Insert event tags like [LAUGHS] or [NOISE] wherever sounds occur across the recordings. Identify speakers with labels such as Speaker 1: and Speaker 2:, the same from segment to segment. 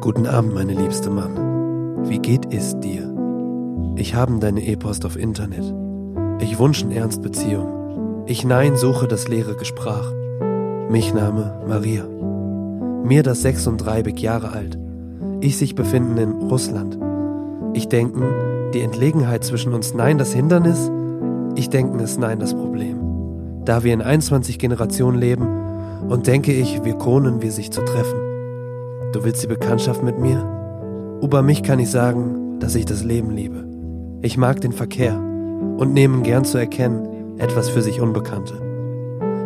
Speaker 1: Guten Abend, meine liebste Mann. Wie geht es dir? Ich habe deine E-Post auf Internet. Ich wünschen ernst Beziehung. Ich nein suche das leere Gesprach. Mich Name Maria. Mir das 36 Jahre alt. Ich sich befinden in Russland. Ich denken, die Entlegenheit zwischen uns nein das Hindernis. Ich denken ist nein das Problem. Da wir in 21 Generationen leben und denke ich, wir kohnen wir sich zu treffen. Du willst die Bekanntschaft mit mir? Über mich kann ich sagen, dass ich das Leben liebe. Ich mag den Verkehr und nehme gern zu erkennen, etwas für sich Unbekannte.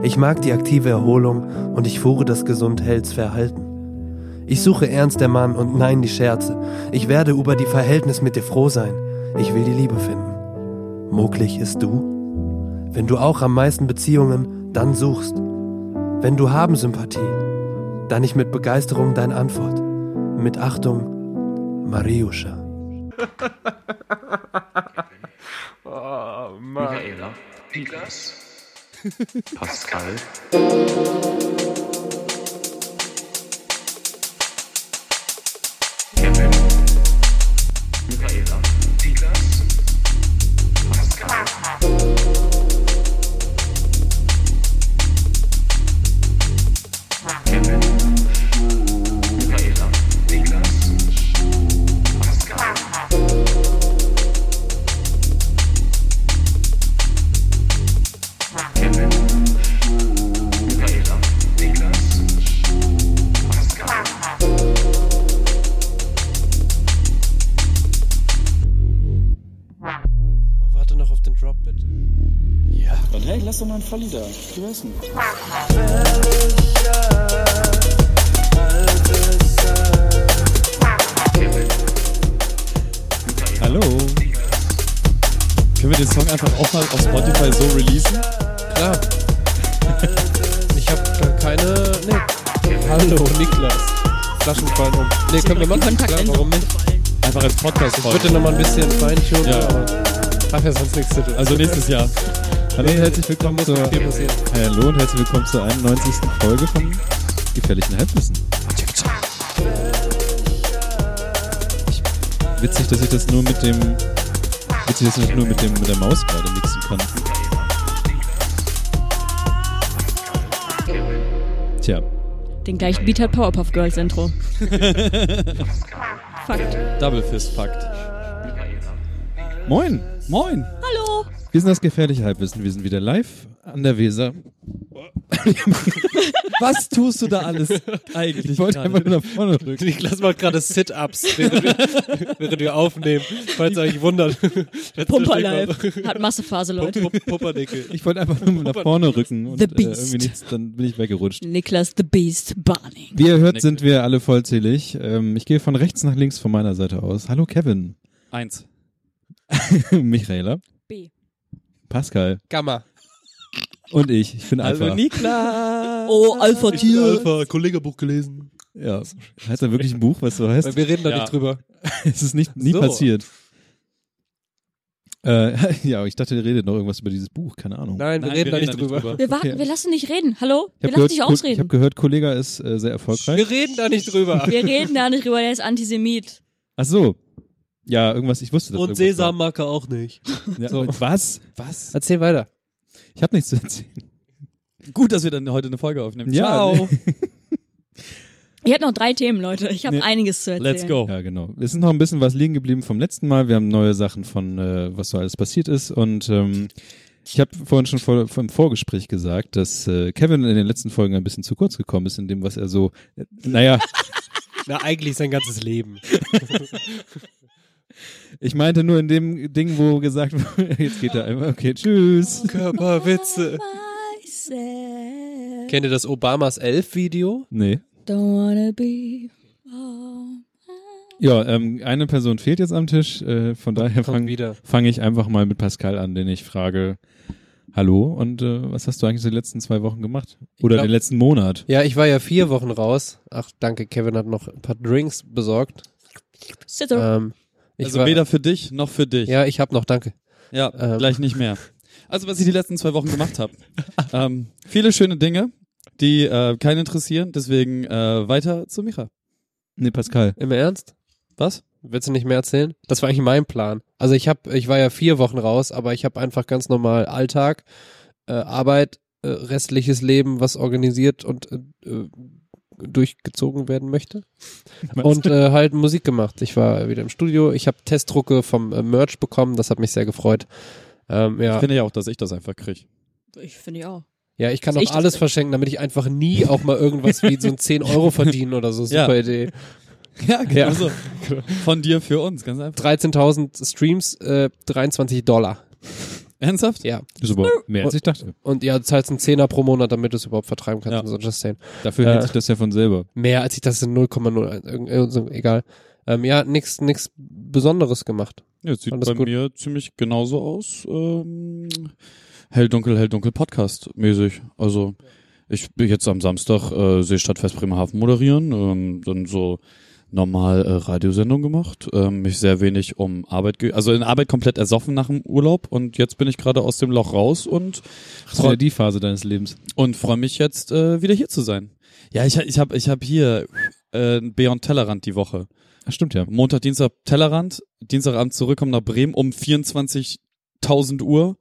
Speaker 1: Ich mag die aktive Erholung und ich fuhre das gesund Hells Verhalten. Ich suche ernst der Mann und nein die Scherze. Ich werde über die Verhältnis mit dir froh sein. Ich will die Liebe finden. Möglich ist du? Wenn du auch am meisten Beziehungen, dann suchst. Wenn du haben Sympathie, dann ich mit Begeisterung deine Antwort. Mit Achtung, Mariuscha.
Speaker 2: Oh Mann.
Speaker 3: Michaela. Niklas. Pascal. Kevin. Michaela. Niklas. Pascal. Kevin. Michaela. Niklas. Pascal. Kevin, Michaela, Niklas, Pascal,
Speaker 4: Oh,
Speaker 1: warte noch auf den Drop, bitte.
Speaker 5: Dann hey, lass doch mal einen Falli da. Wie wär's denn?
Speaker 3: Kevin,
Speaker 5: Hallo. Können wir den Song einfach auch mal auf Spotify so releasen?
Speaker 4: Klar. Ich habe keine. Nee. Hallo, Niklas. Flaschenfallen um. Nee, können wir machen. Klar, warum nicht?
Speaker 5: Einfach als Podcast
Speaker 4: Ich würde nochmal ein bisschen feintunen,
Speaker 5: Ja.
Speaker 4: aber. Hat ja sonst nichts zu tun.
Speaker 5: Also nächstes Jahr. Hallo und herzlich willkommen zur
Speaker 4: Hier passiert.
Speaker 5: Hallo und herzlich willkommen zur 91. Folge von Gefährlichen Halbwissen. Ich- Witzig, dass ich das nur mit dem witzig, dass ich das nur mit dem mit der Maus gerade mixen kann. Tja,
Speaker 6: Den gleichen Beat hat Powerpuff Girls Intro. Fakt.
Speaker 4: Double Fist Fakt.
Speaker 5: moin, moin.
Speaker 6: Hallo.
Speaker 5: Wir sind das gefährliche Halbwissen. Wir sind wieder live an der
Speaker 4: [LAUGHS]
Speaker 5: Weser.
Speaker 4: Was tust du da alles eigentlich?
Speaker 5: Ich wollte einfach nur nach vorne rücken.
Speaker 4: Niklas macht gerade Sit-Ups, während wir- während wir aufnehmen. Falls ihr euch wundert.
Speaker 6: Pumper live. Hat Massephase, Leute.
Speaker 4: Pumperdickel.
Speaker 5: Ich wollte einfach nur nach vorne rücken und
Speaker 6: The
Speaker 5: äh,
Speaker 6: Beast.
Speaker 5: irgendwie nichts, dann bin ich weggerutscht.
Speaker 6: Niklas the Beast Barney.
Speaker 5: Wie ihr hört, sind wir alle vollzählig. Ähm, ich gehe von rechts nach links von meiner Seite aus. Hallo Kevin,
Speaker 7: Eins.
Speaker 5: [LAUGHS] Michaela,
Speaker 6: B.
Speaker 5: Pascal
Speaker 4: Gamma. Also
Speaker 5: und ich. Ich bin Alpha.
Speaker 4: Niklas.
Speaker 6: Oh, Alpha Tier.
Speaker 4: Kollegebuch gelesen.
Speaker 5: Ja. Heißt da wirklich ein Buch, was so heißt?
Speaker 4: Wir reden da
Speaker 7: Ja.
Speaker 4: nicht drüber.
Speaker 5: es ist nicht, nie
Speaker 4: So.
Speaker 5: passiert. Äh, [LAUGHS] ja, ich dachte, ihr redet noch irgendwas über dieses Buch. Keine Ahnung.
Speaker 4: Nein, wir
Speaker 7: Nein,
Speaker 4: reden
Speaker 7: wir
Speaker 4: da
Speaker 7: reden
Speaker 4: nicht
Speaker 7: da nicht
Speaker 6: [LAUGHS]
Speaker 4: drüber.
Speaker 7: drüber.
Speaker 6: Wir warten,
Speaker 5: Okay.
Speaker 6: wir lassen nicht reden. Hallo?
Speaker 5: Ich
Speaker 6: Wir
Speaker 5: habe gehört,
Speaker 6: lassen dich
Speaker 5: Ko- ich hab
Speaker 6: ausreden.
Speaker 5: gehört, Kollega ist äh, sehr erfolgreich.
Speaker 4: Wir reden da nicht drüber.
Speaker 6: Wir reden da nicht drüber, der ist Antisemit.
Speaker 5: Ach so. Ja, irgendwas, ich wusste das.
Speaker 2: Und Sesammacke auch nicht.
Speaker 5: Ja, Was?
Speaker 4: Was? Erzähl weiter.
Speaker 5: Ich habe nichts zu erzählen.
Speaker 7: Gut, dass wir dann heute eine Folge aufnehmen.
Speaker 5: Ja.
Speaker 7: Ciao.
Speaker 6: Ihr habt noch drei Themen, Leute. Ich habe
Speaker 5: Nee.
Speaker 6: einiges zu erzählen.
Speaker 7: Let's go.
Speaker 5: Ja, genau. Es ist noch ein bisschen was liegen geblieben vom letzten Mal. Wir haben neue Sachen von, äh, was so alles passiert ist. Und ähm, ich habe vorhin schon vor, vor, im Vorgespräch gesagt, dass äh, Kevin in den letzten Folgen ein bisschen zu kurz gekommen ist, in dem, was er so, äh, naja, [LAUGHS]
Speaker 4: Na, eigentlich sein ganzes Leben.
Speaker 5: ich meinte nur in dem Ding, wo gesagt [LAUGHS] wurde, jetzt geht er einmal, okay, tschüss.
Speaker 4: Körperwitze.
Speaker 6: Myself.
Speaker 4: Kennt ihr das Obamas Elf-Video?
Speaker 5: Nee.
Speaker 6: Don't wanna be. Oh.
Speaker 5: Ja, ähm, eine Person fehlt jetzt am Tisch, äh, von daher
Speaker 4: Kommt
Speaker 5: fange
Speaker 4: wieder.
Speaker 5: fang ich einfach mal mit Pascal an, den ich frage, hallo, und äh, was hast du eigentlich die letzten zwei Wochen gemacht? Oder
Speaker 4: glaub-
Speaker 5: den letzten Monat?
Speaker 4: Ja, ich war ja vier Wochen raus. Ach, danke, Kevin hat noch ein paar Drinks besorgt.
Speaker 5: Äh.
Speaker 6: Sitter.
Speaker 4: Ähm, ich
Speaker 7: Also [LAUGHS]
Speaker 4: war,
Speaker 7: weder für dich noch für dich.
Speaker 4: Ja, ich hab noch, danke.
Speaker 7: Ja,
Speaker 4: Ähm.
Speaker 7: gleich nicht mehr. Also, was ich die letzten zwei Wochen gemacht habe. ähm, viele schöne Dinge, die äh, keinen interessieren. Deswegen äh, weiter zu Micha.
Speaker 5: Nee, [LAUGHS] Pascal.
Speaker 1: Im Ernst? Was? Willst du nicht mehr erzählen? Das war eigentlich mein Plan. Also ich habe, ich war ja vier Wochen raus, aber ich habe einfach ganz normal Alltag, äh, Arbeit, äh, restliches Leben, was organisiert und äh, durchgezogen werden möchte. und äh, halt Musik gemacht. Ich war wieder im Studio. Ich habe Testdrucke vom äh, Merch bekommen. Das hat mich sehr gefreut. Ähm, ja.
Speaker 7: Ich finde ja auch, dass ich das einfach kriege.
Speaker 6: Ich finde ich auch.
Speaker 1: ja, ich kann
Speaker 6: dass
Speaker 1: auch
Speaker 6: ich das
Speaker 1: alles
Speaker 6: krieg.
Speaker 1: verschenken, damit ich einfach nie auch mal irgendwas wie so
Speaker 7: [LAUGHS]
Speaker 1: ein 10 Euro verdienen oder so. Super
Speaker 7: Ja.
Speaker 1: Idee.
Speaker 7: Ja, genau
Speaker 1: Ja.
Speaker 5: [LAUGHS]
Speaker 7: so. Von dir für uns, ganz einfach.
Speaker 1: 13.000 Streams, äh, 23 Dollar.
Speaker 7: Ernsthaft?
Speaker 1: Ja.
Speaker 5: Das ist aber mehr als ich dachte.
Speaker 1: Und ja, du zahlst einen Zehner pro Monat, damit du es überhaupt vertreiben kannst.
Speaker 7: Ja.
Speaker 1: Und so just saying.
Speaker 5: Dafür
Speaker 1: Äh.
Speaker 5: hält sich das ja von selber.
Speaker 1: Mehr als ich das in 0,01, äh, irgend- irgend so, egal. Ähm, ja, nix, nix Besonderes gemacht.
Speaker 7: Ja, sieht
Speaker 1: Alles
Speaker 7: bei
Speaker 1: gut.
Speaker 7: mir ziemlich genauso aus. Ähm, hell dunkel, hell dunkel Podcast mäßig. Also ich bin jetzt am Samstag äh, Seestadtfest Bremerhaven moderieren, ähm, dann so normal äh, Radiosendung gemacht, ähm, mich sehr wenig um Arbeit, ge also in Arbeit komplett ersoffen nach dem Urlaub und jetzt bin ich gerade aus dem Loch raus und
Speaker 5: Das ist ja die Phase deines Lebens.
Speaker 7: und freue mich jetzt äh, wieder hier zu sein. Ja, ich, ha- ich habe ich hab hier äh, Beyond Tellerrand die Woche.
Speaker 5: Ach, stimmt ja.
Speaker 7: Montag, Dienstag Tellerrand, Dienstagabend zurückkommen nach Bremen um 24.000 Uhr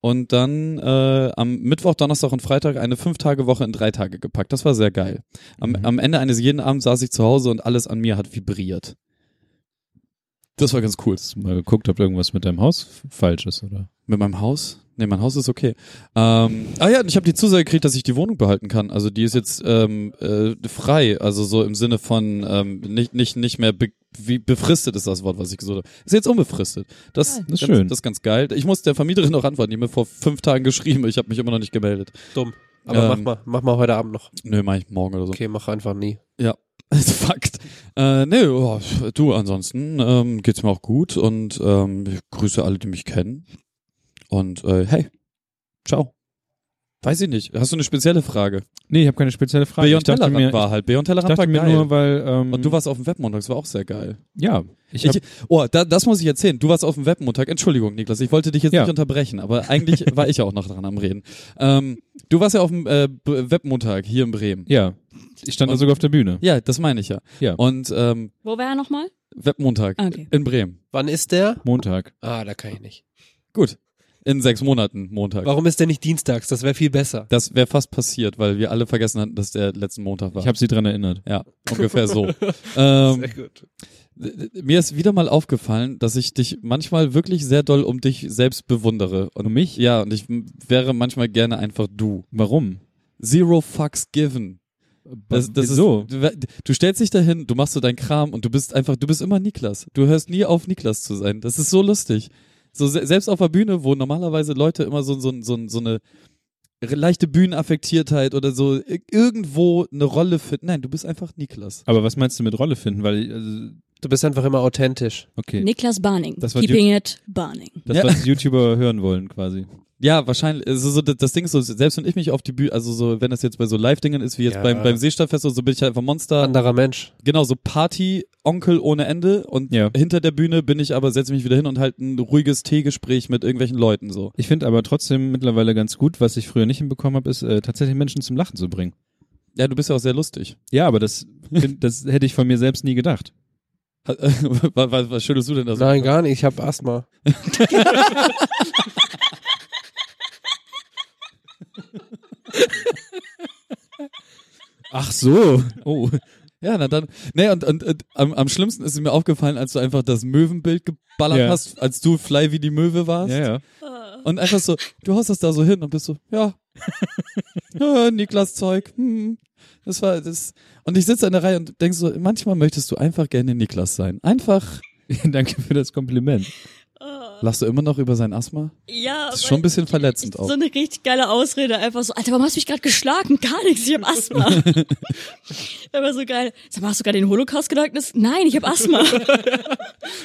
Speaker 7: und dann äh, am Mittwoch, Donnerstag und Freitag eine Fünf-Tage-Woche in drei Tage gepackt. Das war sehr geil. Am, am Ende eines jeden Abends saß ich zu Hause und alles an mir hat vibriert. Das war ganz cool.
Speaker 5: Hast du mal geguckt, ob irgendwas mit deinem Haus f- falsch ist, oder?
Speaker 7: Mit meinem Haus? Nee, mein Haus ist okay. Ähm, ah ja, und ich habe die Zusage gekriegt, dass ich die Wohnung behalten kann. Also die ist jetzt ähm, äh, frei, also so im Sinne von ähm, nicht nicht nicht mehr be wie befristet ist das Wort, was ich gesagt habe. Ist jetzt unbefristet. Das,
Speaker 5: Das
Speaker 6: Geil.
Speaker 5: ist
Speaker 7: ganz,
Speaker 5: schön.
Speaker 7: Das ist ganz geil. Ich muss der Vermieterin noch antworten. Die hat mir vor fünf Tagen geschrieben. Ich habe mich immer noch nicht gemeldet.
Speaker 1: Dumm. Aber
Speaker 7: Ähm.
Speaker 1: mach mal, mach mal heute Abend noch.
Speaker 7: Nö, mach ich morgen oder so.
Speaker 1: Okay, mach einfach nie.
Speaker 7: [LAUGHS] Fakt. Äh, nee, oh, du, ansonsten ähm, geht's mir auch gut und ähm, ich grüße alle, die mich kennen. Und äh, hey, ciao. Weiß ich nicht. Hast du eine spezielle Frage?
Speaker 5: Nee, ich habe keine spezielle Frage.
Speaker 7: Beyond
Speaker 5: ich dachte
Speaker 7: Tellerrand
Speaker 5: mir,
Speaker 7: war halt. Beyond
Speaker 5: ich
Speaker 7: Tellerrand
Speaker 5: dachte
Speaker 7: war
Speaker 5: mir
Speaker 7: geil.
Speaker 5: nur, weil... Ähm,
Speaker 7: und du warst auf dem Webmontag, das war auch sehr geil.
Speaker 5: Ja. Ich,
Speaker 7: Ich- Oh, da, das muss ich erzählen. Du warst auf dem Webmontag. Entschuldigung, Niklas, ich wollte dich jetzt
Speaker 5: Ja.
Speaker 7: nicht unterbrechen,
Speaker 5: [LAUGHS]
Speaker 7: aber eigentlich war ich ja auch noch dran am Reden. Ähm, du warst ja auf dem äh, B- Webmontag hier in Bremen.
Speaker 5: ja. Ich stand da
Speaker 7: Und-
Speaker 5: sogar auf der Bühne.
Speaker 7: Ja, das meine ich ja.
Speaker 5: Ja.
Speaker 7: Und ähm,
Speaker 6: Wo war er nochmal?
Speaker 7: Webmontag
Speaker 6: Ah, okay.
Speaker 7: in Bremen.
Speaker 1: Wann ist der?
Speaker 5: Montag.
Speaker 1: Ah, da kann ich nicht.
Speaker 7: Gut. In sechs Monaten Montag.
Speaker 1: Warum ist der nicht dienstags? Das wäre viel besser.
Speaker 7: Das wäre fast passiert, weil wir alle vergessen hatten, dass der letzten Montag war.
Speaker 5: Ich habe sie dran erinnert.
Speaker 7: ja,
Speaker 5: [LAUGHS]
Speaker 7: ungefähr so. ähm,
Speaker 1: gut.
Speaker 7: mir ist wieder mal aufgefallen, dass ich dich manchmal wirklich sehr doll um dich selbst bewundere. Und
Speaker 5: Um mich?
Speaker 7: ja, und ich m- wäre manchmal gerne einfach du.
Speaker 5: Warum?
Speaker 7: Zero fucks given. Das, das
Speaker 5: Wieso?
Speaker 7: Ist, du, du stellst dich dahin, du machst so deinen Kram und du bist einfach, du bist immer Niklas. Du hörst nie auf, Niklas zu sein. Das ist so lustig. So se selbst auf der Bühne, wo normalerweise Leute immer so, so, so, so eine leichte Bühnenaffektiertheit oder so i- irgendwo eine Rolle finden. Nein, du bist einfach Niklas.
Speaker 5: Aber was meinst du mit Rolle finden? Weil, also,
Speaker 1: Du bist einfach immer authentisch.
Speaker 5: okay.
Speaker 6: Niklas Barning.
Speaker 5: Das war
Speaker 6: Keeping it Barning.
Speaker 5: Das,
Speaker 7: Ja.
Speaker 5: was YouTuber hören wollen, quasi.
Speaker 7: Ja, wahrscheinlich. Also so, das das Ding ist so, selbst wenn ich mich auf die Bühne, also so, wenn das jetzt bei so Live-Dingen ist, wie jetzt
Speaker 1: Ja.
Speaker 7: beim, beim Seestadtfest oder so, bin ich halt einfach Monster.
Speaker 1: Anderer Mensch.
Speaker 7: Genau, so Party-Onkel ohne Ende und
Speaker 5: Ja.
Speaker 7: hinter der Bühne bin ich aber, setze mich wieder hin und halt ein ruhiges Teegespräch mit irgendwelchen Leuten so.
Speaker 5: Ich finde aber trotzdem mittlerweile ganz gut, was ich früher nicht hinbekommen habe, ist äh, tatsächlich Menschen zum Lachen zu bringen.
Speaker 7: Ja, du bist ja auch sehr lustig. [LAUGHS]
Speaker 5: Ja, aber das, find, das hätte ich von mir selbst nie gedacht.
Speaker 7: was, was, was schüttelst du denn da so?
Speaker 1: Nein, gar nicht. Ich habe Asthma.
Speaker 5: Ach so. Oh.
Speaker 7: Ja, na dann. Nee, und, und, und am, am schlimmsten ist es mir aufgefallen, als du einfach das Möwenbild geballert
Speaker 5: Ja.
Speaker 7: hast, als du Fly wie die Möwe warst.
Speaker 5: Ja, ja.
Speaker 7: Und einfach so, du haust das da so hin und bist so, ja. ja Niklas Zeug. Hm. Das war das. Und ich sitze in der Reihe und denk so, manchmal möchtest du einfach gerne Niklas sein. [LAUGHS] Einfach.
Speaker 5: Danke für das Kompliment.
Speaker 7: Lachst du immer noch über sein Asthma?
Speaker 6: Ja,
Speaker 7: Das ist schon ein bisschen verletzend auch.
Speaker 6: so eine richtig geile Ausrede. Einfach so, Alter, warum hast du mich gerade geschlagen? [LAUGHS] Gar nichts, ich hab
Speaker 7: [LAUGHS]
Speaker 6: Asthma. Aber so geil. Sag mal, hast du gerade den Holocaust gedacht? Nein, ich hab Asthma.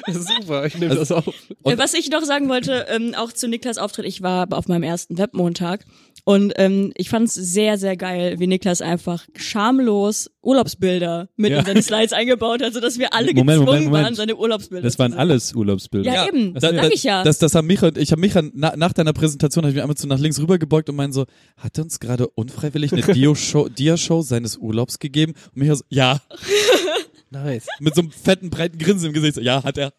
Speaker 1: Super, ich nehme
Speaker 7: Also-
Speaker 1: das auf.
Speaker 7: [LAUGHS] Und-
Speaker 6: Äh, Was ich noch sagen wollte, ähm, auch zu Niklas Auftritt, ich war auf meinem ersten Webmontag und ähm, ich fand es sehr, sehr geil, wie Niklas einfach schamlos Urlaubsbilder mit
Speaker 5: Ja.
Speaker 6: in seine Slides eingebaut hat, sodass wir alle
Speaker 5: Moment,
Speaker 6: gezwungen
Speaker 5: Moment, Moment.
Speaker 6: waren, seine Urlaubsbilder
Speaker 5: Das waren
Speaker 6: zu
Speaker 5: alles Urlaubsbilder.
Speaker 6: Ja, eben,
Speaker 7: das-
Speaker 6: sag
Speaker 7: das-
Speaker 6: ich ja.
Speaker 7: Das, das haben Micha und ich habe Micha na, nach deiner Präsentation habe ich mich einmal so nach links rüber gebeugt und meinen so, hat er
Speaker 6: [LAUGHS] [LAUGHS]
Speaker 7: uns gerade unfreiwillig eine Dia-Show Dia -Show seines Urlaubs gegeben? Und Micha so, ja.
Speaker 4: Nice.
Speaker 7: Mit so einem fetten, breiten Grinsen im Gesicht. So,
Speaker 6: [LAUGHS]
Speaker 7: ja, hat er.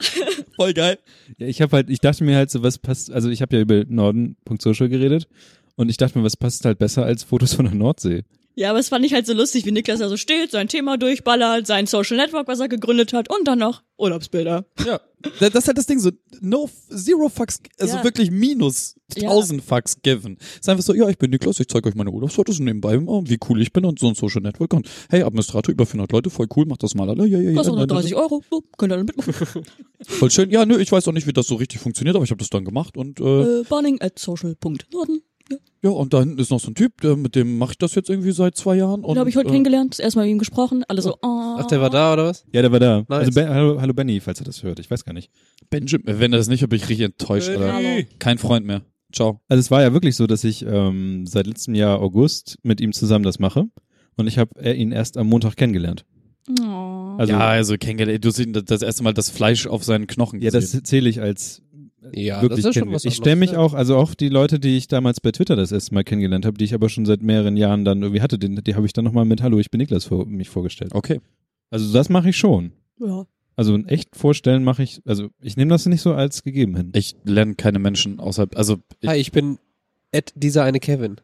Speaker 7: Voll geil.
Speaker 5: Ja, ich habe halt, ich dachte mir halt so, was passt, also ich habe ja über Norden.social geredet und ich dachte mir, was passt halt besser als Fotos von der Nordsee?
Speaker 6: Ja, aber es fand ich halt so lustig, wie Niklas da so steht, sein Thema durchballert, sein Social Network, was er gegründet hat und dann noch Urlaubsbilder.
Speaker 7: Ja. Das ist halt das Ding, so no, zero fucks, also
Speaker 6: Ja.
Speaker 7: wirklich minus
Speaker 6: Ja.
Speaker 7: tausend fucks given. Ist einfach so, ja, ich bin Niklas, ich zeige euch meine Urlaubsfotos und nebenbei, oh, wie cool ich bin und so ein Social Network und hey, Administrator über 400 Leute, voll cool, macht das mal alle, ja, ja, ja.
Speaker 6: Kostet nur
Speaker 7: nein, das
Speaker 6: 30 Euro, so, könnt ihr dann mitmachen.
Speaker 7: ist Voll schön, ja, nö, ich weiß auch nicht, wie das so richtig funktioniert, aber ich habe das dann gemacht und, äh,
Speaker 6: äh, Burning at social.norden.
Speaker 7: ja, und da hinten ist noch so ein Typ, der, mit dem mache ich das jetzt irgendwie seit zwei Jahren und,
Speaker 6: Den habe ich heute
Speaker 7: äh,
Speaker 6: kennengelernt, erstmal mit ihm gesprochen, alle so, oh.
Speaker 4: Ach, der war da, oder was?
Speaker 5: Ja, der war da.
Speaker 4: Nice.
Speaker 5: Also ben, hallo, hallo Benny, falls er das hört. Ich weiß gar nicht.
Speaker 7: Benjamin, äh, wenn er das nicht, hab ich richtig enttäuscht, Alter.
Speaker 6: Hallo.
Speaker 7: Kein Freund mehr. Ciao.
Speaker 5: Also es war ja wirklich so, dass ich ähm, seit letztem Jahr August mit ihm zusammen das mache und ich habe äh, ihn erst am Montag kennengelernt.
Speaker 6: Oh.
Speaker 5: Also
Speaker 7: ja,
Speaker 5: ja,
Speaker 7: also kennengelernt, du hast ihn das erste Mal das Fleisch auf seinen Knochen
Speaker 5: das zähle ich als äh,
Speaker 4: Ja,
Speaker 5: wirklich kennengelernt. Ich stelle mich auch, also auch die Leute, die ich damals bei Twitter das erste Mal kennengelernt habe, die ich aber schon seit mehreren Jahren dann irgendwie hatte, den, die habe ich dann nochmal mit Hallo, ich bin Niklas vor, mich vorgestellt.
Speaker 7: Okay.
Speaker 5: Also das mache ich schon.
Speaker 6: Ja.
Speaker 5: Also ein echt vorstellen mache ich, also ich nehme das nicht so als gegeben hin.
Speaker 7: Ich lerne keine Menschen außerhalb, also ich,
Speaker 4: Hi, ich bin at dieser eine Kevin.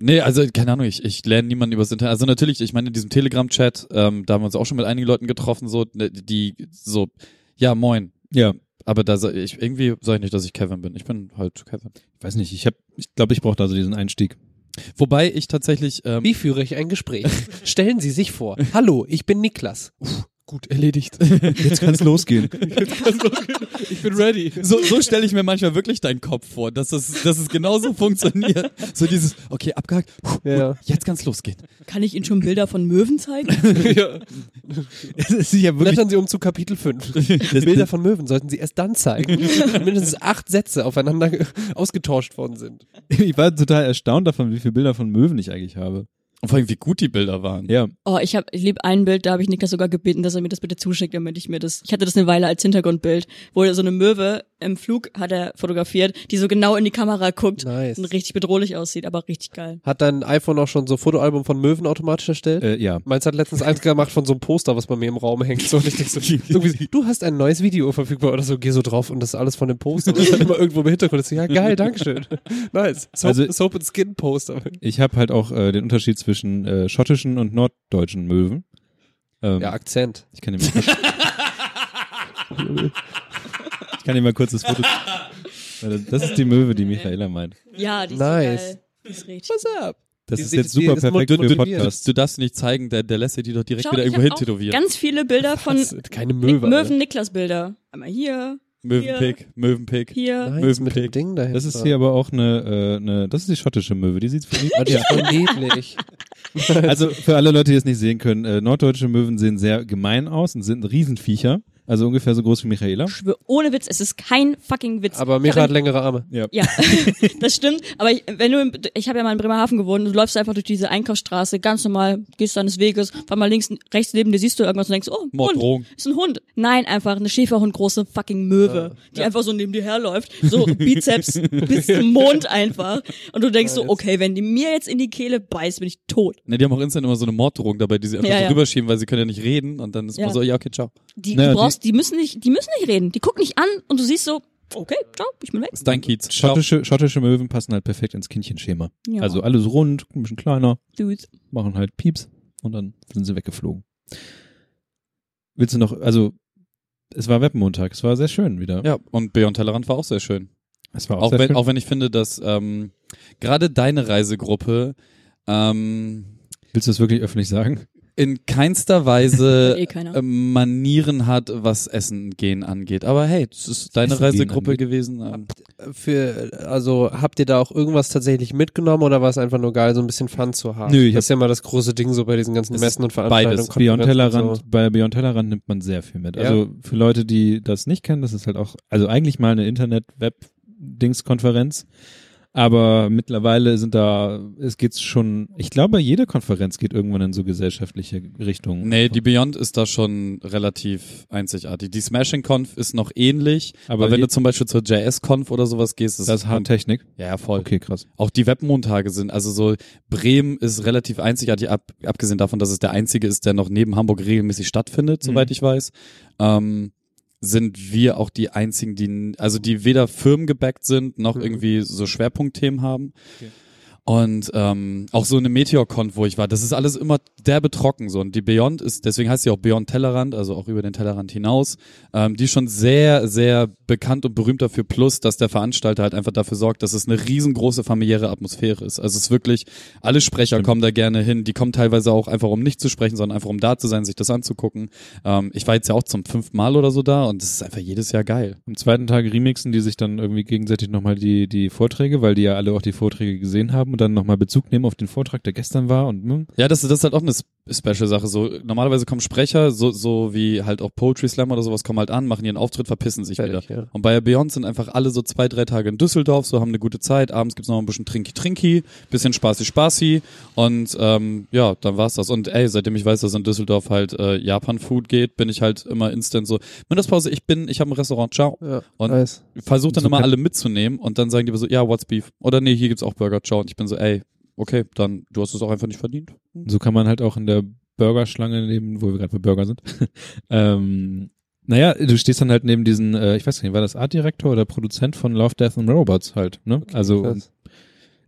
Speaker 7: nee, also keine Ahnung, ich, ich lerne niemanden übers Internet. Also natürlich, ich meine in diesem Telegram-Chat, ähm, da haben wir uns auch schon mit einigen Leuten getroffen, so ne, die so, ja moin,
Speaker 5: Ja,
Speaker 7: aber da sag ich irgendwie sage ich nicht, dass ich Kevin bin. Ich bin halt Kevin.
Speaker 5: ich weiß nicht, ich habe, ich glaube, ich brauche da so diesen Einstieg.
Speaker 7: Wobei ich tatsächlich ähm,
Speaker 4: Wie führe ich
Speaker 7: [LAUGHS]
Speaker 4: ein Gespräch? Stellen Sie sich vor. Hallo, ich bin Niklas.
Speaker 7: gut erledigt.
Speaker 5: Jetzt kann es [LAUGHS] losgehen.
Speaker 4: Ich bin ready.
Speaker 7: So, so stelle ich mir manchmal wirklich deinen Kopf vor, dass es, dass es genauso funktioniert. So dieses, okay, abgehakt, puh,
Speaker 4: Ja.
Speaker 7: jetzt kann's losgehen.
Speaker 6: Kann ich Ihnen schon Bilder von Möwen zeigen?
Speaker 4: [LAUGHS]
Speaker 5: [LAUGHS] es ist ja wirklich
Speaker 4: Blättern Sie um zu
Speaker 5: [LAUGHS]
Speaker 4: Kapitel 5. Bilder von Möwen sollten Sie erst dann zeigen, wenn mindestens acht Sätze aufeinander ge- ausgetauscht worden sind.
Speaker 5: Ich war total erstaunt davon, wie viele Bilder von Möwen ich eigentlich habe.
Speaker 7: Und vor allem, wie gut die Bilder waren.
Speaker 5: Ja,
Speaker 6: Oh, ich habe, ich lieb ein Bild, da habe ich Niklas sogar gebeten, dass er mir das bitte zuschickt, damit ich mir das. Ich hatte das eine Weile als Hintergrundbild, wo so eine Möwe im Flug hat er fotografiert, die so genau in die Kamera guckt
Speaker 4: Nice.
Speaker 6: und richtig bedrohlich aussieht, aber richtig geil.
Speaker 4: Hat dein iPhone auch schon so Fotoalbum von Möwen automatisch erstellt?
Speaker 5: äh, ja.
Speaker 4: Meins hat letztens eins gemacht von so einem Poster, was bei mir im Raum hängt. So, und
Speaker 5: [LAUGHS]
Speaker 4: ich denk so, irgendwie so, du hast ein neues Video verfügbar oder so, geh so drauf und das ist alles von dem Poster. Und das ist dann immer irgendwo im Hintergrund. Ich so, ja, geil,
Speaker 5: [LAUGHS]
Speaker 4: Dankeschön. Nice. Soap,
Speaker 5: Also-
Speaker 4: Soap and Skin Poster.
Speaker 5: Ich habe halt auch äh, den Unterschied zwischen äh, schottischen und norddeutschen Möwen. Ähm,
Speaker 4: Ja, Akzent.
Speaker 5: Ich kann dir mal
Speaker 7: [LAUGHS]
Speaker 5: kurz, ich kann dir mal kurz das Foto. Das- Das ist die Möwe, die Michaela meint.
Speaker 6: Ja, die ist
Speaker 4: Nice.
Speaker 6: so geil. Die ist richtig.
Speaker 4: What's up?
Speaker 5: Das
Speaker 4: Die
Speaker 5: ist
Speaker 4: sieht-
Speaker 5: jetzt
Speaker 4: die
Speaker 5: super
Speaker 4: ist
Speaker 5: perfekt für
Speaker 4: motiviert.
Speaker 5: Podcast.
Speaker 7: Du darfst nicht zeigen, der, der lässt dir die doch direkt
Speaker 6: Schau,
Speaker 7: wieder
Speaker 6: ich
Speaker 7: irgendwo
Speaker 6: hab
Speaker 7: hin
Speaker 6: auch
Speaker 7: tätowieren.
Speaker 6: Ganz viele Bilder von
Speaker 4: Das sind keine
Speaker 6: Ni-
Speaker 4: Möwe. Alter.
Speaker 6: Möwen-Niklas-Bilder. Einmal hier,
Speaker 7: Möwenpick, Möwenpick.
Speaker 6: hier.
Speaker 4: Nice,
Speaker 7: Möwenpick.
Speaker 4: mit dem Ding dahinter.
Speaker 5: Das ist hier aber auch eine, äh, eine, das ist die schottische Möwe, die sieht
Speaker 7: [LAUGHS]
Speaker 4: Ah, die ist voll niedlich.
Speaker 5: Also für alle Leute, die es nicht sehen können, äh, norddeutsche Möwen sehen sehr gemein aus und sind Riesenviecher, also ungefähr so groß wie Michaela.
Speaker 6: Schwör- Ohne Witz, es ist kein fucking Witz.
Speaker 4: Aber
Speaker 6: Ich hab
Speaker 4: Mira hat
Speaker 6: in-
Speaker 4: längere Arme.
Speaker 6: Ja, [LAUGHS] das stimmt. Aber ich, wenn du, in- ich habe ja mal in Bremerhaven gewohnt, du läufst einfach durch diese Einkaufsstraße ganz normal, gehst deines Weges, fahr mal links, rechts neben dir siehst du irgendwas und denkst, oh, Hund,
Speaker 7: Morddrohung.
Speaker 6: ist ein Hund. Nein, einfach eine Schäferhund, große fucking Möwe, die einfach so neben dir herläuft, so
Speaker 4: [LAUGHS]
Speaker 6: Bizeps bis zum Mond einfach. Und du denkst so, okay, wenn die mir jetzt in die Kehle beißt, bin ich tot.
Speaker 7: Ne, die haben auch instant immer so eine Morddrohung dabei, die sie einfach
Speaker 6: Ja,
Speaker 7: so
Speaker 6: ja.
Speaker 7: rüberschieben, weil sie können ja nicht reden und dann ist
Speaker 6: Ja.
Speaker 7: man so, ja, okay, ciao.
Speaker 6: Die,
Speaker 5: Naja,
Speaker 6: du brauchst, die, müssen nicht, die müssen nicht reden, die gucken nicht an und du siehst so, okay, ciao, ich bin weg.
Speaker 7: Ist dein Kiez. Ciao.
Speaker 5: Schottische, schottische Möwen passen halt perfekt ins Kindchenschema.
Speaker 6: Ja,
Speaker 5: Also alles rund, ein bisschen kleiner,
Speaker 6: dudes.
Speaker 5: machen halt Pieps und dann sind sie weggeflogen. Willst du noch, also es war Webmontag, es war sehr schön wieder.
Speaker 7: Ja, und Beyond Tellerrand war auch sehr schön.
Speaker 5: Es war auch,
Speaker 7: Auch
Speaker 5: sehr
Speaker 7: wenn,
Speaker 5: schön.
Speaker 7: auch wenn ich finde, dass ähm, gerade deine Reisegruppe ähm,
Speaker 5: Willst du das wirklich öffentlich sagen?
Speaker 7: in keinster
Speaker 6: Hört [LAUGHS]
Speaker 7: Weise [LAUGHS]
Speaker 6: eh keiner.
Speaker 7: ähm, Manieren hat, was Essen gehen angeht. Aber hey, das ist deine
Speaker 5: Essen gehen
Speaker 7: Reisegruppe
Speaker 5: angeht.
Speaker 7: gewesen. Ähm,
Speaker 4: Für, also habt ihr da auch irgendwas tatsächlich mitgenommen oder war es einfach nur geil, so ein bisschen Fun zu haben?
Speaker 5: Nö, ich
Speaker 4: das ist ja mal das große Ding so bei diesen ganzen
Speaker 7: Es
Speaker 4: Messen und
Speaker 7: beides.
Speaker 4: Veranstaltungen.
Speaker 5: Beyond
Speaker 4: Konferenzen und
Speaker 5: Tellerrand,
Speaker 4: so.
Speaker 5: bei Beyond Tellerrand nimmt man sehr viel mit.
Speaker 4: Ja.
Speaker 5: Also für Leute, die das nicht kennen, das ist halt auch, also eigentlich mal eine Internet-Web-Dings-Konferenz, Aber mittlerweile sind da, es geht's schon, ich glaube, jede Konferenz geht irgendwann in so gesellschaftliche Richtungen.
Speaker 7: Nee, die Beyond ist da schon relativ einzigartig. Die Smashing Conf ist noch ähnlich,
Speaker 5: Aber
Speaker 7: aber, wenn
Speaker 5: je-
Speaker 7: du zum Beispiel zur JS Conf oder sowas gehst, ist
Speaker 5: das ist Hardtechnik.
Speaker 7: Ja, ja, voll.
Speaker 5: Okay, krass.
Speaker 7: Auch die Webmontage sind, also so Bremen ist relativ einzigartig, ab, abgesehen davon, dass es der einzige ist, der noch neben Hamburg regelmäßig stattfindet,
Speaker 5: Mhm.
Speaker 7: soweit ich weiß, ähm, sind wir auch die einzigen, die, n- also die weder firmengebackt sind,
Speaker 5: Mhm.
Speaker 7: noch irgendwie so Schwerpunktthemen haben. Und ähm, auch so eine Meteor-Con, wo ich war, das ist alles immer derbe trocken so. Und die Beyond ist, deswegen heißt sie auch Beyond Tellerrand, also auch über den Tellerrand hinaus, ähm, die ist schon sehr, sehr bekannt und berühmt dafür, plus, dass der Veranstalter halt einfach dafür sorgt, dass es eine riesengroße familiäre Atmosphäre ist. Also es ist wirklich, alle Sprecher kommen da gerne hin, die kommen teilweise auch einfach, um nicht zu sprechen, sondern einfach, um da zu sein, sich das anzugucken. Ähm, ich war jetzt ja auch zum fünften Mal oder so da und das ist einfach jedes Jahr geil.
Speaker 5: Am zweiten Tag remixen die sich dann irgendwie gegenseitig nochmal die, die Vorträge, weil die ja alle auch die Vorträge gesehen haben und dann nochmal Bezug nehmen auf den Vortrag, der gestern war und hm.
Speaker 7: Ja, das, das ist halt auch eine sp- special Sache. So, normalerweise kommen Sprecher, so, so wie halt auch Poetry Slam oder sowas, kommen halt an, machen ihren Auftritt, verpissen sich
Speaker 4: Fertig,
Speaker 7: wieder.
Speaker 4: ja.
Speaker 7: Und bei Beyond sind einfach alle so zwei, drei Tage in Düsseldorf, so haben eine gute Zeit, abends gibt's noch ein bisschen Trinki-Trinki, bisschen Spaßi-Spaßi und ähm, ja, dann war's das. Und ey, seitdem ich weiß, dass in Düsseldorf halt äh, Japan-Food geht, bin ich halt immer instant so, Mittagspause, ich bin, ich habe ein Restaurant, ciao.
Speaker 4: Ja,
Speaker 7: Und-
Speaker 4: nice.
Speaker 7: Versuch dann
Speaker 5: So
Speaker 7: immer
Speaker 5: kann-
Speaker 7: alle mitzunehmen und dann sagen die immer so, ja, what's beef? Oder nee, hier gibt's auch Burger, ciao. Und ich bin so, ey, okay, dann, du hast es auch einfach nicht verdient.
Speaker 5: So kann man halt auch in der Burgerschlange neben, wo wir gerade bei Burger sind. [LAUGHS] ähm, naja, du stehst dann halt neben diesen, äh, ich weiß nicht, war das Artdirektor oder Produzent von Love, Death and Robots halt, ne? also
Speaker 4: krass.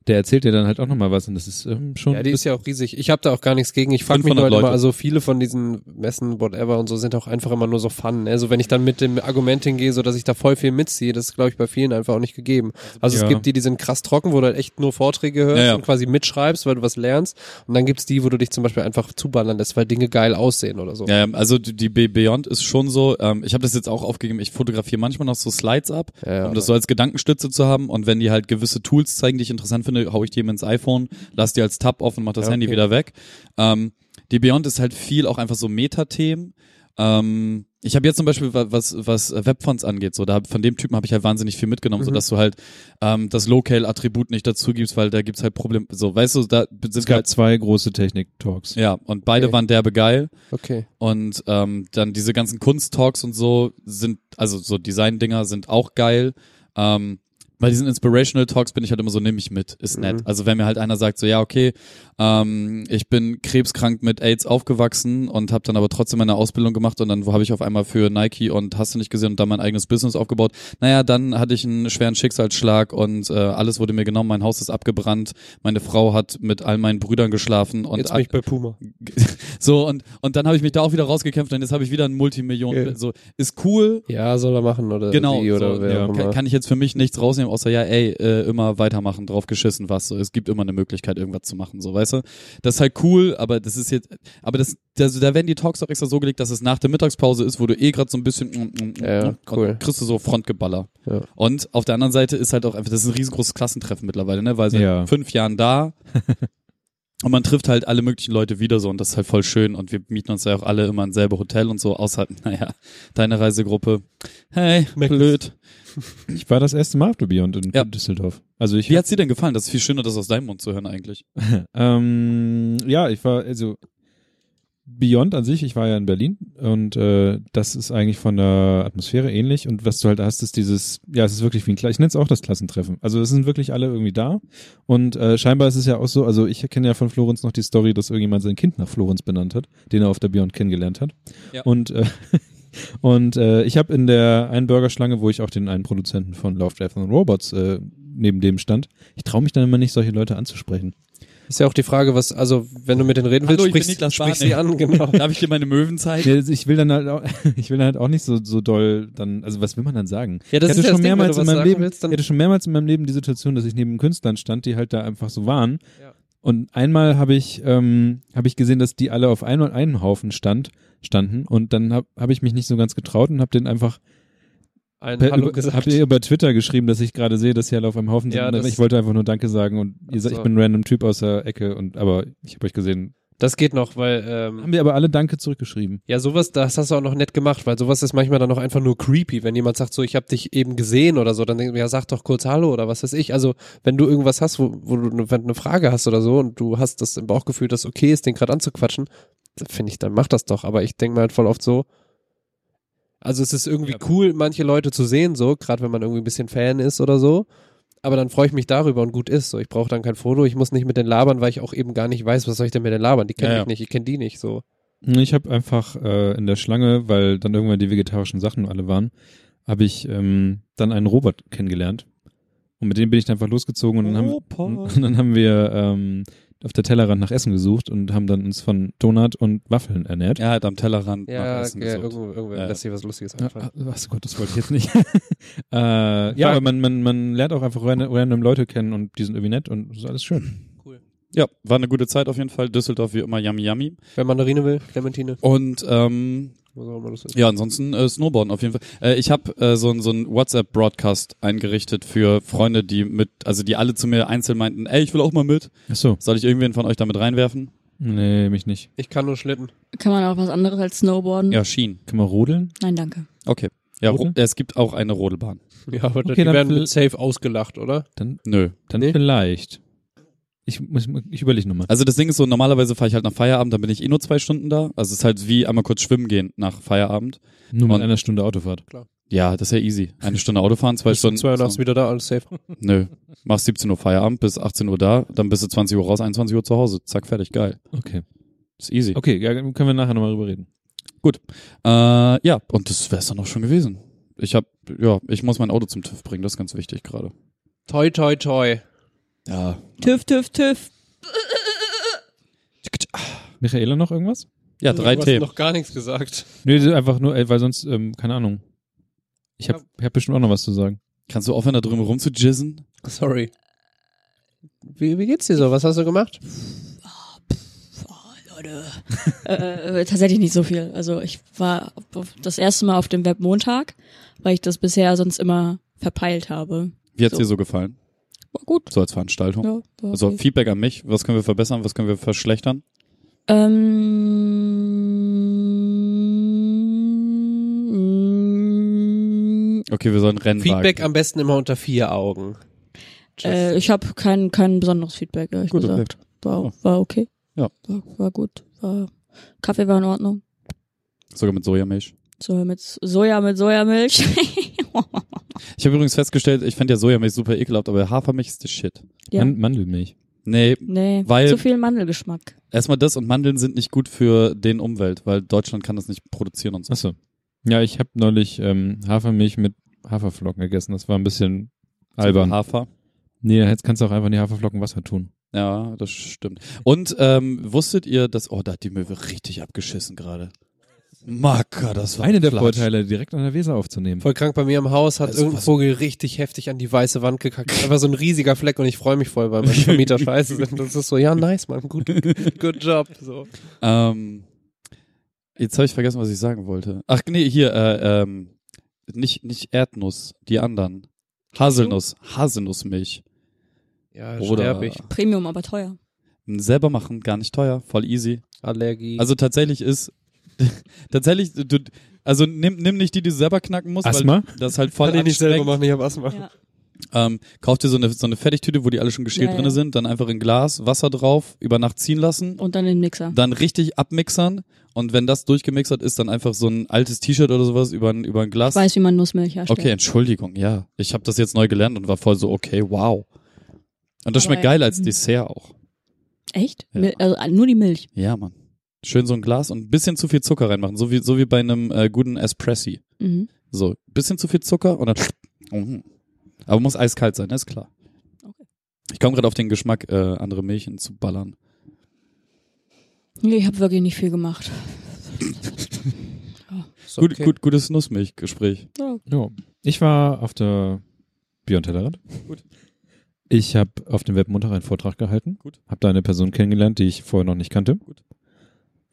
Speaker 5: der erzählt dir dann halt auch nochmal was und das ist ähm, schon.
Speaker 4: Ja, die ist ja auch riesig. Ich habe da auch gar nichts gegen. Ich frage mich
Speaker 7: 500
Speaker 4: nur halt immer,
Speaker 7: Leute.
Speaker 4: also viele von diesen Messen, whatever und so, sind auch einfach immer nur so Fun. Ne? Also wenn ich dann mit dem Argument hingehe, so dass ich da voll viel mitziehe, das ist, glaube ich, bei vielen einfach auch nicht gegeben. Also
Speaker 5: Ja.
Speaker 4: es gibt die, die sind krass trocken, wo du halt echt nur Vorträge hörst
Speaker 7: Ja, ja.
Speaker 4: und quasi mitschreibst, weil du was lernst. Und dann gibt's die, wo du dich zum Beispiel einfach zuballern lässt, weil Dinge geil aussehen oder so.
Speaker 7: Ja, ja, also die die Be- Beyond ist schon so, ähm, ich habe das jetzt auch aufgegeben, ich fotografiere manchmal noch so Slides ab,
Speaker 4: Ja, ja.
Speaker 7: um das so als Gedankenstütze zu haben und wenn die halt gewisse Tools zeigen, die ich interessant finde, hau ich die eben ins iPhone, lass die als Tab offen, mach das
Speaker 4: Ja,
Speaker 7: Handy
Speaker 4: okay.
Speaker 7: wieder weg. Ähm, die Beyond ist halt viel auch einfach so Metathemen. Ähm, ich habe jetzt zum Beispiel wa- was was äh, Webfonts angeht, so da hab- von dem Typen habe ich halt wahnsinnig viel mitgenommen,
Speaker 4: Mhm.
Speaker 7: so dass du halt ähm, das Locale-Attribut nicht dazu gibst, weil da gibt's halt Probleme. So weißt du, da
Speaker 5: es
Speaker 7: sind
Speaker 5: gab
Speaker 7: halt,
Speaker 5: zwei große Technik-Talks.
Speaker 7: ja und beide
Speaker 4: Okay.
Speaker 7: waren derbe geil.
Speaker 4: Okay.
Speaker 7: Und ähm, dann diese ganzen Kunsttalks und so sind, also so Design-Dinger sind auch geil. Ähm, bei diesen Inspirational Talks bin ich halt immer so, nehme ich mit,
Speaker 4: Mhm.
Speaker 7: ist nett. Also wenn mir halt einer sagt, so ja, okay, ähm, ich bin krebskrank mit AIDS aufgewachsen und habe dann aber trotzdem meine Ausbildung gemacht und dann habe ich auf einmal für Nike und hast du nicht gesehen und dann mein eigenes Business aufgebaut. Naja, dann hatte ich einen schweren Schicksalsschlag und äh, alles wurde mir genommen, mein Haus ist abgebrannt, meine Frau hat mit all meinen Brüdern geschlafen und
Speaker 4: Jetzt bin ich bei Puma.
Speaker 7: so, und, und dann habe ich mich da auch wieder rausgekämpft und jetzt habe ich wieder ein Multimillionen.
Speaker 4: Ja.
Speaker 7: So, ist cool.
Speaker 4: Ja, soll er machen oder
Speaker 7: Genau,
Speaker 4: die oder
Speaker 7: so,
Speaker 4: wer
Speaker 5: ja.
Speaker 4: auch
Speaker 7: Kann,
Speaker 4: immer.
Speaker 7: kann ich jetzt für mich nichts rausnehmen, außer ja, ey, äh, immer weitermachen, drauf geschissen, was. So, es gibt immer eine Möglichkeit, irgendwas zu machen, so, weißt du? Das ist halt cool, aber das ist jetzt, aber das, also da werden die Talks auch extra so gelegt, dass es nach der Mittagspause ist, wo du eh gerade so ein bisschen mm, mm, mm,
Speaker 4: Ja,
Speaker 7: und
Speaker 4: cool.
Speaker 7: kriegst du so Frontgeballer.
Speaker 4: Ja.
Speaker 7: Und auf der anderen Seite ist halt auch einfach, das ist ein riesengroßes Klassentreffen mittlerweile, ne? Weil seit
Speaker 5: Ja.
Speaker 7: fünf
Speaker 5: [LAUGHS]
Speaker 7: Jahren da. Und man trifft halt alle möglichen Leute wieder so und das ist halt voll schön und wir mieten uns ja auch alle immer ein selbe Hotel und so, außer, [LAUGHS] naja, deine Reisegruppe. Hey,
Speaker 4: Mac-
Speaker 7: blöd.
Speaker 5: Ich war das erste Mal auf der Beyond in
Speaker 7: Ja.
Speaker 5: Düsseldorf. Also ich
Speaker 7: Wie hat's dir denn gefallen? Das ist viel schöner, das aus deinem Mund zu hören eigentlich. [LAUGHS]
Speaker 5: Ähm, ja, ich war, also Beyond an sich, ich war ja in Berlin und äh, das ist eigentlich von der Atmosphäre ähnlich und was du halt hast, ist dieses, ja, es ist wirklich wie ein, Kla- ich nenne es auch das Klassentreffen. Also es sind wirklich alle irgendwie da und äh, scheinbar ist es ja auch so, also ich kenne ja von Florenz noch die Story, dass irgendjemand sein Kind nach Florenz benannt hat, den er auf der Beyond kennengelernt hat.
Speaker 7: Ja.
Speaker 5: Und äh, [LAUGHS] und äh, ich habe in der einen Burgerschlange, wo ich auch den einen Produzenten von Love, Death and Robots äh, neben dem stand, ich traue mich dann immer nicht, solche Leute anzusprechen.
Speaker 4: Ist ja auch die Frage, was, also wenn du mit denen reden willst,
Speaker 7: Hallo, ich bin
Speaker 4: sprichst,
Speaker 7: Niklas
Speaker 4: sprichst
Speaker 7: Barney.
Speaker 4: sie an, genau.
Speaker 7: Darf ich dir meine Möwen zeigen?
Speaker 5: Nee, also ich will dann halt auch, [LAUGHS] ich will dann halt auch nicht so, so doll dann, also was will man dann sagen?
Speaker 4: Ja, das
Speaker 5: ich hatte
Speaker 4: ist ja das
Speaker 5: schon
Speaker 4: Ding, wenn
Speaker 5: mehrmals
Speaker 4: du
Speaker 5: in
Speaker 4: was
Speaker 5: meinem
Speaker 4: sagen
Speaker 5: Leben,
Speaker 4: willst, dann-
Speaker 5: ich hatte schon mehrmals in meinem Leben die Situation, dass ich neben Künstlern stand, die halt da einfach so waren.
Speaker 4: Ja.
Speaker 5: Und einmal habe ich, ähm, habe ich gesehen, dass die alle auf einmal einem Haufen stand, standen und dann habe hab ich mich nicht so ganz getraut und habe den einfach
Speaker 4: Ein
Speaker 5: per,
Speaker 4: Hallo
Speaker 5: über,
Speaker 4: gesagt.
Speaker 5: hab ihr über Twitter geschrieben, dass ich gerade sehe, dass ihr alle auf einem Haufen sind.
Speaker 4: Ja,
Speaker 5: und dann-
Speaker 4: das-
Speaker 5: ich wollte einfach nur Danke sagen und ihr
Speaker 4: Ach
Speaker 5: sagt,
Speaker 4: so.
Speaker 5: ich bin ein random Typ aus der Ecke und aber ich habe euch gesehen,
Speaker 4: Das geht noch, weil ähm,
Speaker 5: Haben wir aber alle Danke zurückgeschrieben.
Speaker 4: ja sowas, das hast du auch noch nett gemacht, weil sowas ist manchmal dann auch einfach nur creepy, wenn jemand sagt so, ich habe dich eben gesehen oder so, dann denkt man, ja sag doch kurz Hallo oder was weiß ich. Also wenn du irgendwas hast, wo, wo du ne- wenn du eine Frage hast oder so und du hast das im Bauchgefühl, dass okay ist, den gerade anzuquatschen, dann finde ich, dann mach das doch. Aber ich denke mir halt voll oft so, also es ist irgendwie cool, manche Leute zu sehen, so, gerade wenn man irgendwie ein bisschen Fan ist oder so. Aber dann freue ich mich darüber und gut ist. So, ich brauche dann kein Foto, ich muss nicht mit denen labern, weil ich auch eben gar nicht weiß, was soll ich denn mit denen labern? Die kenne
Speaker 5: Ja,
Speaker 4: ich
Speaker 5: ja.
Speaker 4: nicht, ich kenne die nicht so.
Speaker 5: Ich habe einfach äh, in der Schlange, weil dann irgendwann die vegetarischen Sachen alle waren, habe ich ähm, dann einen Robert kennengelernt. Und mit dem bin ich dann einfach losgezogen und dann haben, und dann haben wir ähm, auf der Tellerrand nach Essen gesucht und haben dann uns von Donut und Waffeln ernährt.
Speaker 7: Er hat halt am Tellerrand nach
Speaker 4: Ja,
Speaker 7: Essen
Speaker 4: ja
Speaker 7: gesucht.
Speaker 4: irgendwo, irgendwo
Speaker 7: Ja, ja.
Speaker 4: lässt sich was Lustiges
Speaker 5: Ja,
Speaker 4: einfallen.
Speaker 5: ah, ach Gott, das wollte ich jetzt nicht. [LAUGHS] äh, ja, aber man, man, man lernt auch einfach ran- random Leute kennen und die sind irgendwie nett und das ist alles schön.
Speaker 7: Ja, war eine gute Zeit auf jeden Fall. Düsseldorf wie immer yummy yummy.
Speaker 4: Wer Mandarine will, Clementine,
Speaker 7: Und ähm,
Speaker 4: was auch immer das ist.
Speaker 7: ja, ansonsten äh, Snowboarden auf jeden Fall. Äh, ich habe äh, so, ein- so ein WhatsApp-Broadcast eingerichtet für Freunde, die mit, also die alle zu mir einzeln meinten, ey, ich will auch mal mit.
Speaker 5: Ach so.
Speaker 7: Soll ich irgendwen von euch damit reinwerfen?
Speaker 5: Nee, mich nicht.
Speaker 4: Ich kann nur Schlitten.
Speaker 6: Kann man auch was anderes als Snowboarden?
Speaker 7: Ja, Schien.
Speaker 5: Können wir rodeln?
Speaker 6: Nein, danke.
Speaker 7: Okay. Ja,
Speaker 5: Rodeln?
Speaker 7: ro- es gibt auch eine Rodelbahn.
Speaker 4: [LAUGHS] Ja, aber
Speaker 5: Okay,
Speaker 4: die
Speaker 5: dann
Speaker 4: werden
Speaker 5: vielleicht-
Speaker 4: mit safe ausgelacht, oder?
Speaker 5: Dann,
Speaker 7: Nö.
Speaker 5: dann
Speaker 4: Nee.
Speaker 5: vielleicht. Ich, muss, ich überlege nochmal.
Speaker 7: Also das Ding ist so, normalerweise fahre ich halt nach Feierabend, dann bin ich eh nur zwei Stunden da. Also es ist halt wie einmal kurz schwimmen gehen nach Feierabend.
Speaker 5: Nur mit
Speaker 7: Und-
Speaker 5: einer Stunde Autofahrt.
Speaker 7: Ja, das ist ja easy. Eine Stunde Autofahren, zwei Stunden.
Speaker 4: Zwei Uhr nachts
Speaker 7: so.
Speaker 4: wieder da, alles safe.
Speaker 7: Nö. Machst 17 Uhr Feierabend, bis 18 Uhr da, dann bist du 20 Uhr raus, 21 Uhr zu Hause. Zack, fertig, geil.
Speaker 5: Okay.
Speaker 7: Ist easy.
Speaker 5: Okay, ja, können wir nachher nochmal drüber reden.
Speaker 7: Äh, ja, und das wär's dann auch schon gewesen. Ich hab, ja, ich muss mein Auto zum TÜV bringen, das ist ganz wichtig gerade.
Speaker 4: Toi, toi, toi.
Speaker 7: Ja.
Speaker 6: TÜV, TÜV, TÜV.
Speaker 5: Michaela noch irgendwas?
Speaker 7: Ja, drei
Speaker 4: du
Speaker 7: Themen.
Speaker 4: hast noch gar nichts gesagt.
Speaker 5: Nee, das ist einfach nur, ey, weil sonst, ähm, keine Ahnung. Ich habe hab bestimmt auch noch was zu sagen.
Speaker 7: Kannst du aufhören, da drüben rumzujizzen?
Speaker 4: [LAUGHS] Sorry. Wie, wie geht's dir so? Was hast du gemacht?
Speaker 6: Oh,
Speaker 7: [LAUGHS]
Speaker 6: Leute. äh, äh, tatsächlich nicht so viel. Also ich war auf- auf- das erste Mal auf dem Web Montag, weil ich das bisher sonst immer verpeilt habe.
Speaker 7: Wie hat's
Speaker 6: So.
Speaker 7: dir so gefallen?
Speaker 6: War gut.
Speaker 7: So als Veranstaltung?
Speaker 6: Ja, war
Speaker 7: Also
Speaker 6: okay.
Speaker 7: Feedback an mich, was können wir verbessern, was können wir verschlechtern?
Speaker 6: Ähm,
Speaker 7: Okay, wir sollen Rennen
Speaker 4: Feedback am besten immer unter vier Augen.
Speaker 6: äh, ich habe kein, kein besonderes Feedback, ehrlich
Speaker 7: Gut, okay.
Speaker 6: gesagt. War, war okay.
Speaker 7: Oh. Ja.
Speaker 6: War, war gut. War, Kaffee war in Ordnung.
Speaker 7: Sogar mit Sojamilch.
Speaker 6: So mit Soja, mit Sojamilch. [LAUGHS]
Speaker 7: Ich habe übrigens festgestellt, ich fand ja Sojamilch super ekelhaft, aber Hafermilch ist the shit.
Speaker 6: Ja.
Speaker 5: Man Mandelmilch.
Speaker 7: Nee,
Speaker 6: nee,
Speaker 7: Weil-
Speaker 6: zu viel Mandelgeschmack.
Speaker 7: erstmal das und Mandeln sind nicht gut für den Umwelt, weil Deutschland kann das nicht produzieren und so.
Speaker 5: Achso. Ja, ich habe neulich ähm, Hafermilch mit Haferflocken gegessen. Das war ein bisschen albern.
Speaker 7: Hafer.
Speaker 5: Nee, jetzt kannst du auch einfach in die Haferflocken Wasser tun.
Speaker 7: Ja, das stimmt. Und ähm, wusstet ihr, dass, oh, da hat die Möwe richtig abgeschissen gerade. Macker, das war
Speaker 5: Einer der
Speaker 7: Klatsch.
Speaker 5: Vorteile, direkt an der Weser aufzunehmen.
Speaker 4: Voll krank bei mir im Haus hat
Speaker 7: Also
Speaker 4: irgendein
Speaker 7: was-
Speaker 4: Vogel richtig heftig an die weiße Wand gekackt. Einfach so ein riesiger Fleck und ich freue mich voll, weil meine Vermieter scheiße sind. Das ist so, ja, nice, Mann,
Speaker 7: [LAUGHS]
Speaker 4: gut, good job. So.
Speaker 7: Ähm, jetzt habe ich vergessen, was ich sagen wollte. Ach nee, hier, äh, ähm, nicht, nicht Erdnuss, die anderen. Haselnuss, Haselnussmilch.
Speaker 4: Ja,
Speaker 7: Oder
Speaker 4: sterb ich.
Speaker 6: Premium, aber teuer.
Speaker 7: selber machen, gar nicht teuer, voll easy.
Speaker 4: Allergie.
Speaker 7: Also tatsächlich ist, [LAUGHS] tatsächlich, du, also nimm, nimm nicht die, die du selber knacken musst,
Speaker 5: Asthma?
Speaker 7: weil das halt voll
Speaker 4: kann ich nicht selber
Speaker 7: anstrengend.
Speaker 4: machen, ich hab Asthma.
Speaker 6: Ja.
Speaker 7: Ähm, kauf dir so eine, so eine Fertigtüte, wo die alle schon geschält
Speaker 6: Ja, ja.
Speaker 7: drinne sind, dann einfach in Glas, Wasser drauf, über Nacht ziehen lassen,
Speaker 6: Und dann im Mixer.
Speaker 7: dann richtig abmixern und wenn das durchgemixert ist, dann einfach so ein altes T-Shirt oder sowas über ein, über ein Glas.
Speaker 6: Ich weiß, wie man Nussmilch herstellt.
Speaker 7: Okay, Entschuldigung, ja. Ich habe das jetzt neu gelernt und war voll so, okay, wow. Und das
Speaker 6: Aber mhm.
Speaker 7: schmeckt geil als
Speaker 6: ja.
Speaker 7: Dessert auch.
Speaker 6: Echt?
Speaker 7: Ja.
Speaker 6: Mil also äh, nur die Milch.
Speaker 7: Ja, Mann. Schön so ein Glas und ein bisschen zu viel Zucker reinmachen, so wie, so wie bei einem äh, guten Espressi.
Speaker 6: Mhm.
Speaker 7: So, ein bisschen zu viel Zucker und dann. Mhm. Aber muss eiskalt sein, ist klar.
Speaker 6: Okay.
Speaker 7: Ich komme gerade auf den Geschmack, äh, andere Milchen zu ballern.
Speaker 6: Nee, ich habe wirklich nicht viel
Speaker 7: [LAUGHS]
Speaker 6: gemacht.
Speaker 4: Ist
Speaker 7: Gut,
Speaker 4: okay.
Speaker 7: gut, gutes Nussmilchgespräch.
Speaker 5: Ja. Ich war auf der Björn Tellerrand. Gut. Ich habe auf dem Webmontag einen Vortrag gehalten.
Speaker 7: Gut.
Speaker 5: Habe da eine Person kennengelernt, die ich vorher noch nicht kannte.
Speaker 7: Gut.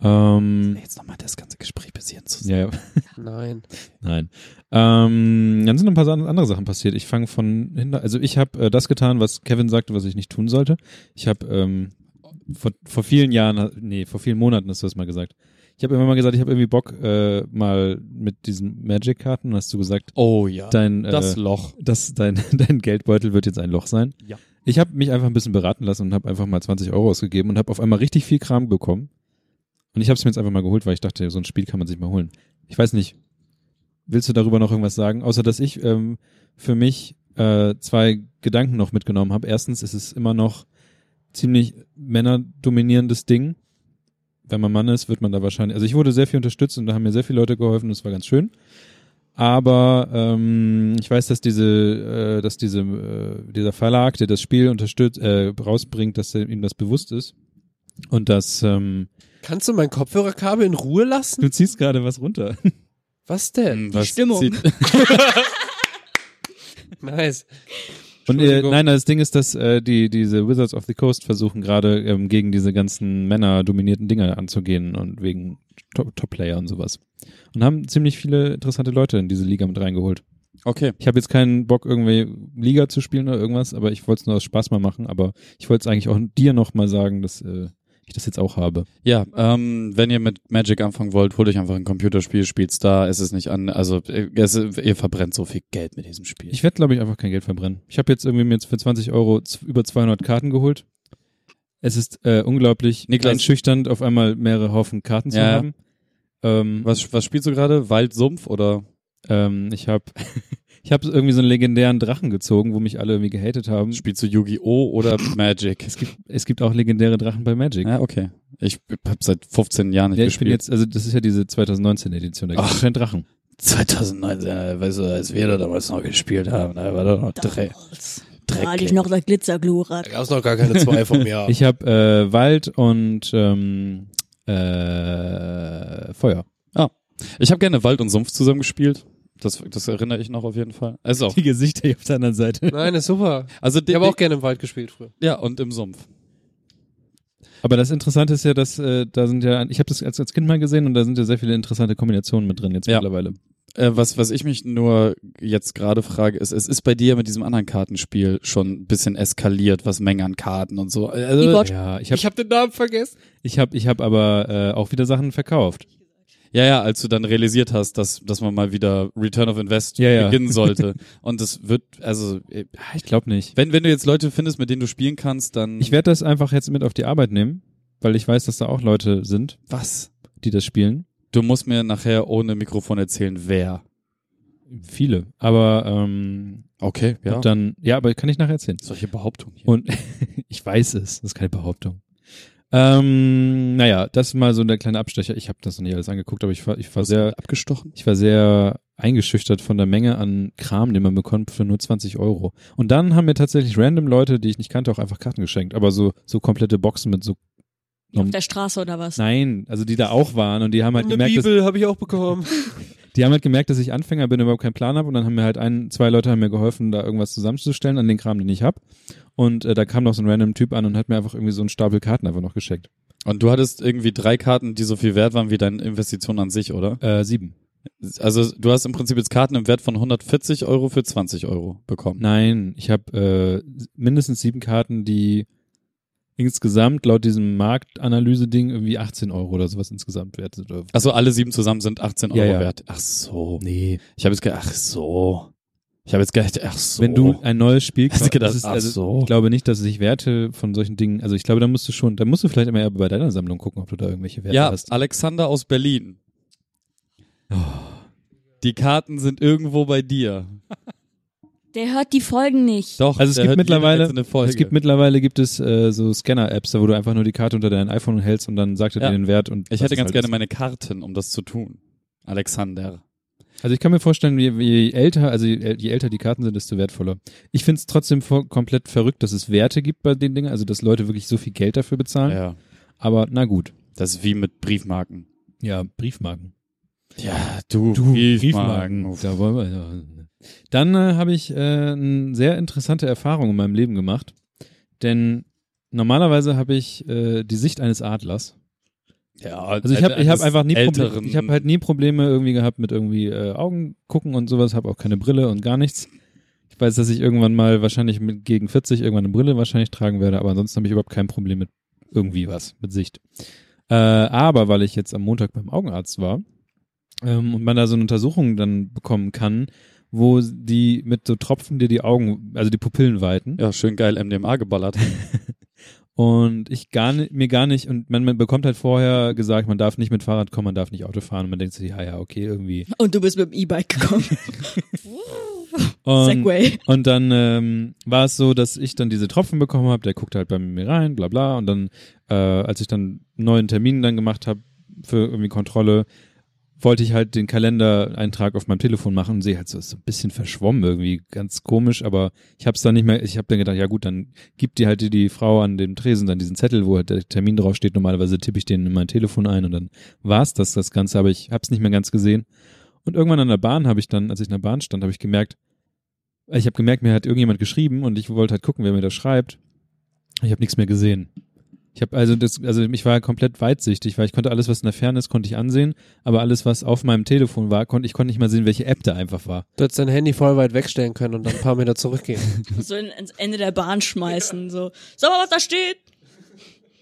Speaker 5: Ähm,
Speaker 7: Hm, Jetzt nochmal das ganze Gespräch bis hierhin zu
Speaker 5: ja, ja.
Speaker 4: Nein.
Speaker 5: Nein. Ähm, dann sind noch ein paar Sa- andere Sachen passiert. Ich fange von hinten. Also ich habe äh, das getan, was Kevin sagte, was ich nicht tun sollte. Ich habe ähm, vor, vor vielen Jahren, nee, vor vielen Monaten hast du das mal gesagt. Ich habe immer mal gesagt, ich habe irgendwie Bock äh, mal mit diesen Magic-Karten. Hast du gesagt,
Speaker 4: Oh ja.
Speaker 5: dein äh,
Speaker 4: das Loch.
Speaker 5: das, dein, [LAUGHS] dein Geldbeutel wird jetzt ein Loch sein.
Speaker 4: Ja.
Speaker 5: Ich habe mich einfach ein bisschen beraten lassen und habe einfach mal 20 Euro ausgegeben und habe auf einmal richtig viel Kram bekommen. Und ich habe es mir jetzt einfach mal geholt, weil ich dachte, so ein Spiel kann man sich mal holen. Ich weiß nicht, willst du darüber noch irgendwas sagen? Außer, dass ich ähm, für mich äh, zwei Gedanken noch mitgenommen habe. Erstens ist es immer noch ziemlich männerdominierendes Ding. Wenn man Mann ist, wird man da wahrscheinlich. Also ich wurde sehr viel unterstützt und da haben mir sehr viele Leute geholfen, das war ganz schön. Aber ähm, ich weiß, dass diese, äh, dass diese, äh, dieser Verlag, der das Spiel unterstützt, äh, rausbringt, dass er- ihm das bewusst ist und dass ähm,
Speaker 4: Kannst du mein Kopfhörerkabel in Ruhe lassen?
Speaker 5: du ziehst gerade was runter.
Speaker 4: Was
Speaker 5: Hm,
Speaker 4: denn?
Speaker 6: Die Stimmung.
Speaker 4: Nice.
Speaker 5: Und äh,
Speaker 4: Entschuldigung.
Speaker 5: nein, das Ding ist, dass äh, die diese Wizards of the Coast versuchen gerade ähm, gegen diese ganzen Männerdominierten Dinger anzugehen und wegen Top- Top-Player und sowas. Und haben ziemlich viele interessante Leute in diese Liga mit reingeholt.
Speaker 7: Okay.
Speaker 5: Ich habe jetzt keinen Bock, irgendwie Liga zu spielen oder irgendwas, aber ich wollte es nur aus Spaß mal machen. Aber ich wollte es eigentlich auch dir nochmal sagen, dass äh, ich das jetzt auch habe.
Speaker 7: Ja, ähm, wenn ihr mit Magic anfangen wollt, holt euch einfach ein Computerspiel, spielt's da, es ist nicht an, also äh, es, ihr verbrennt so viel Geld mit diesem Spiel.
Speaker 5: Ich werde, glaube ich, einfach kein Geld verbrennen. Ich habe jetzt irgendwie mir jetzt für 20 Euro z- über 200 Karten geholt. Es ist äh, unglaublich
Speaker 7: Niklas-
Speaker 5: einschüchternd, auf einmal mehrere Haufen Karten zu
Speaker 7: Ja, ja.
Speaker 5: haben. Ähm,
Speaker 7: was, was spielst du gerade? Waldsumpf oder?
Speaker 5: Ähm, ich habe [LAUGHS] ich hab irgendwie so einen legendären Drachen gezogen, wo mich alle irgendwie gehatet haben.
Speaker 7: Spielst du Yu-Gi-Oh! [CLEARS THROAT] oder Magic?
Speaker 5: Es gibt, es gibt auch legendäre Drachen bei Magic.
Speaker 7: Ja, okay. Ich hab seit 15 Jahren nicht
Speaker 5: Ja, ich bin
Speaker 7: gespielt.
Speaker 5: jetzt, also das ist ja diese 2019-Edition, da gibt es keinen Drachen.
Speaker 7: 2019, äh, weißt du, als wir da damals noch gespielt haben, da war doch noch Dre
Speaker 6: Damals. Da hatte ich
Speaker 7: Dreck.
Speaker 6: noch das Glitzerglurak.
Speaker 4: Da gab's noch gar keine zwei vom Jahr.
Speaker 5: [LAUGHS] Ich habe äh, Wald und ähm, äh, Feuer.
Speaker 7: Ich habe gerne Wald und Sumpf zusammengespielt. Das, das erinnere ich noch auf jeden Fall. Also,
Speaker 5: Die Gesichter hier auf der anderen Seite.
Speaker 4: Nein, ist super.
Speaker 7: also die,
Speaker 4: Ich habe auch gerne im Wald gespielt früher.
Speaker 7: ja, und im Sumpf.
Speaker 5: Aber das Interessante ist ja, dass äh, da sind ja, ich habe das als, als Kind mal gesehen und da sind ja sehr viele interessante Kombinationen mit drin jetzt
Speaker 7: Ja.
Speaker 5: mittlerweile.
Speaker 7: Äh, was, was ich mich nur jetzt gerade frage, ist, es ist bei dir mit diesem anderen Kartenspiel schon ein bisschen eskaliert, was Mengen an Karten und so. Also,
Speaker 6: E-Board.
Speaker 5: Ja, ich habe
Speaker 4: Ich habe den Namen vergessen.
Speaker 5: ich hab, ich hab aber äh, auch wieder Sachen verkauft.
Speaker 7: ja, ja, als du dann realisiert hast, dass, dass man mal wieder Return of Invest
Speaker 5: Ja, ja.
Speaker 7: beginnen [LAUGHS] sollte. und es wird, also, äh,
Speaker 5: Ah, Ich glaube nicht.
Speaker 7: wenn, wenn du jetzt Leute findest, mit denen du spielen kannst, dann.
Speaker 5: Ich werde das einfach jetzt mit auf die Arbeit nehmen, weil ich weiß, dass da auch Leute sind,
Speaker 7: was?
Speaker 5: die das spielen.
Speaker 7: Du musst mir nachher ohne Mikrofon erzählen, wer.
Speaker 5: Viele. Aber ähm,
Speaker 7: Okay, ja.
Speaker 5: und dann, ja, aber kann ich nachher erzählen.
Speaker 7: Solche Behauptungen hier.
Speaker 5: Und ich weiß es, das ist keine Behauptung. Ähm, naja, das ist mal so der kleine Abstecher. Ich habe das noch nicht alles angeguckt, aber ich war, ich war sehr,
Speaker 7: abgestochen?
Speaker 5: ich war sehr eingeschüchtert von der Menge an Kram, den man bekommt für nur 20 Euro. Und dann haben mir tatsächlich random Leute, die ich nicht kannte, auch einfach Karten geschenkt. Aber so so komplette Boxen mit so
Speaker 6: Auf der Straße oder was?
Speaker 5: Nein, also die da auch waren und die haben halt
Speaker 4: Eine
Speaker 5: gemerkt, dass,
Speaker 4: Bibel habe ich auch bekommen.
Speaker 5: Die haben halt gemerkt, dass ich Anfänger bin, überhaupt keinen Plan habe und dann haben mir halt ein, zwei Leute haben mir geholfen, da irgendwas zusammenzustellen an den Kram, den ich hab. Und äh, da kam noch so ein random Typ an und hat mir einfach irgendwie so einen Stapel Karten einfach noch geschenkt.
Speaker 7: Und du hattest irgendwie drei Karten, die so viel wert waren wie deine Investition an sich, oder?
Speaker 5: Äh, sieben.
Speaker 7: Also du hast im Prinzip jetzt Karten im Wert von 140 Euro für 20 Euro bekommen.
Speaker 5: Nein, ich habe äh, mindestens sieben Karten, die insgesamt laut diesem Marktanalyse-Ding irgendwie 18 Euro oder sowas insgesamt wert sind. oder-
Speaker 7: Also alle sieben zusammen sind 18 Euro
Speaker 5: Ja, ja.
Speaker 7: wert. Ach so. Nee. Ich habe jetzt gedacht, ach so. Ich habe jetzt gedacht, ach so.
Speaker 5: Wenn du ein neues Spiel
Speaker 7: Hast du gedacht,
Speaker 5: das ist,
Speaker 7: ach
Speaker 5: also,
Speaker 7: so.
Speaker 5: ich glaube nicht, dass sich Werte von solchen Dingen, also ich glaube, da musst du schon, da musst du vielleicht immer eher bei deiner Sammlung gucken, ob du da irgendwelche Werte
Speaker 7: ja,
Speaker 5: hast.
Speaker 7: Alexander aus Berlin.
Speaker 5: Oh.
Speaker 7: Die Karten sind irgendwo bei dir.
Speaker 6: Der hört die Folgen nicht.
Speaker 7: Doch.
Speaker 5: Also es
Speaker 7: der
Speaker 5: gibt
Speaker 7: hört jede
Speaker 5: mittlerweile-
Speaker 7: einzelne Folge.
Speaker 5: Es gibt mittlerweile gibt es äh, so Scanner-Apps, da wo du einfach nur die Karte unter dein iPhone hältst und dann sagt er
Speaker 7: Ja.
Speaker 5: dir den Wert und
Speaker 7: ich
Speaker 5: was
Speaker 7: hätte
Speaker 5: es
Speaker 7: ganz
Speaker 5: halt
Speaker 7: gerne
Speaker 5: ist.
Speaker 7: meine Karten, um das zu tun. Alexander.
Speaker 5: Also ich kann mir vorstellen, je, je älter, also je, je älter die Karten sind, desto wertvoller. Ich find's trotzdem voll, komplett verrückt, dass es Werte gibt bei den Dingen, also dass Leute wirklich so viel Geld dafür bezahlen.
Speaker 7: Ja.
Speaker 5: Aber na gut.
Speaker 7: Das ist wie mit Briefmarken.
Speaker 5: Ja, Briefmarken.
Speaker 7: Ja, du,
Speaker 5: Da wollen wir, ja. Dann äh, habe ich äh, eine sehr interessante Erfahrung in meinem Leben gemacht. Denn normalerweise habe ich äh, die Sicht eines Adlers.
Speaker 7: Ja,
Speaker 5: Also ich habe ich hab einfach nie Probleme,
Speaker 7: älteren,
Speaker 5: ich habe halt nie Probleme irgendwie gehabt mit irgendwie äh, Augen gucken und sowas, habe auch keine Brille und gar nichts. Ich weiß, dass ich irgendwann mal wahrscheinlich mit gegen 40 irgendwann eine Brille wahrscheinlich tragen werde, aber ansonsten habe ich überhaupt kein Problem mit irgendwie was mit Sicht. Äh, aber weil ich jetzt am Montag beim Augenarzt war ähm, und man da so eine Untersuchung dann bekommen kann, wo die mit so Tropfen dir die Augen, also die Pupillen weiten.
Speaker 7: Ja, schön geil MDMA geballert.
Speaker 5: [LAUGHS] Und ich gar nicht, mir gar nicht, und man, man bekommt halt vorher gesagt, man darf nicht mit Fahrrad kommen, man darf nicht Auto fahren und man denkt sich, ja, ja, okay, irgendwie.
Speaker 6: Und du bist mit dem E-Bike gekommen.
Speaker 5: Und,
Speaker 6: [LAUGHS] Segway.
Speaker 5: und dann ähm, war es so, dass ich dann diese Tropfen bekommen habe, der guckt halt bei mir rein, bla bla. Und dann, äh, als ich dann einen neuen Termin dann gemacht habe für irgendwie Kontrolle, wollte ich halt den Kalendereintrag auf meinem Telefon machen und sehe halt so, ist so ein bisschen verschwommen irgendwie, ganz komisch, aber ich habe es dann nicht mehr, ich habe dann gedacht, ja gut, dann gibt die halt die, die Frau an dem Tresen dann diesen Zettel, wo halt der Termin draufsteht, normalerweise tippe ich den in mein Telefon ein und dann war's das, das Ganze, aber ich habe es nicht mehr ganz gesehen. Und irgendwann an der Bahn habe ich dann, als ich in der Bahn stand, habe ich gemerkt, ich habe gemerkt, mir hat irgendjemand geschrieben und ich wollte halt gucken, wer mir das schreibt. Ich habe nichts mehr gesehen. Ich habe also das, also ich war komplett weitsichtig, weil ich konnte alles, was in der Ferne ist, konnte ich ansehen, aber alles, was auf meinem Telefon war, konnte ich konnte nicht mal sehen, welche App da einfach war.
Speaker 4: Du hättest dein Handy voll weit wegstellen können und dann ein paar Meter zurückgehen.
Speaker 6: so in, ins Ende der Bahn schmeißen. So, sag mal, was da steht.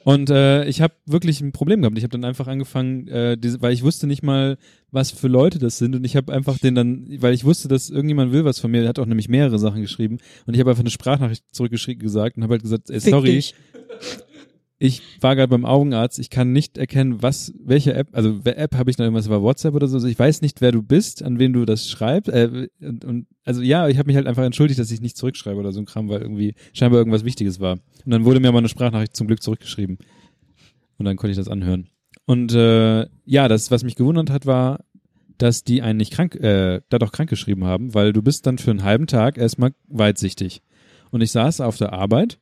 Speaker 5: Und äh, ich habe wirklich ein Problem gehabt. Ich habe dann einfach angefangen, äh, diese, weil ich wusste nicht mal, was für Leute das sind. Und ich habe einfach den dann, weil ich wusste, dass irgendjemand will was von mir. Der hat auch nämlich mehrere Sachen geschrieben. Und ich habe einfach eine Sprachnachricht zurückgeschrieben gesagt und habe halt gesagt, ey,
Speaker 6: Fick
Speaker 5: sorry,
Speaker 6: dich.
Speaker 5: ich war gerade beim Augenarzt, ich kann nicht erkennen, was, welche App, also welche App habe ich noch irgendwas über WhatsApp oder so, also ich weiß nicht, wer du bist, an wen du das schreibst, äh, und, und, also ja, ich habe mich halt einfach entschuldigt, dass ich nicht zurückschreibe oder so ein Kram, weil irgendwie scheinbar irgendwas Wichtiges war. Und dann wurde mir aber eine Sprachnachricht zum Glück zurückgeschrieben. Und dann konnte ich das anhören. Und äh, ja, das, was mich gewundert hat, war, dass die einen nicht krank, äh, da doch krank geschrieben haben, weil du bist dann für einen halben Tag erstmal weitsichtig. Und ich saß auf der Arbeit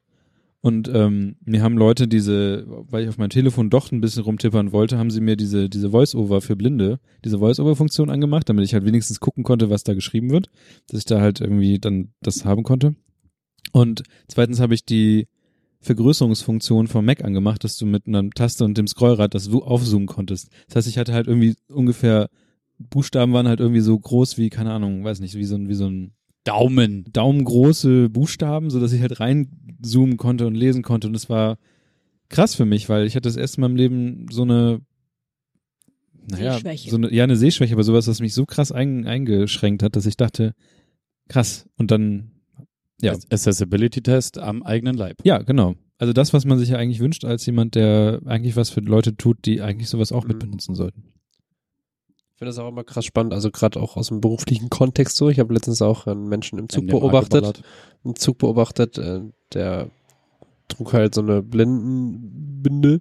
Speaker 5: und ähm, mir haben Leute diese, weil ich auf meinem Telefon doch ein bisschen rumtippern wollte, haben sie mir diese, diese Voice-Over für Blinde, diese Voice-Over-Funktion angemacht, damit ich halt wenigstens gucken konnte, was da geschrieben wird, dass ich da halt irgendwie dann das haben konnte. Und zweitens habe ich die Vergrößerungsfunktion vom Mac angemacht, dass du mit einer Taste und dem Scrollrad das so aufzoomen konntest. Das heißt, ich hatte halt irgendwie ungefähr, Buchstaben waren halt irgendwie so groß wie, keine Ahnung, weiß nicht, wie so ein, wie so ein
Speaker 7: Daumen.
Speaker 5: daumengroße Buchstaben, sodass ich halt reinzoomen konnte und lesen konnte. Und es war krass für mich, weil ich hatte das erste Mal im Leben so eine. Naja,
Speaker 6: Sehschwäche.
Speaker 5: so eine, ja, eine Sehschwäche, aber sowas, was mich so krass ein, eingeschränkt hat, dass ich dachte, krass. Und dann, Ja.
Speaker 7: Accessibility-Test am eigenen Leib.
Speaker 5: ja, genau. Also das, was man sich ja eigentlich wünscht, als jemand, der eigentlich was für Leute tut, die eigentlich sowas auch
Speaker 4: Mhm.
Speaker 5: mit benutzen sollten.
Speaker 4: Ich finde das auch immer krass spannend, also gerade auch aus dem beruflichen Kontext so. Ich habe letztens auch einen Menschen im Zug
Speaker 7: MDMA
Speaker 4: beobachtet,
Speaker 7: geballert.
Speaker 4: einen Zug beobachtet, äh, der trug halt so eine Blindenbinde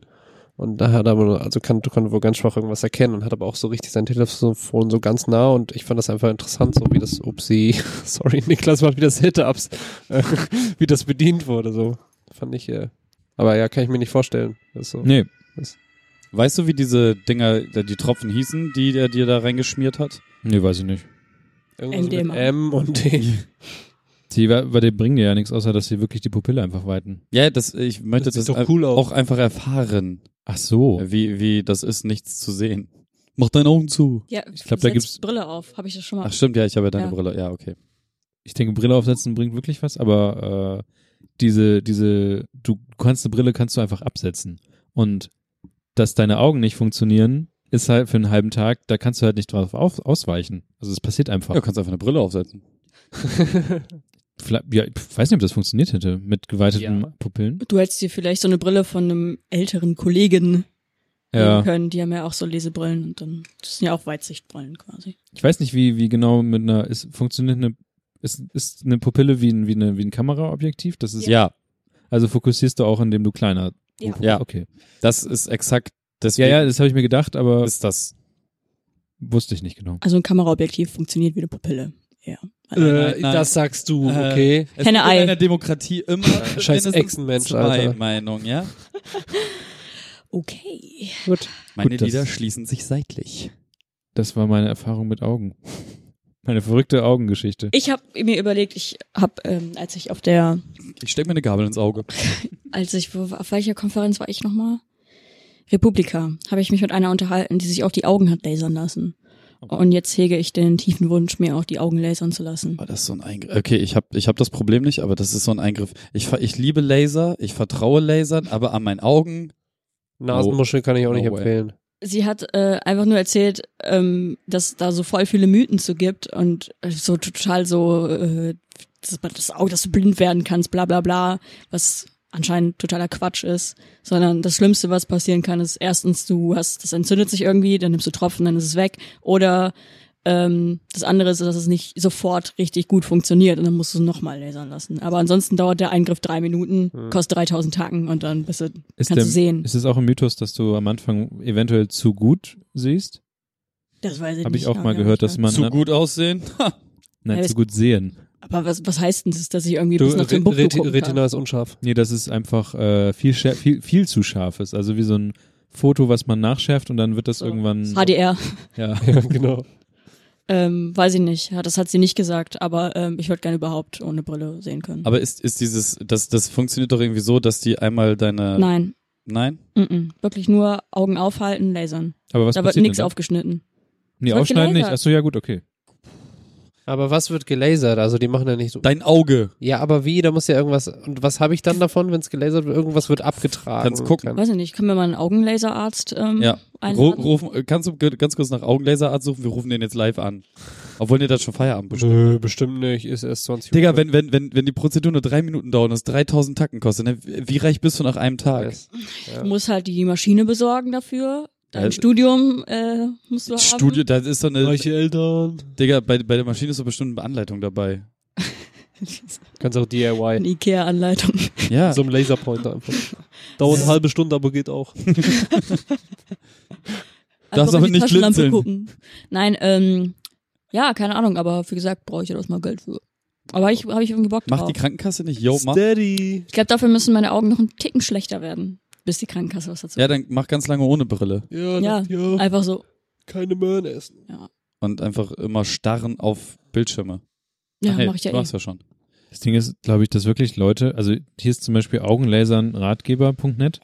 Speaker 4: und da hat aber, also kann, konnte wohl ganz schwach irgendwas erkennen und hat aber auch so richtig sein Telefon so ganz nah und ich fand das einfach interessant, so wie das, upsi, [LAUGHS] sorry Niklas, macht wie das Hit-Ups, äh, [LAUGHS] wie das bedient wurde, so. Fand ich, äh, aber ja, kann ich mir nicht vorstellen. Das ist so.
Speaker 5: Nee,
Speaker 7: Weißt du, wie diese Dinger, äh, die Tropfen hießen, die der dir da reingeschmiert hat?
Speaker 5: nee, weiß ich nicht.
Speaker 4: Irgendwas
Speaker 6: MDMA.
Speaker 4: mit M und D.
Speaker 5: Die, bei dem bringen dir ja nichts, außer dass sie wirklich die Pupille einfach weiten.
Speaker 7: Ja, das, ich möchte das,
Speaker 4: [LAUGHS] Das sieht doch cool aus.
Speaker 7: auch einfach erfahren,
Speaker 5: Ach so.
Speaker 7: wie, wie das ist, nichts zu sehen. Mach deine Augen zu.
Speaker 6: Ja,
Speaker 5: Ich glaub, da
Speaker 6: setz
Speaker 5: gibt's-
Speaker 6: Brille auf. Habe ich das schon mal.
Speaker 7: Ach stimmt, ja, ich habe ja deine
Speaker 6: Ah. Ja.
Speaker 7: Brille. Ja, okay.
Speaker 5: ich denke, Brille aufsetzen bringt wirklich was, aber äh, diese, diese, du kannst eine Brille kannst du einfach absetzen. Und dass deine Augen nicht funktionieren, ist halt für einen halben Tag, da kannst du halt nicht drauf auf, ausweichen. Also es passiert einfach.
Speaker 7: Ja, du kannst einfach eine Brille aufsetzen.
Speaker 5: Vielleicht, ja, ich weiß nicht, ob das funktioniert hätte mit geweiteten Pupillen.
Speaker 6: Du hättest dir vielleicht so eine Brille von einem älteren Kollegen nehmen
Speaker 5: Ja.
Speaker 6: können. Die haben ja auch so Lesebrillen und dann das sind ja auch Weitsichtbrillen quasi.
Speaker 5: Ich weiß nicht, wie, wie genau mit einer, ist, funktioniert eine, ist, ist eine Pupille wie ein, wie eine, wie ein Kameraobjektiv? Das ist,
Speaker 7: Ja,
Speaker 5: also fokussierst du auch, indem du kleiner.
Speaker 6: Ja.
Speaker 7: Ja.
Speaker 5: Okay.
Speaker 7: das ist exakt.
Speaker 5: Ja,
Speaker 7: Deswegen
Speaker 5: ja, das habe ich mir gedacht, aber
Speaker 7: ist das.
Speaker 5: wusste ich nicht genau.
Speaker 6: Also ein Kameraobjektiv funktioniert wie eine Pupille. Ja. Also,
Speaker 4: Äh, das sagst du,
Speaker 7: Äh,
Speaker 4: okay.
Speaker 7: Es
Speaker 6: Henne
Speaker 7: gibt
Speaker 6: Ei.
Speaker 7: in einer Demokratie immer
Speaker 4: Scheiß
Speaker 7: mindestens
Speaker 4: Echsenmensch,
Speaker 7: zwei
Speaker 4: Alter.
Speaker 7: Meinungen, ja?
Speaker 6: Okay.
Speaker 4: Gut.
Speaker 7: Meine
Speaker 5: Gut, das-
Speaker 7: Lieder schließen sich seitlich.
Speaker 5: Das war meine Erfahrung mit Augen. [LAUGHS] Meine verrückte Augengeschichte.
Speaker 6: Ich habe mir überlegt, ich habe, ähm, als ich auf der,
Speaker 7: Ich steck mir eine Gabel ins Auge.
Speaker 6: als Also ich, wo- auf welcher Konferenz war ich nochmal? Republika, habe ich mich mit einer unterhalten, die sich auch die Augen hat lasern lassen. Und jetzt hege ich den tiefen Wunsch, mir auch die Augen lasern zu lassen.
Speaker 7: Oh, das ist so ein Eingriff. Okay, ich habe ich hab das Problem nicht, aber das ist so ein Eingriff. Ich, ver- ich liebe Laser, ich vertraue Lasern, aber an meinen Augen
Speaker 4: Nasenmuscheln kann ich auch
Speaker 5: No
Speaker 4: nicht
Speaker 5: way.
Speaker 4: empfehlen.
Speaker 6: sie hat äh, einfach nur erzählt, ähm, dass da so voll viele Mythen zu gibt und äh, so total so, äh, dass, man das Auge, dass du blind werden kannst, bla bla bla, was anscheinend totaler Quatsch ist, sondern das Schlimmste, was passieren kann, ist erstens, du hast, das entzündet sich irgendwie, dann nimmst du Tropfen, dann ist es weg oder ähm, das andere ist, dass es nicht sofort richtig gut funktioniert und dann musst du es nochmal lasern lassen. Aber ansonsten dauert der Eingriff drei Minuten,
Speaker 5: Hm.
Speaker 6: kostet 3000 Tacken und dann bist du, kannst du sehen.
Speaker 5: Ist es auch ein Mythos, dass du am Anfang eventuell zu gut siehst?
Speaker 6: Das weiß ich
Speaker 5: Habe
Speaker 6: nicht.
Speaker 5: ich auch
Speaker 6: ja,
Speaker 5: mal
Speaker 6: gar
Speaker 5: gehört,
Speaker 6: nicht, ja.
Speaker 5: dass man
Speaker 7: Zu gut aussehen?
Speaker 5: nein
Speaker 6: Ja,
Speaker 5: zu
Speaker 6: das-
Speaker 5: gut sehen.
Speaker 6: Aber was, was heißt denn das, dass ich irgendwie
Speaker 4: Du,
Speaker 6: bis nach
Speaker 4: Re-
Speaker 6: dem Buch
Speaker 4: Reti
Speaker 6: gucken kann?
Speaker 4: Retina ist unscharf. [LAUGHS]
Speaker 5: Nee, dass es einfach äh, viel, schär- viel viel zu scharf ist. Also wie so ein Foto, was man nachschärft und dann wird das
Speaker 6: So.
Speaker 5: irgendwann
Speaker 6: HDR,
Speaker 5: ja
Speaker 4: Ja, genau.
Speaker 6: ähm, weiß ich nicht. Ja, das hat sie nicht gesagt, aber ähm, ich würde gerne überhaupt ohne Brille sehen können.
Speaker 7: Aber ist, ist dieses, das, das funktioniert doch irgendwie so, dass die einmal deine.
Speaker 6: Nein,
Speaker 7: Nein?
Speaker 6: mhm. wirklich nur Augen aufhalten, lasern.
Speaker 5: Aber was
Speaker 6: da wird
Speaker 5: passiert
Speaker 6: nichts
Speaker 5: denn? dann?
Speaker 6: aufgeschnitten.
Speaker 5: Nee,
Speaker 6: Es wird
Speaker 5: aufschneiden nicht.
Speaker 6: gelasert.
Speaker 5: Achso, ja gut, okay.
Speaker 4: Aber was wird gelasert? Also die machen ja nicht so.
Speaker 7: Dein Auge.
Speaker 4: Ja, aber wie? Da muss ja irgendwas. Und was habe ich dann davon, wenn es gelasert wird? Irgendwas wird abgetragen.
Speaker 7: Kannst gucken.
Speaker 6: Weiß ich nicht, kann mir mal einen Augenlaserarzt ähm,
Speaker 7: Ja. Ru
Speaker 6: einladen?
Speaker 7: rufen, äh, kannst du g- ganz kurz nach Augenlaserarzt suchen? Wir rufen den jetzt live an. Obwohl, der hat schon Feierabend bestimmt.
Speaker 4: Nö, bestimmt nicht. Ist erst 20 Uhr.
Speaker 7: Digga, wenn, wenn, wenn, wenn die Prozedur nur drei Minuten dauert und es 3000 Tacken kostet, ne? wie reich bist du nach einem Tag?
Speaker 4: Yes.
Speaker 6: Du musst halt die Maschine besorgen dafür. Dein
Speaker 7: Ja.
Speaker 6: Studium äh, musst du haben. [LAUGHS]
Speaker 7: Studio, das ist so eine.
Speaker 4: Reiche Eltern.
Speaker 7: Digga, bei, bei der Maschine ist doch bestimmt eine Anleitung dabei.
Speaker 4: Kannst auch DIY.
Speaker 6: Eine Ikea-Anleitung. [LAUGHS]
Speaker 7: Ja.
Speaker 4: So einem Laserpointer einfach. Dauert halt- eine halbe Stunde, aber geht auch.
Speaker 7: Darfst
Speaker 6: Einfach
Speaker 7: aber
Speaker 6: in die
Speaker 7: nicht
Speaker 6: Taschenlampe
Speaker 7: blinzeln.
Speaker 6: gucken. Nein, ähm, ja, keine Ahnung, aber wie gesagt, brauche ich ja das mal Geld für. Aber ich habe ich irgendwie Bock
Speaker 7: Macht
Speaker 6: drauf.
Speaker 7: die Krankenkasse nicht? Yo, mach.
Speaker 4: Steady.
Speaker 6: Ich glaube, dafür müssen meine Augen noch einen Ticken schlechter werden, bis die Krankenkasse was dazu.
Speaker 7: Ja, dann mach ganz lange ohne Brille.
Speaker 4: Ja,
Speaker 6: Ja.
Speaker 4: Nacht, ja.
Speaker 6: Einfach so.
Speaker 4: Keine Möhren essen.
Speaker 7: Und einfach immer starren auf Bildschirme.
Speaker 6: Ja,
Speaker 7: Ach, nee,
Speaker 6: mache ich ja
Speaker 7: Du
Speaker 6: eh.
Speaker 7: machst ja schon.
Speaker 5: Das Ding ist, glaube ich, dass wirklich Leute, also hier ist zum Beispiel Augenlasernratgeber.net,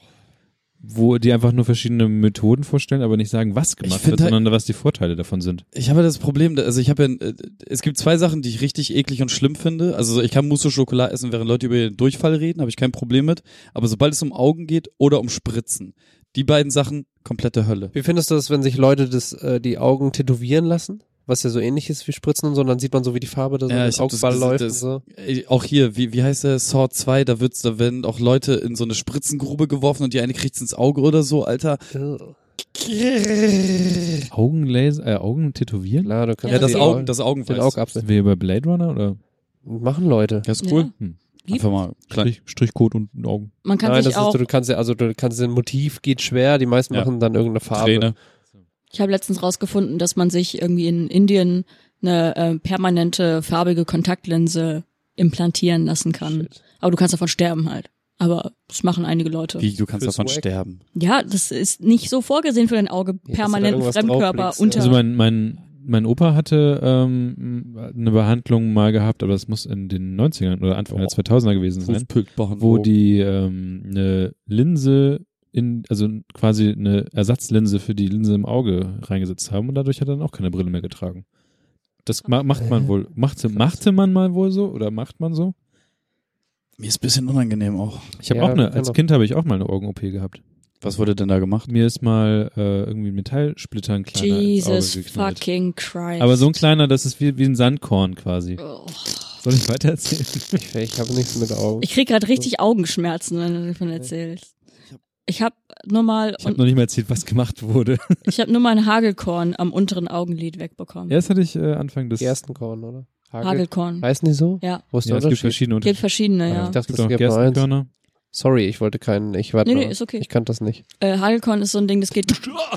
Speaker 5: wo die einfach nur verschiedene Methoden vorstellen, aber nicht sagen, was gemacht
Speaker 7: find
Speaker 5: wird,
Speaker 7: halt-
Speaker 5: sondern was die Vorteile davon sind.
Speaker 7: Ich habe das Problem, da- also ich habe ja, ein- äh, es gibt zwei Sachen, die ich richtig eklig und schlimm finde. Also ich kann Mousse Schokolade essen, während Leute über ihren Durchfall reden, habe ich kein Problem mit. Aber sobald es um Augen geht oder um Spritzen, die beiden Sachen komplette Hölle.
Speaker 4: Wie findest du das, wenn sich Leute das, äh, die Augen tätowieren lassen? Was ja so ähnlich ist wie Spritzen und so, und dann sieht man so, wie die Farbe da so
Speaker 7: Ja,
Speaker 4: in
Speaker 7: ich
Speaker 4: den
Speaker 7: hab das
Speaker 4: Augenball
Speaker 7: gesehen, das-
Speaker 4: läuft und so.
Speaker 7: Ey, Äh, auch hier, wie, wie heißt der Saw 2, da wird's, da werden auch Leute in so eine Spritzengrube geworfen und die eine kriegt's ins Auge oder so, Alter.
Speaker 5: Augenlaser, äh, Augen tätowieren?
Speaker 4: Klar, du kannst
Speaker 7: Ja, das
Speaker 4: die
Speaker 7: Augen, das
Speaker 4: den
Speaker 7: Augenweiß.
Speaker 4: Augapfel.
Speaker 5: Sind wir hier bei Blade Runner oder
Speaker 4: Machen Leute.
Speaker 7: Das ist cool.
Speaker 6: Ja.
Speaker 5: Hm.
Speaker 7: Einfach mal klein.
Speaker 5: Strich, Strichcode und ein Augen?
Speaker 6: Man kann
Speaker 4: Nein,
Speaker 6: sich
Speaker 4: das ist,
Speaker 6: auch.
Speaker 4: so, du kannst ja, also du kannst ein Motiv geht schwer, die meisten
Speaker 7: Ja.
Speaker 4: machen dann irgendeine Farbe.
Speaker 7: Träne.
Speaker 6: Ich habe letztens rausgefunden, dass man sich irgendwie in Indien eine äh, permanente farbige Kontaktlinse implantieren lassen kann.
Speaker 4: Shit.
Speaker 6: Aber du kannst davon sterben halt. Aber das machen einige Leute.
Speaker 7: Wie, du kannst
Speaker 4: Fürs
Speaker 7: davon
Speaker 4: Swag.
Speaker 7: sterben.
Speaker 6: Ja, das ist nicht so vorgesehen für dein Auge,
Speaker 4: dass du da
Speaker 6: permanent
Speaker 4: irgendwas
Speaker 6: Fremdkörper
Speaker 4: drauflegst, ja.
Speaker 6: unter.
Speaker 5: Also mein, mein, mein Opa hatte ähm, eine Behandlung mal gehabt, aber das muss in den 90ern oder Anfang der 2000er gewesen sein, Ne? wo
Speaker 7: Fußpilzbehandlung.
Speaker 5: die ähm, eine Linse in, also quasi eine Ersatzlinse für die Linse im Auge reingesetzt haben und dadurch hat er dann auch keine Brille mehr getragen. Das ma macht man wohl, machte, machte man mal wohl so oder macht man so?
Speaker 7: Mir ist bisschen unangenehm auch.
Speaker 5: Ich habe
Speaker 4: Ja,
Speaker 5: auch eine, als
Speaker 4: genau.
Speaker 5: Kind habe ich auch mal eine Augen-OP gehabt.
Speaker 7: Was wurde denn da gemacht?
Speaker 5: Mir ist mal äh, irgendwie ein Metallsplitter ein kleiner ins
Speaker 6: Jesus
Speaker 5: Auge geknallt.
Speaker 6: fucking Christ.
Speaker 5: Aber so ein kleiner, das ist wie, wie ein Sandkorn quasi.
Speaker 6: Oh.
Speaker 5: Soll ich [LAUGHS] weitererzählen?
Speaker 4: Ich, ich habe nichts mit Augen.
Speaker 6: Ich krieg gerade richtig Augenschmerzen, wenn du davon erzählst. Ich habe nur mal
Speaker 5: Ich habe
Speaker 6: und
Speaker 5: noch nicht mal erzählt, was gemacht
Speaker 7: [LAUGHS]
Speaker 5: wurde.
Speaker 6: ich habe nur mal ein Hagelkorn am unteren Augenlid wegbekommen.
Speaker 5: Ja, das hatte ich äh, Anfang des.
Speaker 4: Die ersten Korn, oder? Hagel.
Speaker 6: Hagelkorn.
Speaker 4: Heißen die so?
Speaker 6: Ja.
Speaker 4: Wo ist
Speaker 5: ja,
Speaker 4: der
Speaker 5: es gibt
Speaker 4: Unterschied?
Speaker 5: verschiedene
Speaker 6: Gibt
Speaker 5: Unterschiede.
Speaker 6: verschiedene,
Speaker 5: Ja,
Speaker 6: ja.
Speaker 4: Ich dachte,
Speaker 5: es
Speaker 4: es
Speaker 5: gibt auch
Speaker 4: gäbe nur eins.
Speaker 5: Gerstenkörner.
Speaker 4: Sorry, ich wollte keinen, ich warte
Speaker 6: Nee, nee,
Speaker 4: mal.
Speaker 6: ist okay.
Speaker 4: Ich kannte das nicht.
Speaker 6: Äh, Hagelkorn ist so ein Ding, das geht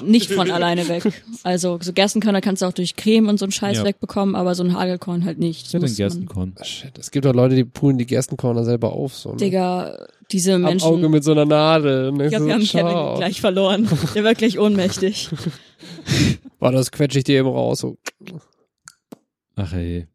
Speaker 6: nicht von alleine weg. Also so Gerstenkörner kannst du auch durch Creme und so einen Scheiß
Speaker 5: Ja.
Speaker 6: wegbekommen, aber so ein Hagelkorn halt nicht.
Speaker 5: Ich
Speaker 6: Das
Speaker 5: hatte
Speaker 6: muss
Speaker 5: ein
Speaker 6: man-
Speaker 5: Gerstenkorn.
Speaker 4: Ah, Shit, es gibt auch Leute, die poolen die Gerstenkörner selber auf. So, ne?
Speaker 6: Digga, diese
Speaker 4: Am
Speaker 6: Menschen.
Speaker 4: Auge mit so einer Nadel. Ne?
Speaker 6: ich glaube,
Speaker 4: so,
Speaker 6: wir haben
Speaker 4: ciao.
Speaker 6: Kevin gleich verloren. Der war gleich ohnmächtig.
Speaker 4: Boah, das quetsche ich dir eben raus. So.
Speaker 5: Ach ey.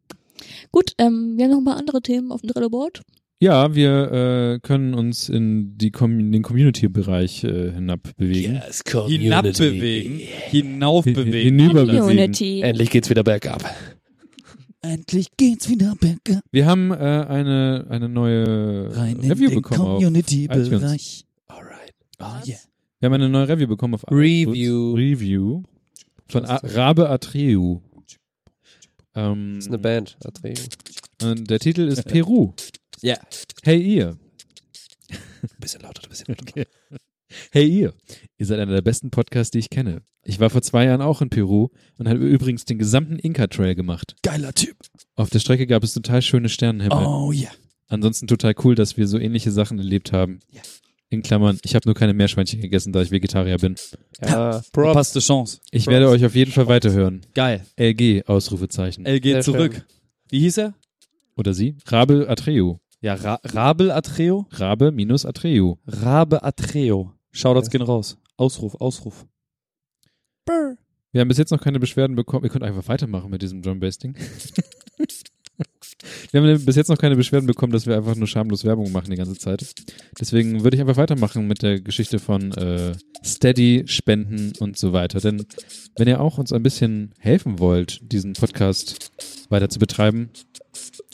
Speaker 6: Gut, ähm, wir haben noch ein paar andere Themen auf dem Trello-Board.
Speaker 5: Ja, wir äh, können uns in die Com den Community-Bereich äh, hinabbewegen.
Speaker 7: Hinabbewegen.
Speaker 5: Hin- hin-
Speaker 7: Hinaufbewegen.
Speaker 5: Hinüberbewegen.
Speaker 6: Community.
Speaker 4: Endlich geht's wieder bergab.
Speaker 7: Endlich geht's wieder bergab.
Speaker 5: Wir haben äh, eine, eine neue Review bekommen. Auf iTunes.
Speaker 7: Alright. Oh
Speaker 6: Was?
Speaker 7: yeah.
Speaker 5: Wir haben eine neue Review bekommen auf
Speaker 4: Review.
Speaker 5: iTunes. Review. Von A Rabe Atreu. Ähm,
Speaker 4: Das ist eine Band. Atreyu.
Speaker 6: [LAUGHS]
Speaker 5: und der Titel ist Peru.
Speaker 4: Ja.
Speaker 5: Hey ihr.
Speaker 4: Bisschen lauter, bisschen lauter.
Speaker 5: Hey ihr. Ihr seid einer der besten Podcasts, die ich kenne. Ich war vor zwei Jahren auch in Peru und habe übrigens den gesamten Inka-Trail gemacht.
Speaker 7: Geiler Typ.
Speaker 5: Auf der Strecke gab es total schöne Sternenhimmel.
Speaker 7: Oh ja.
Speaker 5: Ansonsten total cool, dass wir so ähnliche Sachen erlebt haben. In Klammern, ich habe nur keine Meerschweinchen gegessen, da ich Vegetarier bin.
Speaker 4: Ja. Props.
Speaker 7: Verpasste Chance.
Speaker 5: Ich werde euch auf jeden Fall weiterhören.
Speaker 7: Geil.
Speaker 5: LG, Ausrufezeichen.
Speaker 7: LG
Speaker 4: Sehr
Speaker 7: zurück.
Speaker 4: schön.
Speaker 7: Wie hieß er?
Speaker 5: Oder sie? Rabe Atreu.
Speaker 7: Ja, Ra Rabel Atreo.
Speaker 5: Rabe minus Atreu.
Speaker 7: Rabe Atreo. Shoutouts
Speaker 4: Ja.
Speaker 7: gehen raus. Ausruf, Ausruf.
Speaker 5: Wir haben bis jetzt noch keine Beschwerden bekommen. Ihr könnt einfach weitermachen mit diesem Drum Bass Ding. wir haben bis jetzt noch keine Beschwerden bekommen, dass wir einfach nur schamlos Werbung machen die ganze Zeit. Deswegen würde ich einfach weitermachen mit der Geschichte von äh, Steady, Spenden und so weiter. Denn wenn ihr auch uns ein bisschen helfen wollt, diesen Podcast weiter zu betreiben,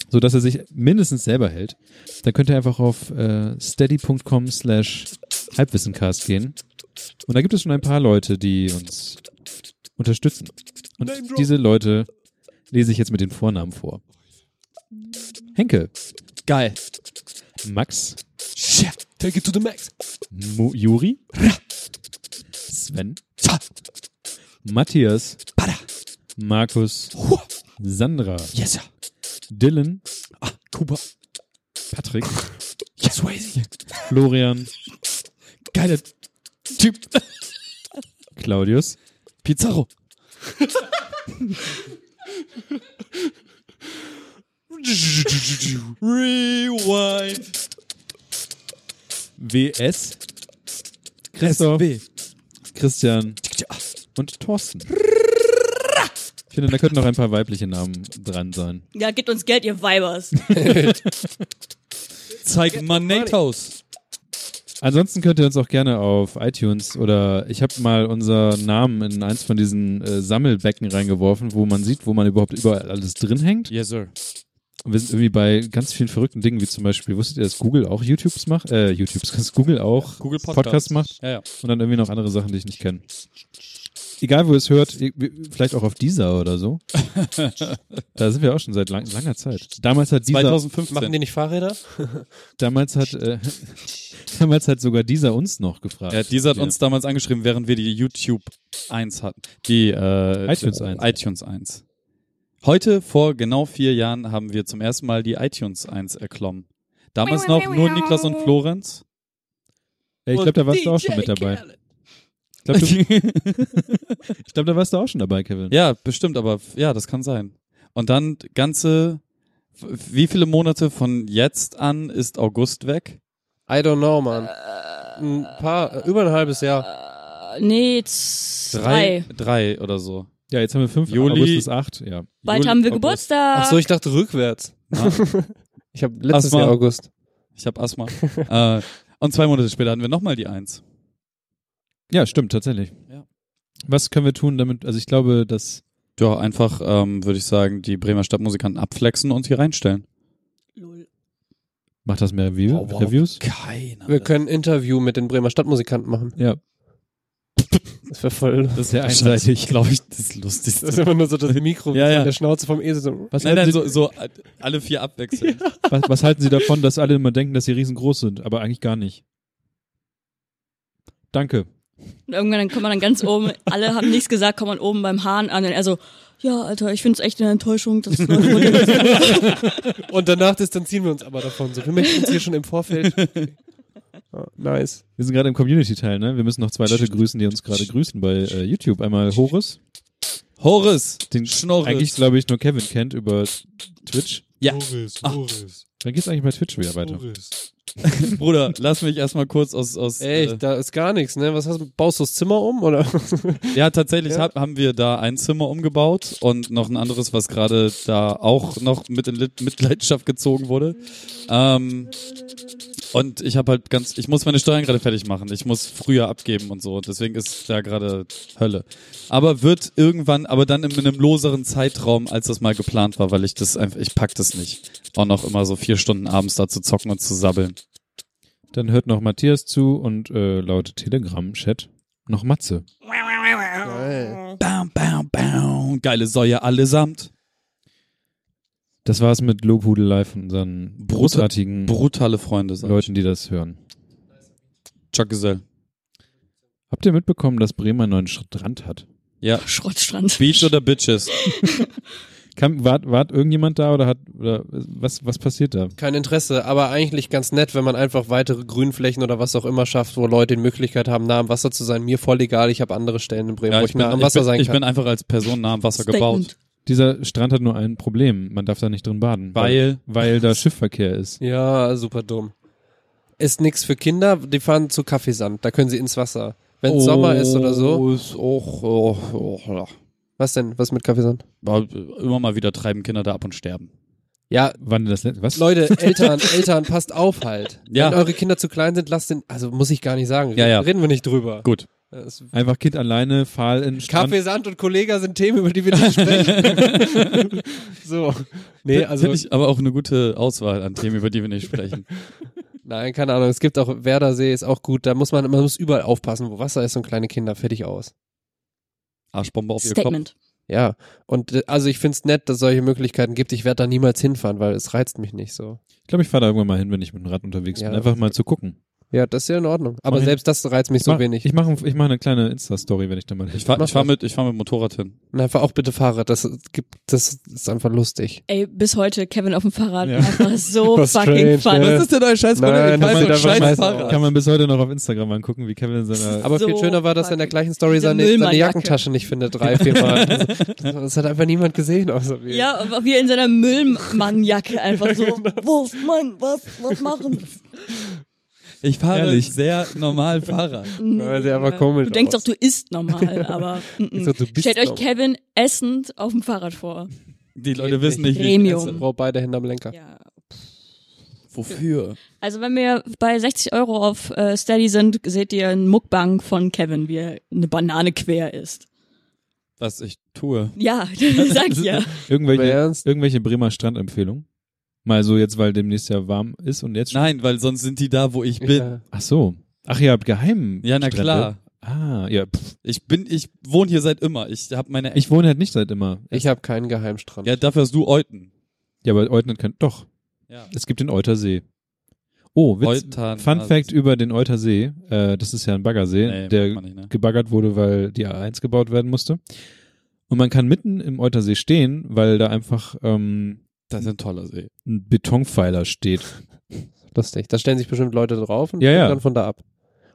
Speaker 5: so dass er sich mindestens selber hält, dann könnt ihr einfach auf äh, steady.com slash halbwissencast gehen. Und da gibt es schon ein paar Leute, die uns unterstützen. Und diese Leute lese ich jetzt mit den Vornamen vor. Henke,
Speaker 7: Geil.
Speaker 5: Max,
Speaker 7: Shit. Take it to the max.
Speaker 5: Mu Juri, Sven,
Speaker 7: Tja.
Speaker 5: Matthias,
Speaker 7: Pada.
Speaker 5: Markus,
Speaker 7: Hua.
Speaker 5: Sandra,
Speaker 7: Yes, ja.
Speaker 5: Dylan,
Speaker 7: Ah, Kuba.
Speaker 5: Patrick,
Speaker 7: Yes, Wazy.
Speaker 5: Florian,
Speaker 7: Geiler Typ.
Speaker 5: Claudius,
Speaker 7: Pizarro. Rewind.
Speaker 5: WS, Christoph,
Speaker 7: SW.
Speaker 5: Christian und Thorsten. Ich finde, da könnten noch ein paar weibliche Namen dran sein.
Speaker 6: Ja, gebt uns Geld, ihr Weibers.
Speaker 7: Zeig Manetos.
Speaker 5: Ansonsten könnt ihr uns auch gerne auf iTunes oder ich habe mal unser Namen in eins von diesen äh, Sammelbecken reingeworfen, wo man sieht, wo man überhaupt überall alles drin hängt.
Speaker 7: Yes, sir.
Speaker 5: Und wir sind irgendwie bei ganz vielen verrückten Dingen, wie zum Beispiel, wusstet ihr, dass Google auch YouTubes macht? Äh, YouTubes, [LAUGHS] dass Google auch
Speaker 7: Google Podcasts.
Speaker 5: Podcasts macht
Speaker 7: Ja, ja.
Speaker 5: und dann irgendwie noch andere Sachen, die ich nicht kenne. Egal, wo ihr es hört, ihr- vielleicht auch auf dieser oder
Speaker 7: [LAUGHS]
Speaker 5: so. da sind wir auch schon seit lang, langer Zeit. Damals hat dieser
Speaker 7: 2015.
Speaker 4: Machen die nicht Fahrräder?
Speaker 5: damals hat äh, [LAUGHS] damals hat sogar dieser uns noch gefragt.
Speaker 7: Ja, dieser hat
Speaker 5: Ja.
Speaker 7: uns damals angeschrieben, während wir die YouTube 1 hatten. Die äh,
Speaker 5: iTunes
Speaker 7: äh,
Speaker 5: 1.
Speaker 7: iTunes 1. Heute, vor genau vier Jahren, haben wir zum ersten Mal die iTunes 1 erklommen. Damals noch nur Niklas und Florenz.
Speaker 5: Ja, ich glaube, da warst du auch schon mit dabei. Ich glaube,
Speaker 7: [LAUGHS]
Speaker 5: glaub, da warst du auch schon dabei, Kevin.
Speaker 7: ja, bestimmt, aber f- ja, das kann sein. Und dann ganze, f- wie viele Monate von jetzt an ist August weg?
Speaker 4: I don't know, Mann. Ein paar, über ein halbes Jahr.
Speaker 6: Äh, nee, zwei.
Speaker 7: Drei, drei oder so.
Speaker 5: Ja, jetzt haben wir fünf,
Speaker 7: Juli.
Speaker 5: August ist acht. Ja.
Speaker 6: Bald
Speaker 7: Juli,
Speaker 6: haben wir
Speaker 7: August.
Speaker 6: Geburtstag.
Speaker 4: Ach so, ich dachte rückwärts. [LAUGHS]
Speaker 7: Ah.
Speaker 4: Ich habe letztes
Speaker 7: Asthma.
Speaker 4: Jahr August.
Speaker 7: Ich habe Asthma. [LAUGHS] äh, und zwei Monate später hatten wir nochmal die Eins.
Speaker 5: ja, stimmt, tatsächlich.
Speaker 7: Ja.
Speaker 5: Was können wir tun damit? Also ich glaube, dass
Speaker 7: Ja, einfach, ähm, würde ich sagen, die Bremer Stadtmusikanten abflexen und hier reinstellen. Oh,
Speaker 6: Lol.
Speaker 5: macht das mehr Review,
Speaker 7: Wow, wow.
Speaker 5: Reviews?
Speaker 7: Keiner.
Speaker 4: Wir können ein Interview mit den Bremer Stadtmusikanten machen.
Speaker 5: Ja,
Speaker 4: Das wäre voll. [LAUGHS]
Speaker 5: das ist sehr
Speaker 7: einseitig,
Speaker 5: einseitig.
Speaker 7: glaube ich, das Lustigste.
Speaker 4: Das ist immer nur so [LAUGHS] das Mikro
Speaker 7: Ja, ja.
Speaker 4: in der Schnauze vom Esel. So.
Speaker 5: Was,
Speaker 7: [LAUGHS] nein,
Speaker 5: halten
Speaker 7: nein,
Speaker 5: Sie,
Speaker 7: so, so äh, alle vier abwechseln.
Speaker 5: was, was halten Sie davon, dass alle immer denken, dass sie riesengroß sind, aber eigentlich gar nicht? Danke.
Speaker 6: Und irgendwann dann kommt man dann
Speaker 4: [LAUGHS]
Speaker 6: ganz oben, alle haben nichts gesagt, kommt man oben beim Hahn an und er so, ja, Alter, ich find's echt eine Enttäuschung, dass
Speaker 4: [LAUGHS]
Speaker 6: du
Speaker 4: Und danach distanzieren wir uns aber davon. So, wir möchten uns hier schon im Vorfeld. Oh, nice.
Speaker 5: Wir sind gerade im Community-Teil, ne? Wir müssen noch zwei Leute grüßen, die uns gerade grüßen bei äh, YouTube. Einmal Horus,
Speaker 7: Horis,
Speaker 5: den
Speaker 7: Schnorris.
Speaker 5: eigentlich, glaube ich, nur Kevin kennt über Twitch.
Speaker 7: ja,
Speaker 2: Boris, Boris,
Speaker 5: Dann geht's eigentlich bei Twitch wieder weiter.
Speaker 2: Boris.
Speaker 7: Bruder, lass mich erstmal kurz aus. aus
Speaker 4: Echt, da ist gar nichts, ne? Was hast du? Baust du das Zimmer um? Oder? [LAUGHS]
Speaker 7: Äh, ja, tatsächlich
Speaker 4: Ja.
Speaker 7: Hab, haben wir da ein Zimmer umgebaut und noch ein anderes, was gerade da auch noch mit in Lit Mitleidenschaft gezogen wurde. Ähm, und ich habe halt ganz, ich muss meine Steuern gerade fertig machen. Ich muss früher abgeben und so. Deswegen ist da gerade Hölle. Aber wird irgendwann, aber dann in einem loseren Zeitraum, als das mal geplant war, weil ich das einfach, ich pack das nicht. Auch noch immer so vier Stunden abends da zu zocken und zu sabbeln.
Speaker 5: Dann hört noch Matthias zu und äh, laut Telegram-Chat noch Matze.
Speaker 7: Bam, bam, bam. Geile Säue allesamt.
Speaker 5: Das war's mit Lobhudelei von unseren
Speaker 7: Brutal-
Speaker 5: großartigen
Speaker 7: Brutale Freunde sind.
Speaker 5: Leuten, die das hören.
Speaker 7: Chuck Gesell.
Speaker 5: Habt ihr mitbekommen, dass Bremen einen neuen Strand hat?
Speaker 7: Ja.
Speaker 6: Schrottstrand.
Speaker 7: Beach oder Bitches?
Speaker 5: Kam, wart, wart irgendjemand da oder hat oder was, was passiert da?
Speaker 4: Kein Interesse, aber eigentlich ganz nett, wenn man einfach weitere Grünflächen oder was auch immer schafft, wo Leute die Möglichkeit haben, nah am Wasser zu sein. Mir voll egal, ich habe andere Stellen in Bremen, wo ich, nah am
Speaker 7: ich,
Speaker 4: Wasser
Speaker 7: bin,
Speaker 4: sein
Speaker 7: ich
Speaker 4: kann.
Speaker 7: bin einfach als Person nah am Wasser gebaut.
Speaker 5: Dieser Strand hat nur ein Problem. Man darf da nicht drin baden.
Speaker 7: Weil?
Speaker 5: Weil da Schiffverkehr ist.
Speaker 4: Ja, super dumm. Ist nix für Kinder, die fahren zu Kaffeesand, da können sie ins Wasser. Wenn es Sommer ist oder so.
Speaker 7: Oh, Ist auch, oh, auch, auch,
Speaker 4: Was denn? Was mit Kaffeesand?
Speaker 7: auch. Immer mal wieder treiben Kinder da ab und sterben.
Speaker 4: Ja,
Speaker 5: Wann das letzte? Was?
Speaker 7: [LAUGHS]
Speaker 4: Leute, Eltern, Eltern, passt auf halt.
Speaker 7: Ja.
Speaker 4: Wenn eure Kinder zu klein sind, lasst den, also muss ich gar nicht sagen,
Speaker 7: Ja, ja.
Speaker 4: reden wir nicht drüber.
Speaker 7: Gut.
Speaker 4: Das-
Speaker 5: Einfach Kind alleine, fahl in den Strand.
Speaker 4: Kaffeesand und Kollega sind Themen, über die wir
Speaker 7: [LAUGHS]
Speaker 4: nicht sprechen. so. Nee, also,
Speaker 7: Finde ich aber auch eine gute Auswahl an Themen, über die wir nicht sprechen.
Speaker 4: nein, keine Ahnung. Es gibt auch, Werdersee ist auch gut, da muss man, man muss überall aufpassen, wo Wasser ist und kleine Kinder, fertig aus.
Speaker 7: Arschbombe auf ihr Kopf.
Speaker 6: Statement.
Speaker 4: Ja. Und, äh, also ich find's nett, dass es solche Möglichkeiten gibt. Ich werde da niemals hinfahren, weil es reizt mich nicht so.
Speaker 5: Ich glaube, ich fahre da irgendwann mal hin, wenn ich mit dem Rad unterwegs
Speaker 4: Ja.
Speaker 5: bin. Einfach mal zu gucken.
Speaker 4: Ja, das ist ja in Ordnung. Aber
Speaker 5: Mach ich-
Speaker 4: selbst das reizt mich
Speaker 5: Ich
Speaker 4: so
Speaker 5: mach,
Speaker 4: wenig.
Speaker 5: Ich mache ich mach eine kleine Insta-Story, wenn ich da mal
Speaker 7: Ich fahre
Speaker 4: Mach
Speaker 7: ich fahr
Speaker 4: was.
Speaker 7: mit, ich fahr mit dem Motorrad hin.
Speaker 4: Und einfach auch bitte Fahrrad, das gibt, das ist einfach lustig.
Speaker 6: Ey, bis heute Kevin auf dem Fahrrad.
Speaker 5: Ja.
Speaker 4: [LAUGHS]
Speaker 6: Einfach so
Speaker 4: Was
Speaker 6: fucking
Speaker 4: strange,
Speaker 6: fun.
Speaker 4: ne?
Speaker 6: Das
Speaker 7: ist denn euer scheiß
Speaker 4: Nein,
Speaker 7: Runde? Ich
Speaker 4: das
Speaker 7: weiß,
Speaker 4: ist
Speaker 7: ein
Speaker 4: einfach
Speaker 7: scheiß
Speaker 4: scheiß
Speaker 7: Fahrrad.
Speaker 5: Kann man bis heute noch auf Instagram angucken, wie Kevin in seiner.
Speaker 4: Aber
Speaker 6: So
Speaker 4: viel schöner war, dass er in der
Speaker 6: fucking-
Speaker 4: gleichen Story
Speaker 6: diese
Speaker 4: seine, seine
Speaker 6: Müllmannjacke.
Speaker 4: Jackentasche nicht findet, drei, vier Mal. das hat einfach niemand gesehen, außer wir.
Speaker 6: Ja, aber wie er in seiner
Speaker 4: [LAUGHS]
Speaker 6: Müllmannjacke einfach so,
Speaker 4: Genau.
Speaker 6: Wolfmann, was, was machen?
Speaker 7: Ich fahre
Speaker 5: Ehrlich.
Speaker 7: sehr normal Fahrrad.
Speaker 4: Weil sie einfach komisch
Speaker 6: Du denkst
Speaker 4: aus.
Speaker 6: doch, du isst normal,
Speaker 4: [LAUGHS]
Speaker 6: aber mm-mm.
Speaker 4: Ich so, du bist
Speaker 6: stellt euch
Speaker 4: normal.
Speaker 6: Kevin essend auf dem Fahrrad vor.
Speaker 7: Die Leute
Speaker 4: Geht
Speaker 7: wissen nicht, wie ich
Speaker 6: Gremium.
Speaker 7: esse.
Speaker 4: Braucht Also, beide Hände am Lenker.
Speaker 6: Ja.
Speaker 7: Wofür?
Speaker 6: Also wenn wir bei 60 Euro auf äh, Steady sind, seht ihr einen Mukbang von Kevin, wie er eine Banane quer isst.
Speaker 7: Was ich tue.
Speaker 6: Ja, [LAUGHS] sag ich ja.
Speaker 5: irgendwelche,
Speaker 4: Aber ernst?
Speaker 5: irgendwelche Bremer Strandempfehlungen? Mal so jetzt, weil demnächst ja warm ist und jetzt.
Speaker 7: Nein, weil sonst sind die da, wo ich bin.
Speaker 4: Ja.
Speaker 5: Ach so. Ach, ihr habt geheim.
Speaker 7: Ja, na
Speaker 5: Strände?
Speaker 7: klar.
Speaker 5: Ah, ja. Pff.
Speaker 7: Ich bin, ich wohne hier seit immer. Ich habe meine.
Speaker 5: Ich wohne halt nicht seit immer.
Speaker 4: Ich habe keinen Geheimstrand.
Speaker 7: ja, dafür hast du Euten.
Speaker 5: Ja, aber Eutnen kann. Doch,
Speaker 7: Ja.
Speaker 5: es gibt den Eutersee. Oh, Witz.
Speaker 7: Eutern-
Speaker 5: Fun
Speaker 7: ah,
Speaker 5: Fact über den Eutersee. Äh, das ist ja ein Baggersee,
Speaker 7: Nee,
Speaker 5: der
Speaker 7: macht man nicht, ne?
Speaker 5: gebaggert wurde, weil die A1 gebaut werden musste. Und man kann mitten im Eutersee stehen, weil da einfach ähm,
Speaker 7: Das ist ein toller See.
Speaker 5: ein Betonpfeiler steht.
Speaker 4: Lustig. Da stellen sich bestimmt Leute drauf und
Speaker 5: Ja, ja.
Speaker 4: springen dann von da ab.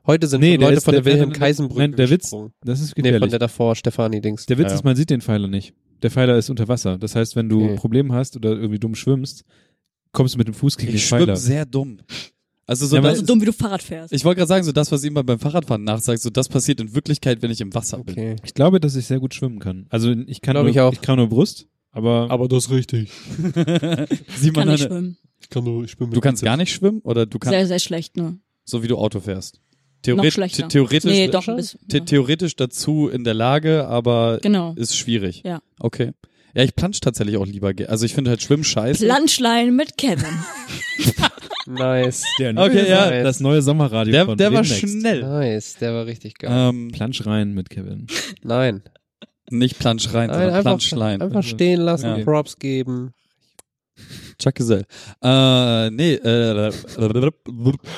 Speaker 4: Heute sind
Speaker 5: Nee, der
Speaker 4: Leute
Speaker 5: ist-
Speaker 4: von der,
Speaker 5: der-
Speaker 4: Wilhelm
Speaker 5: der-
Speaker 4: Kaisenbrücke
Speaker 5: nein, der Witz-
Speaker 4: gesprungen.
Speaker 5: Das ist
Speaker 4: Nee, von
Speaker 5: gefährlich.
Speaker 4: der davor, Stefani-Dings.
Speaker 5: der Witz
Speaker 7: Ja.
Speaker 5: ist, man sieht den Pfeiler nicht. Der Pfeiler ist unter Wasser. Das heißt, wenn du
Speaker 4: Okay.
Speaker 5: ein Problem hast oder irgendwie dumm schwimmst, kommst du mit dem Fuß gegen
Speaker 7: Ich
Speaker 5: den Pfeiler.
Speaker 7: schwimme sehr dumm. Also so
Speaker 5: Ja, aber-
Speaker 7: das,
Speaker 6: So dumm, wie du Fahrrad fährst.
Speaker 7: ich wollte gerade sagen, so das, was ihm beim Fahrradfahren nachsagt, so das passiert in Wirklichkeit, wenn ich im Wasser bin.
Speaker 4: Okay.
Speaker 5: Ich glaube, dass ich sehr gut schwimmen kann. Also ich kann,
Speaker 4: Glaub
Speaker 5: nur,
Speaker 4: ich auch.
Speaker 5: kann nur Brust, aber,
Speaker 2: das ist richtig.
Speaker 7: Sieht man
Speaker 6: Kann nicht
Speaker 7: eine-
Speaker 6: schwimmen.
Speaker 2: Ich kann nur, ich bin mit
Speaker 7: du kannst gar nicht schwimmen oder du kannst
Speaker 6: Sehr, sehr schlecht, ne?
Speaker 7: so wie du Auto fährst.
Speaker 6: Noch
Speaker 7: Theoret
Speaker 6: schlechter.
Speaker 7: the- theoretisch
Speaker 6: Nee, doch ein bisschen.
Speaker 7: the
Speaker 6: Ja.
Speaker 7: theoretisch dazu in der Lage, aber
Speaker 6: Genau.
Speaker 7: ist schwierig.
Speaker 6: Ja.
Speaker 7: Okay. Ja, ich plansch tatsächlich auch lieber. ge- Also ich finde halt Schwimmen scheiße.
Speaker 6: Planschlein mit Kevin. [LAUGHS]
Speaker 4: Nice.
Speaker 5: der
Speaker 7: Okay, ja,
Speaker 4: Nice.
Speaker 5: das neue Sommerradio
Speaker 7: der
Speaker 5: von
Speaker 7: der war
Speaker 5: Bremen Next.
Speaker 7: schnell.
Speaker 4: Nice. Der war richtig geil.
Speaker 7: Ähm,
Speaker 5: Plansch rein mit Kevin.
Speaker 4: Nein.
Speaker 7: nicht plansch rein,
Speaker 4: Nein,
Speaker 7: sondern
Speaker 4: einfach,
Speaker 7: planschlein.
Speaker 5: Also-
Speaker 4: einfach stehen lassen,
Speaker 7: Ja.
Speaker 4: Props geben.
Speaker 7: Chuck Gesell. Äh, nee, äh,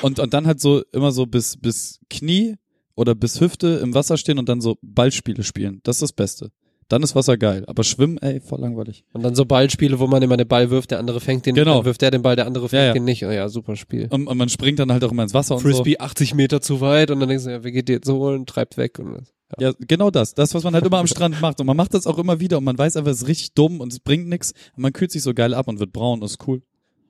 Speaker 7: und, und dann halt so immer so bis, bis Knie oder bis Hüfte im Wasser stehen und dann so Ballspiele spielen. Das ist das Beste. Dann ist Wasser geil. Aber schwimmen, ey, voll langweilig.
Speaker 4: Und dann so Ballspiele, wo man immer den Ball wirft, der andere fängt den,
Speaker 7: Genau.
Speaker 4: dann wirft der den Ball, der andere fängt
Speaker 7: Ja, ja.
Speaker 4: den nicht. Oh ja, super Spiel.
Speaker 7: Und, und man springt dann halt auch immer ins Wasser und
Speaker 4: Frisbee 80 Meter zu weit und dann denkst du, ja, wer geht die jetzt holen, treibt weg und das.
Speaker 7: so. Ja, genau das. Das, was man halt immer am Strand macht. Und man macht das auch immer wieder und man weiß einfach, es ist richtig dumm und es bringt nix. Und man kühlt sich so geil ab und wird braun. Ist cool.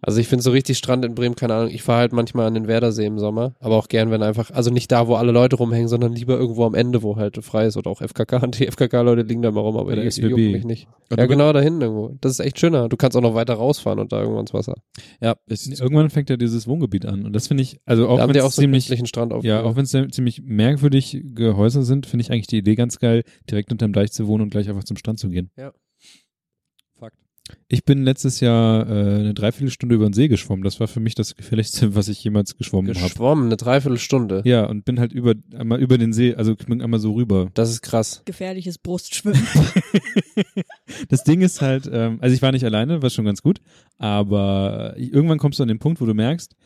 Speaker 4: Also ich finde so richtig Strand in Bremen, keine Ahnung. Ich fahre halt manchmal an den Werdersee im Sommer, aber auch gern, wenn einfach, also nicht da, wo alle Leute rumhängen, sondern lieber irgendwo am Ende, wo halt frei ist oder auch FKK. Und [LAUGHS] die FKK-Leute liegen da mal rum, aber
Speaker 5: Bei der
Speaker 4: die, die
Speaker 5: SBB.
Speaker 4: jucken mich nicht.
Speaker 7: Und
Speaker 4: Ja,
Speaker 7: du-
Speaker 4: genau da hinten irgendwo. Das ist echt schöner. Du kannst auch noch weiter rausfahren und da irgendwo ins Wasser.
Speaker 7: Ja, ist,
Speaker 5: Irgendwann fängt ja dieses Wohngebiet an und das finde ich, also auch
Speaker 4: da haben
Speaker 5: wenn
Speaker 4: die auch
Speaker 5: es
Speaker 4: so
Speaker 5: ziemlich,
Speaker 4: einen Strand auf.
Speaker 5: ja, auch wenn es ziemlich merkwürdige Häuser sind, finde ich eigentlich die Idee ganz geil, direkt unterm Deich zu wohnen und gleich einfach zum Strand zu gehen.
Speaker 7: Fakt.
Speaker 5: Ich bin letztes Jahr äh, eine Dreiviertelstunde über den See geschwommen. Das war für mich das gefährlichste, [LAUGHS] was ich jemals geschwommen habe.
Speaker 4: Geschwommen, eine Dreiviertelstunde.
Speaker 5: Ja, und bin halt über, einmal über den See, also bin einmal so rüber.
Speaker 4: Das ist krass.
Speaker 6: Gefährliches Brustschwimmen.
Speaker 5: Das Ding ist halt, ähm, also ich war nicht alleine, war schon ganz gut, aber irgendwann kommst du an den Punkt, wo du merkst,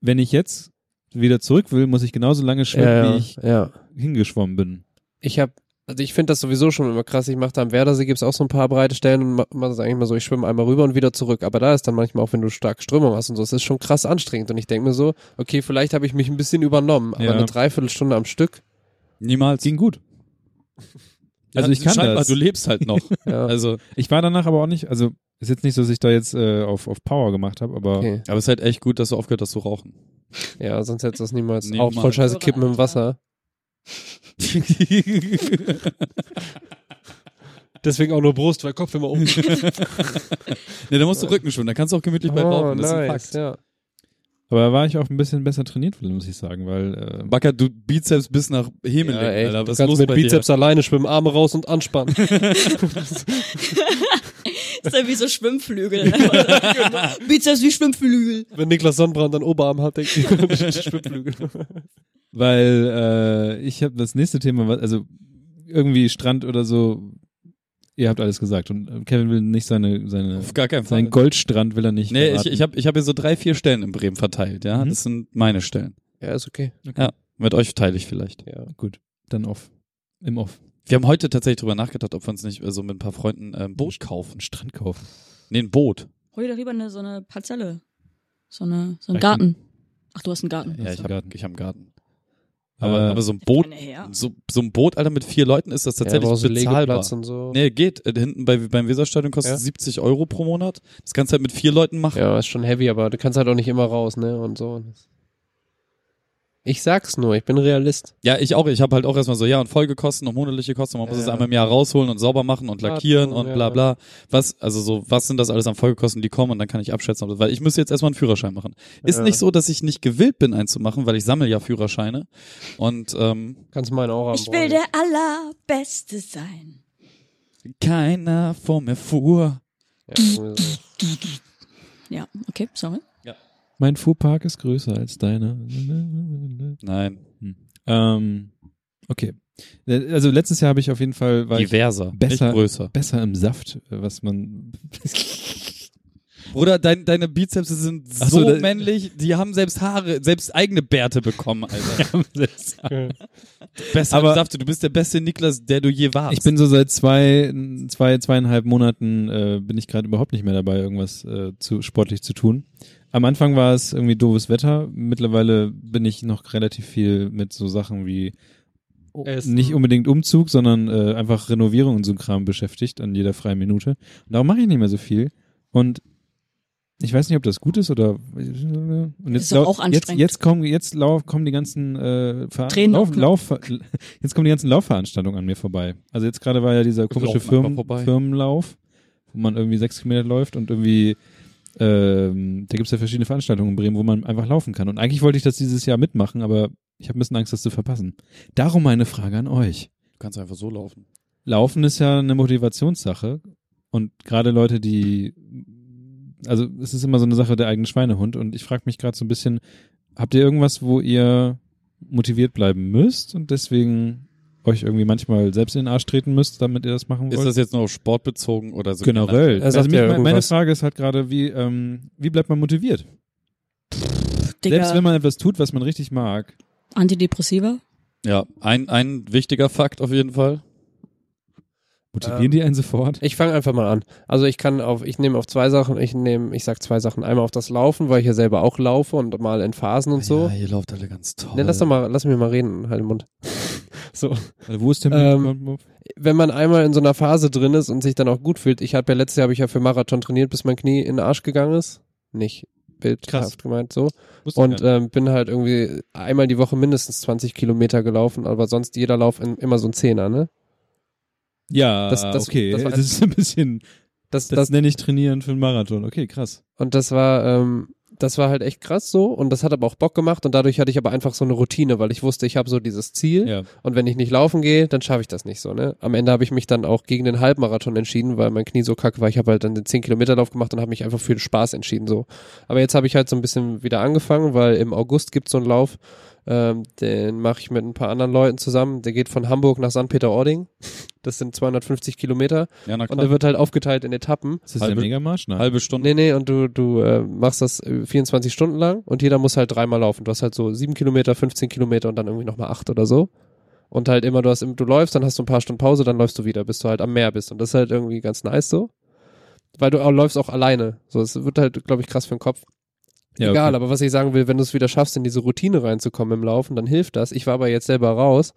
Speaker 5: wenn ich jetzt wieder zurück will, muss ich genauso lange schwimmen,
Speaker 4: ja,
Speaker 5: wie ich
Speaker 4: ja.
Speaker 5: hingeschwommen bin.
Speaker 4: Ich habe, also ich finde das sowieso schon immer krass. Ich mache da am Werdersee gibt's auch so ein paar breite Stellen und ma- man sagt eigentlich mal so, ich schwimme einmal rüber und wieder zurück. Aber da ist dann manchmal auch, wenn du stark Strömung hast und so, es ist schon krass anstrengend. Und ich denke mir so, okay, vielleicht habe ich mich ein bisschen übernommen, aber
Speaker 5: Ja.
Speaker 4: eine Dreiviertelstunde am Stück.
Speaker 7: Niemals.
Speaker 5: Ging gut. Also ich kann
Speaker 7: Scheinbar,
Speaker 5: das.
Speaker 7: du lebst
Speaker 5: [LAUGHS]
Speaker 7: halt noch.
Speaker 4: Ja.
Speaker 7: Also,
Speaker 5: Ich war danach aber auch nicht, also ist jetzt nicht so, dass ich da jetzt äh, auf, auf Power gemacht habe, aber
Speaker 4: Okay.
Speaker 7: aber es ist halt echt gut, dass du aufgehört hast zu rauchen.
Speaker 4: Ja, sonst hättest du das niemals.
Speaker 7: Niemals.
Speaker 4: Auch voll scheiße kippen im
Speaker 6: Alter.
Speaker 4: Wasser. [LAUGHS] Deswegen auch nur Brust, weil
Speaker 7: [LAUGHS]
Speaker 4: Kopf immer um.
Speaker 7: ne, dann musst du Rücken schwimmen, dann kannst du auch gemütlich bei
Speaker 4: oh,
Speaker 7: rauchen. Das
Speaker 4: nice.
Speaker 7: ist ein Fakt.
Speaker 4: Ja.
Speaker 5: aber da war ich auch ein bisschen besser trainiert, muss ich sagen, weil äh,
Speaker 7: Backer, du Bizeps bis nach Himmel,
Speaker 4: Ja,
Speaker 7: lenken,
Speaker 4: ey,
Speaker 7: Alter.
Speaker 4: du
Speaker 7: Was ist
Speaker 4: kannst
Speaker 7: los
Speaker 4: mit
Speaker 7: bei
Speaker 4: Bizeps alleine schwimmen, Arme raus
Speaker 7: [LAUGHS]
Speaker 4: und anspannen.
Speaker 6: ist ja wie so Schwimmflügel. [LAUGHS] Genau. Bizeps wie Schwimmflügel.
Speaker 4: Wenn Niklas Sonnenbrand einen Oberarm hat, denkt [LAUGHS] ich, Schwimmflügel.
Speaker 5: Weil äh, ich habe das nächste Thema, was- also irgendwie Strand oder so, ihr habt alles gesagt und äh, Kevin will nicht seine,
Speaker 7: dir?
Speaker 5: seine
Speaker 7: Auf gar keinen Fall.
Speaker 5: seinen Goldstrand will er nicht
Speaker 7: Nee, ich,
Speaker 5: verraten.
Speaker 7: ich habe ich hab hier so drei, vier Stellen in Bremen verteilt, ja.
Speaker 5: Mhm.
Speaker 7: Das sind meine Stellen.
Speaker 4: Ja, ist okay.
Speaker 7: Ja, mit euch teile ich vielleicht.
Speaker 4: Ja.
Speaker 5: Gut, dann off. Im Off.
Speaker 7: Wir haben heute tatsächlich drüber nachgedacht, ob wir uns nicht äh, so mit ein paar Freunden äh, ein Boot kaufen.
Speaker 5: Strand kaufen.
Speaker 7: Nee, ein Boot.
Speaker 6: Hol dir doch lieber eine, so eine Parzelle. So, eine, so einen
Speaker 5: Vielleicht ein-
Speaker 6: Garten. Ach, du hast einen Garten.
Speaker 7: Ja,
Speaker 5: Hast
Speaker 7: ich
Speaker 5: du
Speaker 7: habe
Speaker 5: Garten?
Speaker 7: ich hab einen Garten. Aber,
Speaker 5: Äh,
Speaker 7: aber so ein Boot,
Speaker 6: Keine her.
Speaker 7: so, so ein Boot, Alter, mit vier Leuten ist das tatsächlich
Speaker 4: ja, brauchst du
Speaker 7: bezahlbar.
Speaker 4: Legeplatz und so.
Speaker 7: Nee, geht. Äh, Hinten bei, beim Weserstadion kostet
Speaker 4: Ja.
Speaker 7: 70 Euro pro Monat. Das kannst du halt mit vier Leuten machen.
Speaker 4: Ja, ist schon heavy, aber du kannst halt auch nicht immer raus, ne? Und so. Ich sag's nur, ich bin Realist.
Speaker 7: Ja, ich auch. Ich habe halt auch erstmal so, ja, und Folgekosten und monatliche Kosten. Man muss
Speaker 4: Ja,
Speaker 7: es
Speaker 4: ja.
Speaker 7: einmal im Jahr rausholen und sauber machen und
Speaker 4: Warten
Speaker 7: lackieren und
Speaker 4: und ja,
Speaker 7: bla
Speaker 4: ja.
Speaker 7: bla. Was, also so, was sind das alles an Folgekosten, die kommen und dann kann ich abschätzen, ob das, weil ich müsste jetzt erstmal einen Führerschein machen. Ist
Speaker 4: Ja.
Speaker 7: nicht so, dass ich nicht gewillt bin, einen zu machen, weil ich sammle ja Führerscheine. Und ähm,
Speaker 4: Kannst meinen auch haben.
Speaker 6: Ich will der Allerbeste sein.
Speaker 7: keiner vor mir fuhr.
Speaker 4: Ja, irgendwie so.
Speaker 6: Ja, okay, sorry.
Speaker 5: Mein Fuhrpark ist größer als
Speaker 7: [LAUGHS]
Speaker 5: deiner.
Speaker 7: Nein.
Speaker 5: ähm, okay. Äh, Also letztes Jahr habe ich auf jeden Fall war ich
Speaker 7: Diverser.
Speaker 5: besser-
Speaker 7: Nicht größer.
Speaker 5: besser im Saft, äh, was man
Speaker 7: Bruder, dein, deine Bizeps sind
Speaker 5: Ach
Speaker 7: so,
Speaker 5: so, da-
Speaker 7: männlich, die haben selbst Haare, selbst eigene Bärte bekommen, [LAUGHS] Alter. Besser
Speaker 5: Aber-
Speaker 7: aber, Safte, du bist der beste Niklas, der du je warst.
Speaker 5: Ich bin so seit zwei, zwei zweieinhalb Monaten äh, bin ich gerade überhaupt nicht mehr dabei, irgendwas äh, zu sportlich zu tun. Am Anfang war es irgendwie doofes Wetter. Mittlerweile bin ich noch relativ viel mit so Sachen wie
Speaker 4: Essen.
Speaker 5: nicht unbedingt Umzug, sondern äh, einfach Renovierung und so ein Kram beschäftigt an jeder freien Minute. Und darum mache ich nicht mehr so viel. Und ich weiß nicht, ob das gut ist oder. Und jetzt
Speaker 6: Ist doch
Speaker 5: lau-
Speaker 6: auch
Speaker 5: jetzt,
Speaker 6: anstrengend.
Speaker 5: jetzt kommen jetzt lau kommen die ganzen äh, Ver
Speaker 6: Tränen
Speaker 5: Lauf,
Speaker 6: auf-
Speaker 5: Lauf, jetzt kommen die ganzen Laufveranstaltungen an mir vorbei. Also jetzt gerade war ja dieser komische
Speaker 7: laufen einfach
Speaker 5: Firmen,
Speaker 7: vorbei.
Speaker 5: Firmenlauf, wo man irgendwie sechs Kilometer läuft und irgendwie ähm, da gibt's ja verschiedene Veranstaltungen in Bremen, wo man einfach laufen kann. Und eigentlich wollte ich das dieses Jahr mitmachen, aber ich habe ein bisschen Angst, das zu verpassen. Darum meine Frage an euch.
Speaker 7: du kannst einfach so laufen.
Speaker 5: Laufen ist ja eine Motivationssache und gerade Leute, die also es ist immer so eine Sache der eigene Schweinehund und ich frage mich gerade so ein bisschen, habt ihr irgendwas, wo ihr motiviert bleiben müsst und deswegen euch irgendwie manchmal selbst in den Arsch treten müsst, damit ihr das machen
Speaker 7: Ist
Speaker 5: wollt?
Speaker 7: das jetzt nur auf Sport bezogen oder so?
Speaker 5: generell. Also
Speaker 4: Er sagt ja
Speaker 5: meine, meine
Speaker 4: irgendwas.
Speaker 5: Frage ist halt gerade, wie ähm, wie bleibt man motiviert? Selbst wenn
Speaker 6: Digga,
Speaker 5: man etwas tut, was man richtig mag.
Speaker 6: Antidepressiva?
Speaker 7: Ja, ein, ein wichtiger Fakt auf jeden Fall.
Speaker 5: Motivieren
Speaker 4: Ähm,
Speaker 5: die einen sofort?
Speaker 4: Ich fange einfach mal an. Also ich kann auf, ich nehme auf zwei Sachen, ich nehme, ich sag zwei Sachen. Einmal auf das Laufen, weil ich ja selber auch laufe und mal in Phasen und so.
Speaker 7: Ja, ihr lauft alle ganz toll.
Speaker 4: Ne, lass doch mal, lass mich mal reden, halt den Mund. So.
Speaker 5: Also wo ist der
Speaker 4: ähm,
Speaker 5: Mut?
Speaker 4: Wenn man einmal in so einer Phase drin ist und sich dann auch gut fühlt, ich habe ja letztes Jahr habe ich ja für Marathon trainiert, bis mein Knie in den Arsch gegangen ist. Nicht bildhaft
Speaker 5: Krass.
Speaker 4: gemeint so.
Speaker 5: Wusste ich
Speaker 4: Und
Speaker 5: gar nicht.
Speaker 4: ähm, bin halt irgendwie einmal die Woche mindestens 20 Kilometer gelaufen, aber sonst jeder Lauf in, immer so ein Zehner, ne?
Speaker 5: ja,
Speaker 4: das- das-
Speaker 5: okay,
Speaker 4: das war-
Speaker 7: [LAUGHS]
Speaker 5: das ist ein bisschen
Speaker 4: Das,
Speaker 5: Das,
Speaker 4: das,
Speaker 5: nenne ich trainieren für einen Marathon. Okay, krass.
Speaker 4: und das war, ähm, das war halt echt krass so und das hat aber auch Bock gemacht und dadurch hatte ich aber einfach so eine Routine, weil ich wusste, ich habe so dieses Ziel
Speaker 5: Ja.
Speaker 4: und wenn ich nicht laufen gehe, dann schaffe ich das nicht so, ne? Am Ende habe ich mich dann auch gegen den Halbmarathon entschieden, weil mein Knie so kacke war. Ich habe halt dann den 10 Kilometer Lauf gemacht und habe mich einfach für den Spaß entschieden so. Aber jetzt habe ich halt so ein bisschen wieder angefangen, weil im August gibt es so einen Lauf, ähm, den mache ich mit ein paar anderen Leuten zusammen. Der geht von Hamburg nach St. Peter-Ording. Das sind 250 Kilometer
Speaker 7: Ja, na
Speaker 4: und der
Speaker 7: klar.
Speaker 4: wird halt aufgeteilt in Etappen.
Speaker 5: Ist das der
Speaker 7: Halbe-
Speaker 5: Megamarsch?
Speaker 4: ne?
Speaker 5: Nein.
Speaker 7: Halbe Stunde.
Speaker 4: Nee, nee, und du, du äh, machst das äh, 24 Stunden lang und jeder muss halt dreimal laufen. Du hast halt so 7 Kilometer, 15 Kilometer und dann irgendwie nochmal 8 oder so. Und halt immer, du hast, im- du läufst, dann hast du ein paar Stunden Pause, dann läufst du wieder, bis du halt am Meer bist. Und das ist halt irgendwie ganz nice so. Weil du auch, läufst auch alleine. So, es wird halt, glaube ich, krass für den Kopf.
Speaker 5: Ja,
Speaker 4: Egal,
Speaker 5: okay.
Speaker 4: aber was ich sagen will, wenn du es wieder schaffst, in diese Routine reinzukommen im Laufen, dann hilft das. Ich war aber jetzt selber raus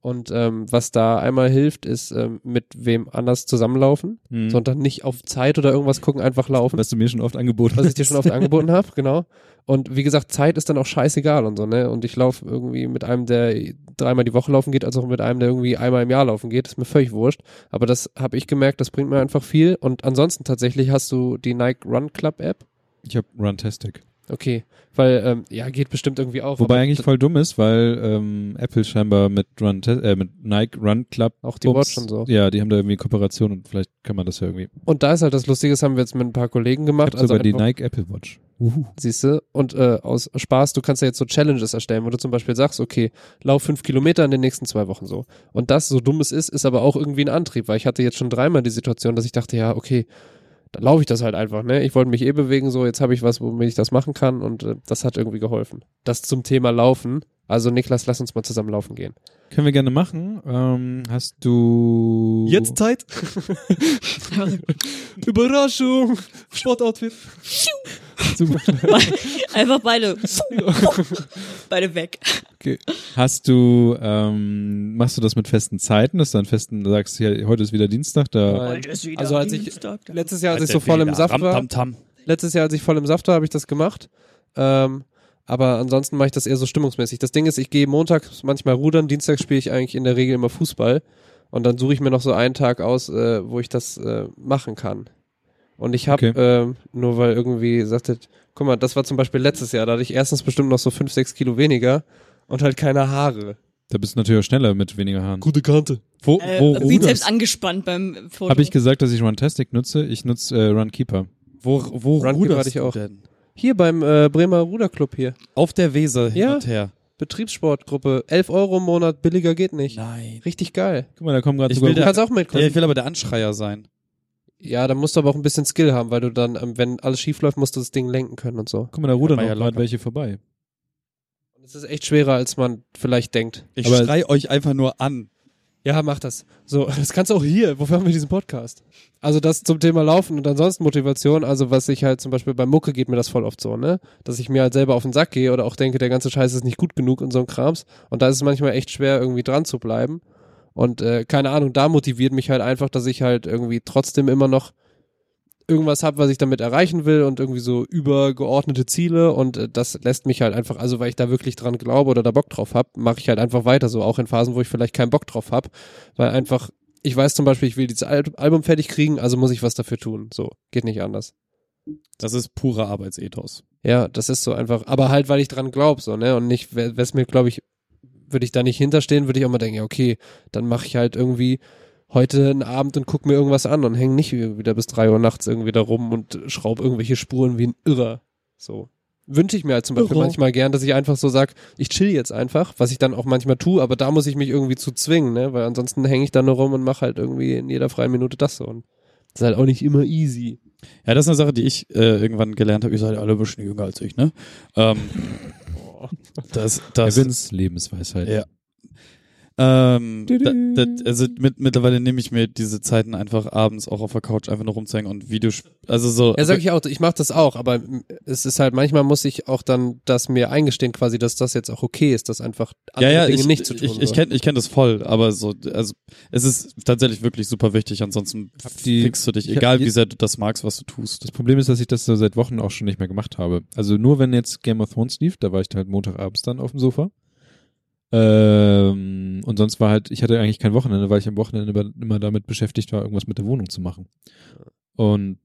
Speaker 4: und ähm, was da einmal hilft, ist ähm, mit wem anders zusammenlaufen,
Speaker 5: Mhm.
Speaker 4: sondern nicht auf Zeit oder irgendwas gucken, einfach laufen
Speaker 5: was du mir schon oft angeboten
Speaker 4: was ich dir
Speaker 5: hast.
Speaker 4: schon oft angeboten habe, genau. Und wie gesagt, Zeit ist dann auch scheißegal und so, ne? Und ich laufe irgendwie mit einem, der dreimal die Woche laufen geht, als auch mit einem, der irgendwie einmal im Jahr laufen geht. Ist mir völlig wurscht. Aber das habe ich gemerkt, das bringt mir einfach viel. Und ansonsten tatsächlich hast du die Nike Run Club App.
Speaker 5: Ich habe Runtastic.
Speaker 4: Okay, weil, ähm, ja, geht bestimmt irgendwie auch.
Speaker 5: Wobei
Speaker 4: aber
Speaker 5: eigentlich voll dumm ist, weil ähm, Apple scheinbar mit Run äh, mit Nike Run Club
Speaker 4: Auch die Watch und so.
Speaker 5: Ja, die haben da irgendwie Kooperation und vielleicht kann man das ja irgendwie.
Speaker 4: Und da ist halt das Lustige, das haben wir jetzt mit ein paar Kollegen
Speaker 5: Ich
Speaker 4: gemacht.
Speaker 5: habe sogar die
Speaker 4: einfach-
Speaker 5: Nike Apple Watch. Uhu.
Speaker 4: Siehst du? Und äh, aus Spaß, du kannst ja jetzt so Challenges erstellen, wo du zum Beispiel sagst, okay, lauf fünf Kilometer in den nächsten zwei Wochen so. Und das, so dumm es ist, ist aber auch irgendwie ein Antrieb, weil ich hatte jetzt schon dreimal die Situation, dass ich dachte, ja, okay, dann laufe ich das halt einfach, ne? Ich wollte mich eh bewegen, so, jetzt habe ich was, womit ich das machen kann und äh, das hat irgendwie geholfen. Das zum Thema Laufen. Also Niklas, lass uns mal zusammen laufen gehen.
Speaker 5: Können wir gerne machen. Ähm, hast du
Speaker 2: Jetzt Zeit? Überraschung! Sportoutfit.
Speaker 6: Einfach beide. beide weg.
Speaker 5: hast du ähm, machst du das mit festen Zeiten, dass du an festen sagst, hier, heute ist wieder Dienstag, da
Speaker 4: Weil- also als ich letztes Jahr, als ich so voll im Saft
Speaker 7: Tam,
Speaker 4: war,
Speaker 7: tam, tam.
Speaker 4: Letztes Jahr, als ich voll im Saft war, habe ich das gemacht. Ähm, aber ansonsten mache ich das eher so stimmungsmäßig. Das Ding ist, ich gehe montags manchmal rudern, dienstags spiele ich eigentlich in der Regel immer Fußball. Und dann suche ich mir noch so einen Tag aus, äh, wo ich das äh, machen kann. Und ich habe,
Speaker 5: Okay.
Speaker 4: ähm, nur weil irgendwie sagtet, guck mal, das war zum Beispiel letztes Jahr, da hatte ich erstens bestimmt noch so fünf, sechs Kilo weniger und halt keine Haare.
Speaker 5: da bist du natürlich auch schneller mit weniger Haaren.
Speaker 2: Gute Kante.
Speaker 5: Wo,
Speaker 6: Äh,
Speaker 5: wo
Speaker 6: Bizeps angespannt beim Foto.
Speaker 5: Habe ich gesagt, dass ich Runtastic nutze? Ich nutze äh, Runkeeper.
Speaker 7: Wo, wo
Speaker 4: Runkeeper hatte
Speaker 7: ruderst
Speaker 4: ich
Speaker 7: du
Speaker 4: auch.
Speaker 7: denn?
Speaker 4: Hier beim äh, Bremer Ruderclub hier.
Speaker 7: Auf der Weser hin
Speaker 4: Ja.
Speaker 7: und her.
Speaker 4: Betriebssportgruppe. 11 Euro im Monat, billiger geht nicht.
Speaker 7: Nein.
Speaker 4: Richtig geil.
Speaker 5: Guck mal, da kommen gerade
Speaker 7: Ich
Speaker 5: sogar
Speaker 7: will
Speaker 4: Du
Speaker 7: Ja.
Speaker 4: kannst auch mitkommen.
Speaker 7: Ja, ich will aber der Anschreier sein.
Speaker 4: Ja, dann musst du aber auch ein bisschen Skill haben, weil du dann, ähm, wenn alles schief läuft, musst du das Ding lenken können und so.
Speaker 5: Guck mal, da rudern
Speaker 7: Ja,
Speaker 5: auch
Speaker 7: ja,
Speaker 5: gerade
Speaker 7: locker.
Speaker 5: welche vorbei.
Speaker 4: Das ist echt schwerer, als man vielleicht denkt.
Speaker 7: Ich
Speaker 5: Aber-
Speaker 7: schrei euch einfach nur an.
Speaker 4: Ja, mach das. So, [LAUGHS] das kannst du auch hier. Wofür haben wir diesen Podcast? Also das zum Thema Laufen und ansonsten Motivation. Also was ich halt zum Beispiel bei Mucke geht mir das voll oft so, ne? Dass ich mir halt selber auf den Sack gehe oder auch denke, der ganze Scheiß ist nicht gut genug und so ein Krams. Und da ist es manchmal echt schwer, irgendwie dran zu bleiben. Und äh, keine Ahnung, da motiviert mich halt einfach, dass ich halt irgendwie trotzdem immer noch irgendwas habe, was ich damit erreichen will und irgendwie so übergeordnete Ziele und äh, das lässt mich halt einfach, also weil ich da wirklich dran glaube oder da Bock drauf habe, mache ich halt einfach weiter so, auch in Phasen, wo ich vielleicht keinen Bock drauf habe, weil einfach, ich weiß zum Beispiel, ich will dieses Al Album fertig kriegen, also muss ich was dafür tun, so, geht nicht anders.
Speaker 7: Das ist purer Arbeitsethos.
Speaker 4: Ja, das ist so einfach, aber halt, weil ich dran glaube, so, ne, und nicht, wäre es mir, glaube ich, würde ich da nicht hinterstehen, würde ich auch mal denken, ja, okay, dann mache ich halt irgendwie heute einen Abend und guck mir irgendwas an und hänge nicht wieder bis drei Uhr nachts irgendwie da rum und schraub irgendwelche Spuren wie ein Irrer. So. Wünsche ich mir halt zum Beispiel
Speaker 2: Irrer.
Speaker 4: manchmal gern, dass ich einfach so sag, ich chill jetzt einfach, was ich dann auch manchmal tue, aber da muss ich mich irgendwie zu zwingen, ne? Weil ansonsten hänge ich da nur rum und mache halt irgendwie in jeder freien Minute das so. Und das ist halt auch nicht immer easy.
Speaker 7: Ja, das ist eine Sache, die ich äh, irgendwann gelernt habe. Ihr seid alle ein bisschen jünger als ich, ne?
Speaker 4: [LAUGHS]
Speaker 7: Ähm, das, das,
Speaker 5: Evans Lebensweisheit.
Speaker 7: Ja. ähm,
Speaker 5: Tudu.
Speaker 7: da, da, also mit, mittlerweile nehme ich mir diese Zeiten einfach abends auch auf der Couch einfach nur rumzuhängen und Videos, also so.
Speaker 4: Ja, sag ich auch, ich mache das auch, aber es ist halt manchmal muss ich auch dann das mir eingestehen quasi, dass das jetzt auch okay ist, dass einfach
Speaker 7: ja,
Speaker 4: andere
Speaker 7: äh, ja,
Speaker 4: Dinge
Speaker 7: ich,
Speaker 4: nicht zu tun
Speaker 7: ich, ich
Speaker 4: so.
Speaker 7: kenne ich kenn das voll, aber so, also es ist tatsächlich wirklich super wichtig, ansonsten
Speaker 5: die-
Speaker 7: fickst du dich,
Speaker 5: ich hab
Speaker 7: egal
Speaker 5: die-
Speaker 7: wie sehr du das magst, was du tust.
Speaker 5: Das Problem ist, dass ich das so seit Wochen auch schon nicht mehr gemacht habe. Also nur wenn jetzt Game of Thrones lief, da war ich halt Montagabends dann auf dem Sofa. Ähm, und sonst war halt, ich hatte eigentlich kein Wochenende, weil ich am Wochenende immer, immer damit beschäftigt war, irgendwas mit der Wohnung zu machen. Und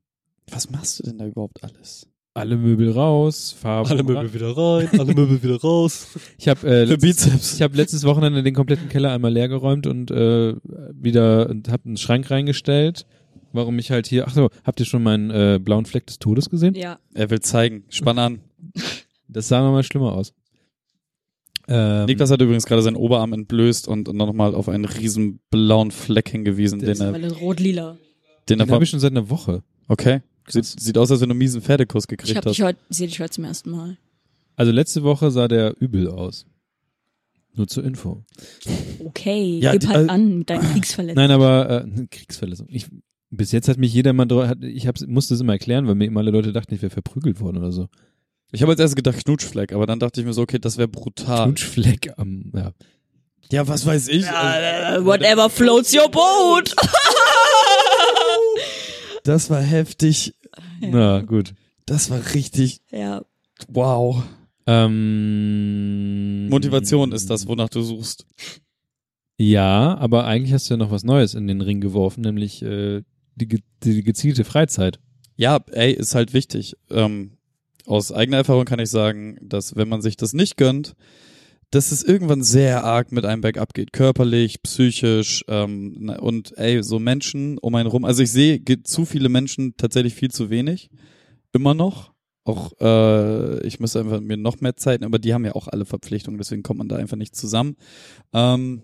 Speaker 7: Was machst du denn da überhaupt alles?
Speaker 5: Alle Möbel raus, Farben.
Speaker 4: Alle Möbel wieder rein, alle Möbel wieder raus.
Speaker 5: Ich habe äh,
Speaker 7: Für
Speaker 5: letztes,
Speaker 7: Bizeps.
Speaker 5: ich hab letztes Wochenende den kompletten Keller einmal leergeräumt und äh, wieder und hab einen Schrank reingestellt. Warum ich halt hier. Ach so, habt ihr schon meinen äh, blauen Fleck des Todes gesehen?
Speaker 6: Ja.
Speaker 7: Er will zeigen. Spann an.
Speaker 5: Das sah nochmal schlimmer aus. Ähm,
Speaker 7: Niklas hat übrigens gerade seinen Oberarm entblößt und nochmal auf einen riesen blauen Fleck hingewiesen,
Speaker 5: Das
Speaker 7: den er,
Speaker 6: Weil es rot-lila.
Speaker 7: den er
Speaker 5: den habe
Speaker 7: vom,
Speaker 5: ich schon seit einer Woche.
Speaker 7: Okay. Sieht, sieht aus, als wenn du einen miesen Pferdekuss
Speaker 6: Ich
Speaker 7: gekriegt
Speaker 6: hab dich
Speaker 7: hast.
Speaker 6: heute, sehe dich heute zum ersten Mal.
Speaker 5: Also letzte Woche sah der übel aus. Nur zur Info.
Speaker 6: Okay,
Speaker 7: Ja,
Speaker 6: gib
Speaker 7: die-
Speaker 6: halt
Speaker 7: äh,
Speaker 6: an mit deinen Kriegsverletzungen.
Speaker 5: Nein, aber äh, Kriegsverletzung. Ich, bis jetzt hat mich jeder mal drau- hat, ich hab's, musste es immer erklären, weil mir immer alle Leute dachten, ich wäre verprügelt worden oder so.
Speaker 7: Ich habe als erstes gedacht Knutschfleck, aber dann dachte ich mir so, okay, das wäre brutal.
Speaker 5: Knutschfleck am, ja.
Speaker 7: Ja, was weiß ich.
Speaker 6: Äh, Whatever floats your boat.
Speaker 7: Das war heftig.
Speaker 6: Ja.
Speaker 5: Na, gut.
Speaker 7: Das war richtig.
Speaker 6: ja,
Speaker 7: Wow.
Speaker 5: Ähm,
Speaker 7: Motivation ist das, wonach du suchst.
Speaker 5: Ja, aber eigentlich hast du ja noch was Neues in den Ring geworfen, nämlich äh, die, ge- die gezielte Freizeit.
Speaker 7: Ja, ey, ist halt wichtig. Ähm, aus eigener Erfahrung kann ich sagen, dass wenn man sich das nicht gönnt, dass es irgendwann sehr arg mit einem bergab geht. Körperlich, psychisch ähm, na- und ey, so Menschen um einen rum. Also ich sehe ge- zu viele Menschen tatsächlich viel zu wenig. Immer noch. Auch äh, ich müsste einfach mir noch mehr Zeit, nehmen, aber die haben ja auch alle Verpflichtungen, deswegen kommt man da einfach nicht zusammen. Ähm,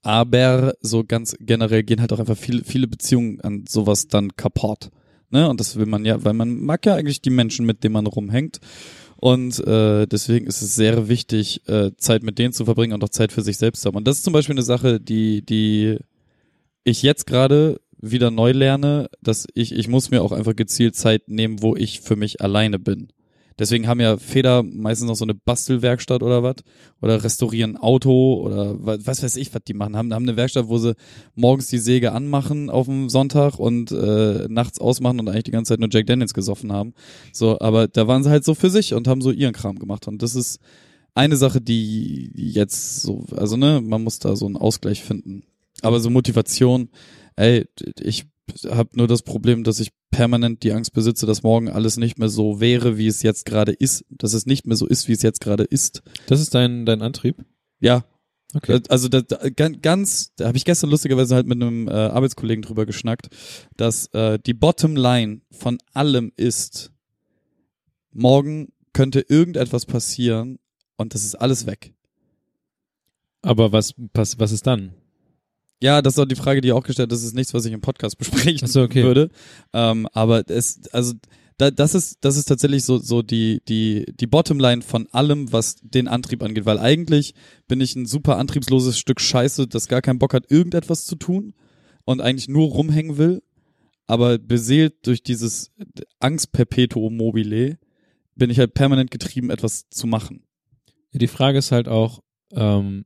Speaker 7: aber so ganz generell gehen halt auch einfach viele, viele Beziehungen an sowas dann kaputt. Ne? Und das will man ja, weil man mag ja eigentlich die Menschen, mit denen man rumhängt. Und äh, deswegen ist es sehr wichtig, äh, Zeit mit denen zu verbringen und auch Zeit für sich selbst zu haben. Und das ist zum Beispiel eine Sache, die, die ich jetzt gerade wieder neu lerne, dass ich, ich muss mir auch einfach gezielt Zeit nehmen, wo ich für mich alleine bin. Deswegen haben ja Feder meistens noch so eine Bastelwerkstatt oder was. Oder restaurieren Auto oder was, was weiß ich, was die machen. Haben, haben eine Werkstatt, wo sie morgens die Säge anmachen auf dem Sonntag und äh, nachts ausmachen und eigentlich die ganze Zeit nur Jack Daniels gesoffen haben. So, aber da waren sie halt so für sich und haben so ihren Kram gemacht. Und das ist eine Sache, die jetzt so, also ne, man muss da so einen Ausgleich finden. Aber so Motivation, ey, ich habe nur das Problem, dass ich permanent die Angst besitze, dass morgen alles nicht mehr so wäre, wie es jetzt gerade ist. Dass es nicht mehr so ist, wie es jetzt gerade ist.
Speaker 5: Das ist dein, dein Antrieb?
Speaker 7: Ja,
Speaker 5: Okay.
Speaker 7: also da, da, gan- ganz, da habe ich gestern lustigerweise halt mit einem äh, Arbeitskollegen drüber geschnackt, dass äh, die Bottomline von allem ist, morgen könnte irgendetwas passieren und das ist alles weg.
Speaker 5: Aber was, was, was ist dann?
Speaker 7: Ja, das ist auch die Frage, die auch gestellt Das ist nichts, was ich im Podcast [LAUGHS] besprechen
Speaker 5: Ach so, okay.
Speaker 7: würde. Ähm, aber es, also da, das ist, das ist tatsächlich so, so die, die, die Bottomline von allem, was den Antrieb angeht. Weil eigentlich bin ich ein super antriebsloses Stück Scheiße, das gar keinen Bock hat, irgendetwas zu tun und eigentlich nur rumhängen will. Aber beseelt durch dieses Angstperpetuum mobile bin ich halt permanent getrieben, etwas zu machen.
Speaker 5: Die Frage ist halt auch, ähm,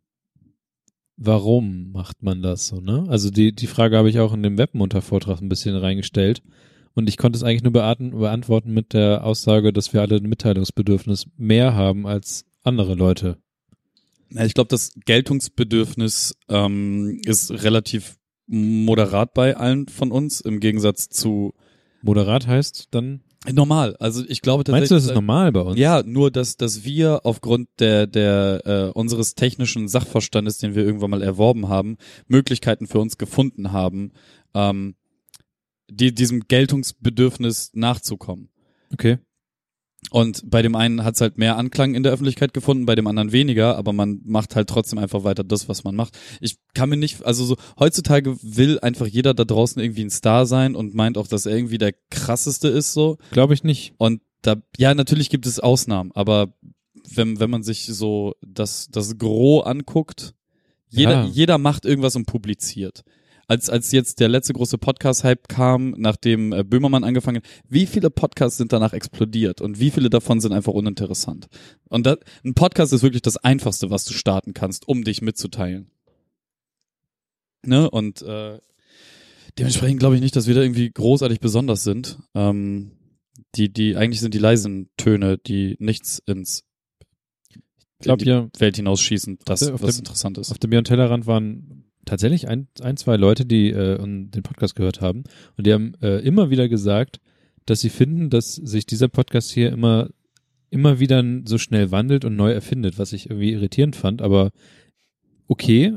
Speaker 5: warum macht man das so, ne? Also die, die Frage habe ich auch in dem Webmunter-Vortrag ein bisschen reingestellt. Und ich konnte es eigentlich nur beaten- beantworten mit der Aussage, dass wir alle ein Mitteilungsbedürfnis mehr haben als andere Leute.
Speaker 7: Ja, ich glaube, das Geltungsbedürfnis ähm, ist relativ moderat bei allen von uns im Gegensatz zu
Speaker 5: Moderat heißt dann,
Speaker 7: normal. Also ich glaube
Speaker 5: meinst
Speaker 7: tatsächlich.
Speaker 5: du, das ist normal bei uns?
Speaker 7: Ja, nur dass dass wir aufgrund der der äh, unseres technischen Sachverstandes, den wir irgendwann mal erworben haben, Möglichkeiten für uns gefunden haben, ähm, die, diesem Geltungsbedürfnis nachzukommen.
Speaker 5: Okay.
Speaker 7: Und bei dem einen hat's halt mehr Anklang in der Öffentlichkeit gefunden, bei dem anderen weniger, aber man macht halt trotzdem einfach weiter das, was man macht. Ich kann mir nicht, also so, heutzutage will einfach jeder da draußen irgendwie ein Star sein und meint auch, dass er irgendwie der krasseste ist so.
Speaker 5: Glaube ich nicht.
Speaker 7: Und da, ja, natürlich gibt es Ausnahmen, aber wenn, wenn man sich so das, das Gros anguckt, jeder,
Speaker 5: Ja.
Speaker 7: jeder macht irgendwas und publiziert. Als, als jetzt der letzte große Podcast-Hype kam, nachdem äh, Böhmermann angefangen hat, wie viele Podcasts sind danach explodiert und wie viele davon sind einfach uninteressant? Und da, ein Podcast ist wirklich das Einfachste, was du starten kannst, um dich mitzuteilen. Ne? Und äh, dementsprechend glaube ich nicht, dass wir da irgendwie großartig besonders sind. Ähm, die, die, eigentlich sind die leisen Töne, die nichts ins
Speaker 5: Ich glaube
Speaker 7: in die
Speaker 5: ja,
Speaker 7: Welt hinausschießen, das,
Speaker 5: der- auf
Speaker 7: was
Speaker 5: der-
Speaker 7: interessant ist.
Speaker 5: auf dem Beyond Tellerrand waren tatsächlich ein, ein zwei Leute, die äh, un- den Podcast gehört haben. Und die haben äh, immer wieder gesagt, dass sie finden, dass sich dieser Podcast hier immer, immer wieder so schnell wandelt und neu erfindet, was ich irgendwie irritierend fand, aber okay.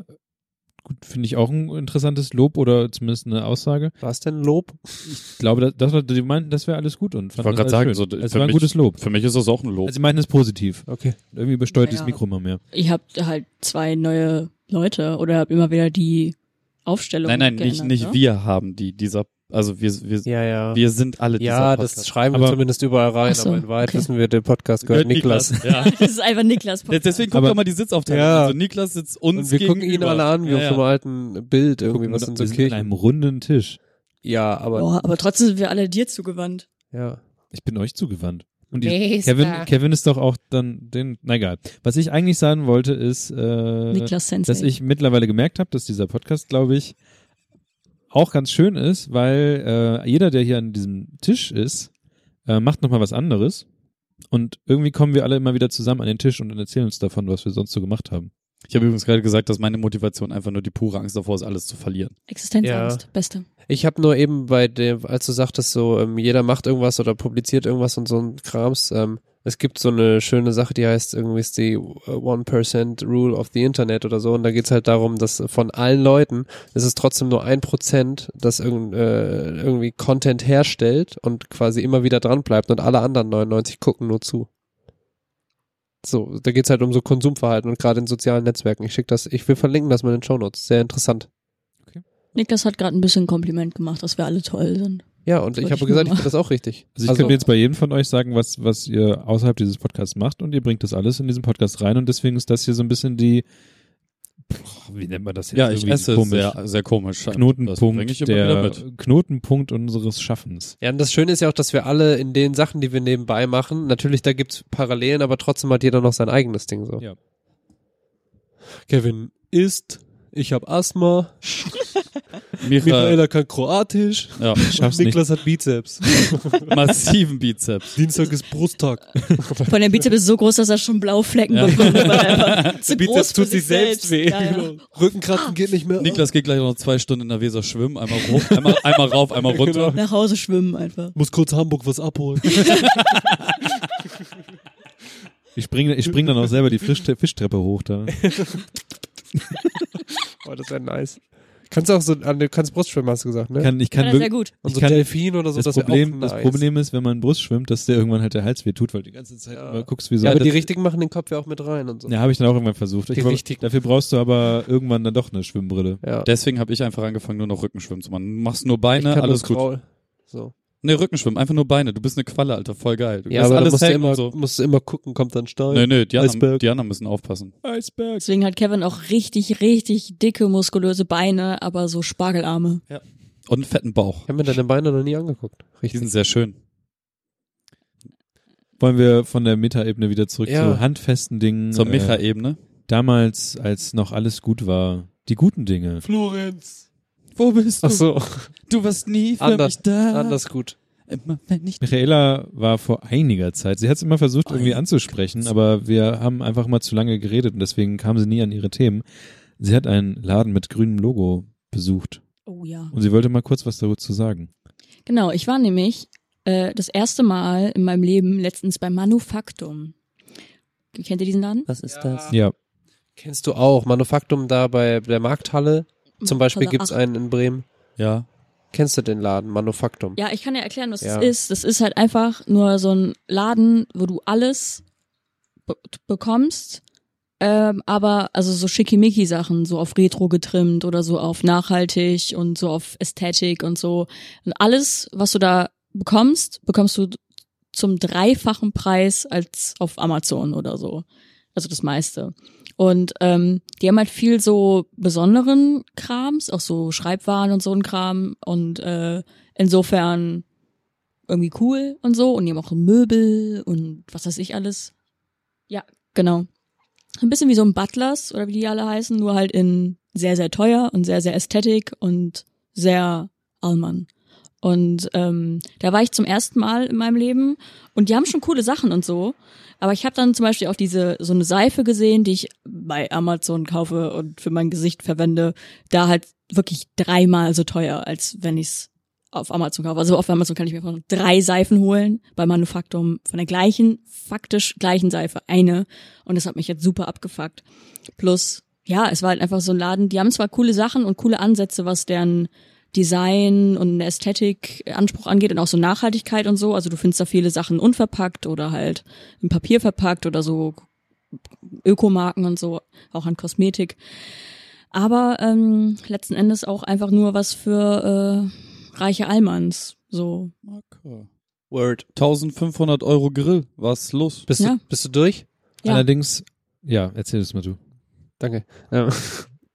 Speaker 5: Gut, finde ich auch ein interessantes Lob oder zumindest eine Aussage.
Speaker 4: [LAUGHS] Was denn Lob?
Speaker 5: Ich glaube, das, das, war- die meinten, das wäre alles gut und
Speaker 7: Ich
Speaker 5: fanden
Speaker 7: wollte gerade
Speaker 5: das
Speaker 7: sagen,
Speaker 5: alles
Speaker 7: so,
Speaker 5: schön. es war ein gutes Lob.
Speaker 7: Für mich Oh. ist das auch ein Lob.
Speaker 5: Also sie meinten es positiv.
Speaker 4: Okay.
Speaker 5: Irgendwie besteuert
Speaker 6: Ja.
Speaker 5: dieses Mikro immer mehr.
Speaker 6: Ihr habt halt zwei neue Leute oder habt immer wieder die Aufstellung
Speaker 7: nein, nein, nicht,
Speaker 6: geändert,
Speaker 7: nicht
Speaker 6: ne?
Speaker 7: wir haben die, dieser, also wir, wir,
Speaker 4: Ja, ja.
Speaker 7: wir sind alle
Speaker 4: ja,
Speaker 7: dieser
Speaker 4: das
Speaker 7: Podcast.
Speaker 4: schreiben wir
Speaker 5: Aber-
Speaker 4: zumindest überall rein,
Speaker 6: Ach so,
Speaker 4: aber in Wahrheit
Speaker 6: okay.
Speaker 4: wissen wir, der Podcast gehört Niklas.
Speaker 7: Ja.
Speaker 6: [LAUGHS]
Speaker 4: [LAUGHS]
Speaker 7: [LAUGHS]
Speaker 6: Das ist einfach Niklas
Speaker 7: Jetzt- Deswegen kommt
Speaker 5: Aber-
Speaker 7: doch mal die Sitzaufteilung.
Speaker 4: Ja.
Speaker 7: Also Niklas sitzt uns
Speaker 4: Und wir gucken ihn
Speaker 7: gegenüber.
Speaker 4: alle an, wie
Speaker 7: ja,
Speaker 4: auf
Speaker 7: ja.
Speaker 4: so einem alten Bild irgendwie,
Speaker 5: Gucken
Speaker 4: was
Speaker 5: wir
Speaker 4: in
Speaker 5: wir
Speaker 4: so
Speaker 5: sind an
Speaker 4: Kirchen.
Speaker 5: einem runden Tisch.
Speaker 4: Ja, aber,
Speaker 6: Boah, aber trotzdem sind wir alle dir zugewandt.
Speaker 4: ja.
Speaker 5: Ich bin euch zugewandt. Und ihr, Kevin, Kevin ist doch auch dann den. Na egal. Was ich eigentlich sagen wollte, ist, äh,
Speaker 6: Niklas Sensei.
Speaker 5: dass ich mittlerweile gemerkt habe, dass dieser Podcast, glaube ich, auch ganz schön ist, weil äh, jeder, der hier an diesem Tisch ist, äh, macht nochmal was anderes. Und irgendwie kommen wir alle immer wieder zusammen an den Tisch und erzählen uns davon, was wir sonst so gemacht haben.
Speaker 7: Ich habe übrigens gerade gesagt, dass meine Motivation einfach nur die pure Angst davor ist, alles zu verlieren.
Speaker 6: Existenzangst, beste.
Speaker 4: Ich habe nur eben bei dem, als du sagtest, so ähm, jeder macht irgendwas oder publiziert irgendwas und so ein Krams. Ähm, es gibt so eine schöne Sache, die heißt irgendwie ist die äh, 1% Rule of the Internet oder so. Und da geht's halt darum, dass von allen Leuten ist es trotzdem nur ein Prozent, das irgend, äh, irgendwie Content herstellt und quasi immer wieder dran bleibt und alle anderen 99 gucken nur zu. So, da geht's halt um so Konsumverhalten und gerade in sozialen Netzwerken. Ich schick das, ich will verlinken das mal in den Shownotes. Sehr interessant.
Speaker 6: Niklas hat gerade ein bisschen Kompliment gemacht, dass wir alle toll
Speaker 4: [LAUGHS]
Speaker 6: sind.
Speaker 4: Ja, und
Speaker 6: Das
Speaker 4: ich
Speaker 6: wollte
Speaker 4: habe
Speaker 6: ich
Speaker 4: gesagt, ich
Speaker 6: nur mal.
Speaker 4: finde das auch [LAUGHS] richtig.
Speaker 5: Also ich könnte jetzt bei jedem von euch sagen, was, was ihr außerhalb dieses Podcasts macht und ihr bringt das alles in diesen Podcast rein und deswegen ist das hier so ein bisschen die, Boah, wie nennt man das jetzt? Irgendwie komisch.
Speaker 7: sehr, sehr komisch. Das bringe
Speaker 5: Knotenpunkt,
Speaker 7: ich immer wieder
Speaker 5: der
Speaker 7: mit.
Speaker 5: Knotenpunkt unseres Schaffens.
Speaker 4: ja, und das Schöne ist ja auch, dass wir alle in den Sachen, die wir nebenbei machen, natürlich da gibt's Parallelen, aber trotzdem hat jeder noch sein eigenes Ding so.
Speaker 5: Ja.
Speaker 4: Kevin isst, ich habe Asthma,
Speaker 7: Michael,
Speaker 4: kann Kroatisch,
Speaker 7: ja,
Speaker 5: Schaffst nicht.
Speaker 4: hat Bizeps,
Speaker 7: [LAUGHS] massiven Bizeps.
Speaker 4: Dienstag ist Brusttag.
Speaker 6: Von der Bizeps ist so groß, dass er schon blaue Flecken bekommt. Weil er
Speaker 4: [LAUGHS]
Speaker 6: einfach zu
Speaker 4: Bizeps
Speaker 6: groß für
Speaker 4: tut sich selbst weh.
Speaker 6: Ja, ja.
Speaker 4: Rückenkratzen geht nicht mehr.
Speaker 7: Niklas geht gleich noch zwei Stunden in der Weser schwimmen, einmal, hoch, einmal, einmal rauf, [LAUGHS] einmal runter.
Speaker 6: Nach Hause schwimmen einfach.
Speaker 4: muss kurz Hamburg was abholen.
Speaker 5: Ich springe ich spring dann auch selber die Fischtre Fischtreppe hoch da.
Speaker 4: Boah, das wäre nice. Kannst auch so, an- du kannst Brustschwimmen, hast du gesagt, ne?
Speaker 5: Ich kann, ich
Speaker 6: Ja,
Speaker 5: kann
Speaker 6: das ist ja
Speaker 5: wirklich,
Speaker 6: gut.
Speaker 4: und so
Speaker 5: ich kann-
Speaker 4: Delfin oder so,
Speaker 5: das,
Speaker 4: wär
Speaker 5: Problem,
Speaker 4: auch
Speaker 5: das
Speaker 4: nice.
Speaker 5: Problem ist, wenn man Brust schwimmt, dass dir irgendwann halt der Hals wehtut, weil du die ganze Zeit
Speaker 4: Ja.
Speaker 5: immer guckst, wie so.
Speaker 4: Ja, aber
Speaker 5: das-
Speaker 4: die richtigen machen den Kopf ja auch mit rein und so.
Speaker 5: Ja, habe ich dann auch irgendwann versucht.
Speaker 4: Die
Speaker 5: Ich, glaub,
Speaker 4: richtigen.
Speaker 5: dafür brauchst du aber irgendwann dann doch eine Schwimmbrille.
Speaker 4: ja.
Speaker 7: Deswegen habe ich einfach angefangen, nur noch Rückenschwimmen zu machen. Du machst nur Beine,
Speaker 4: Ich kann
Speaker 7: alles
Speaker 4: nur
Speaker 7: gut.
Speaker 4: Kraul. So.
Speaker 7: Nee, Rückenschwimmen, einfach nur Beine. Du bist eine Qualle, Alter, voll geil. Du
Speaker 4: Ja,
Speaker 7: lässt
Speaker 4: aber da
Speaker 7: alles
Speaker 4: musst du,
Speaker 7: hängen
Speaker 4: immer,
Speaker 7: und so.
Speaker 4: musst du immer gucken, kommt dann Stahl.
Speaker 7: Nee, nee, die anderen,
Speaker 4: Eisberg.
Speaker 7: die anderen müssen aufpassen.
Speaker 5: Eisberg.
Speaker 6: Deswegen hat Kevin auch richtig, richtig dicke, muskulöse Beine, aber so Spargelarme.
Speaker 7: Und einen fetten Bauch.
Speaker 4: Ich habe mir deine Beine noch nie angeguckt.
Speaker 7: Die
Speaker 4: Richtig.
Speaker 7: sind sehr schön.
Speaker 5: Wollen wir von der Metaebene wieder zurück
Speaker 4: Ja.
Speaker 5: zu handfesten Dingen.
Speaker 7: Zur
Speaker 5: äh,
Speaker 7: Micha-Ebene.
Speaker 5: Damals, als noch alles gut war, die guten Dinge.
Speaker 4: Florenz.
Speaker 7: Wo bist
Speaker 4: Ach
Speaker 6: [LAUGHS]
Speaker 4: so,
Speaker 7: Du warst nie für mich
Speaker 4: Anders-
Speaker 6: Ah.
Speaker 7: da.
Speaker 4: anders gut.
Speaker 7: Immer wenn ich
Speaker 5: Michaela war vor einiger Zeit, sie hat es immer versucht irgendwie anzusprechen, aber wir haben einfach mal zu lange geredet und deswegen kam sie nie an ihre Themen. Sie hat einen Laden mit grünem Logo besucht
Speaker 6: Oh ja.
Speaker 5: und sie wollte mal kurz was dazu sagen.
Speaker 6: Genau, ich war nämlich äh, das erste Mal in meinem Leben letztens beim Manufaktum. Kennt ihr diesen Laden?
Speaker 8: Was ist das?
Speaker 5: Ja,
Speaker 4: Kennst du auch. Manufaktum da bei der Markthalle.
Speaker 6: Hm,
Speaker 4: Zum Beispiel
Speaker 6: Markthalle
Speaker 4: gibt's
Speaker 6: acht.
Speaker 4: einen in Bremen.
Speaker 7: Ja.
Speaker 4: Kennst du den Laden, Manufaktum?
Speaker 6: Ja, ich kann ja erklären, was
Speaker 4: Ja.
Speaker 6: das ist. Das ist halt einfach nur so ein Laden, wo du alles be bekommst, ähm, aber also so schickimicki Sachen, so auf Retro getrimmt oder so auf nachhaltig und so auf Ästhetik und so. Und alles, was du da bekommst, bekommst du zum dreifachen Preis als auf Amazon oder so. Also das meiste. Und ähm, die haben halt viel so besonderen Krams, auch so Schreibwaren und so ein Kram. Und äh, insofern irgendwie cool und so. Und die haben auch Möbel und was weiß ich alles. Ja, genau. Ein bisschen wie so ein Butlers oder wie die alle heißen, nur halt in sehr, sehr teuer und sehr, sehr Ästhetik und sehr Allmann. Und ähm, da war ich zum ersten Mal in meinem Leben und die haben schon coole Sachen und so. Aber ich habe dann zum Beispiel auch diese so eine Seife gesehen, die ich bei Amazon kaufe und für mein Gesicht verwende, da halt wirklich dreimal so teuer, als wenn ich's auf Amazon kaufe. Also auf Amazon kann ich mir von drei Seifen holen, bei Manufaktum von der gleichen, faktisch gleichen Seife eine. Und das hat mich jetzt super abgefuckt. Plus, ja, es war halt einfach so ein Laden, die haben zwar coole Sachen und coole Ansätze, was deren Design und Ästhetik äh, Anspruch angeht und auch so Nachhaltigkeit und so. Also du findest da viele Sachen unverpackt oder halt im Papier verpackt oder so Ökomarken und so, auch an Kosmetik. Aber ähm, letzten Endes auch einfach nur was für äh, reiche Allmanns. So.
Speaker 7: Okay. Word. 1500 Euro Grill. Was ist los?
Speaker 4: Bist,
Speaker 6: Ja.
Speaker 4: du, bist du durch?
Speaker 6: Ja.
Speaker 5: Allerdings, ja, erzähl es mal du.
Speaker 4: Danke. Ähm,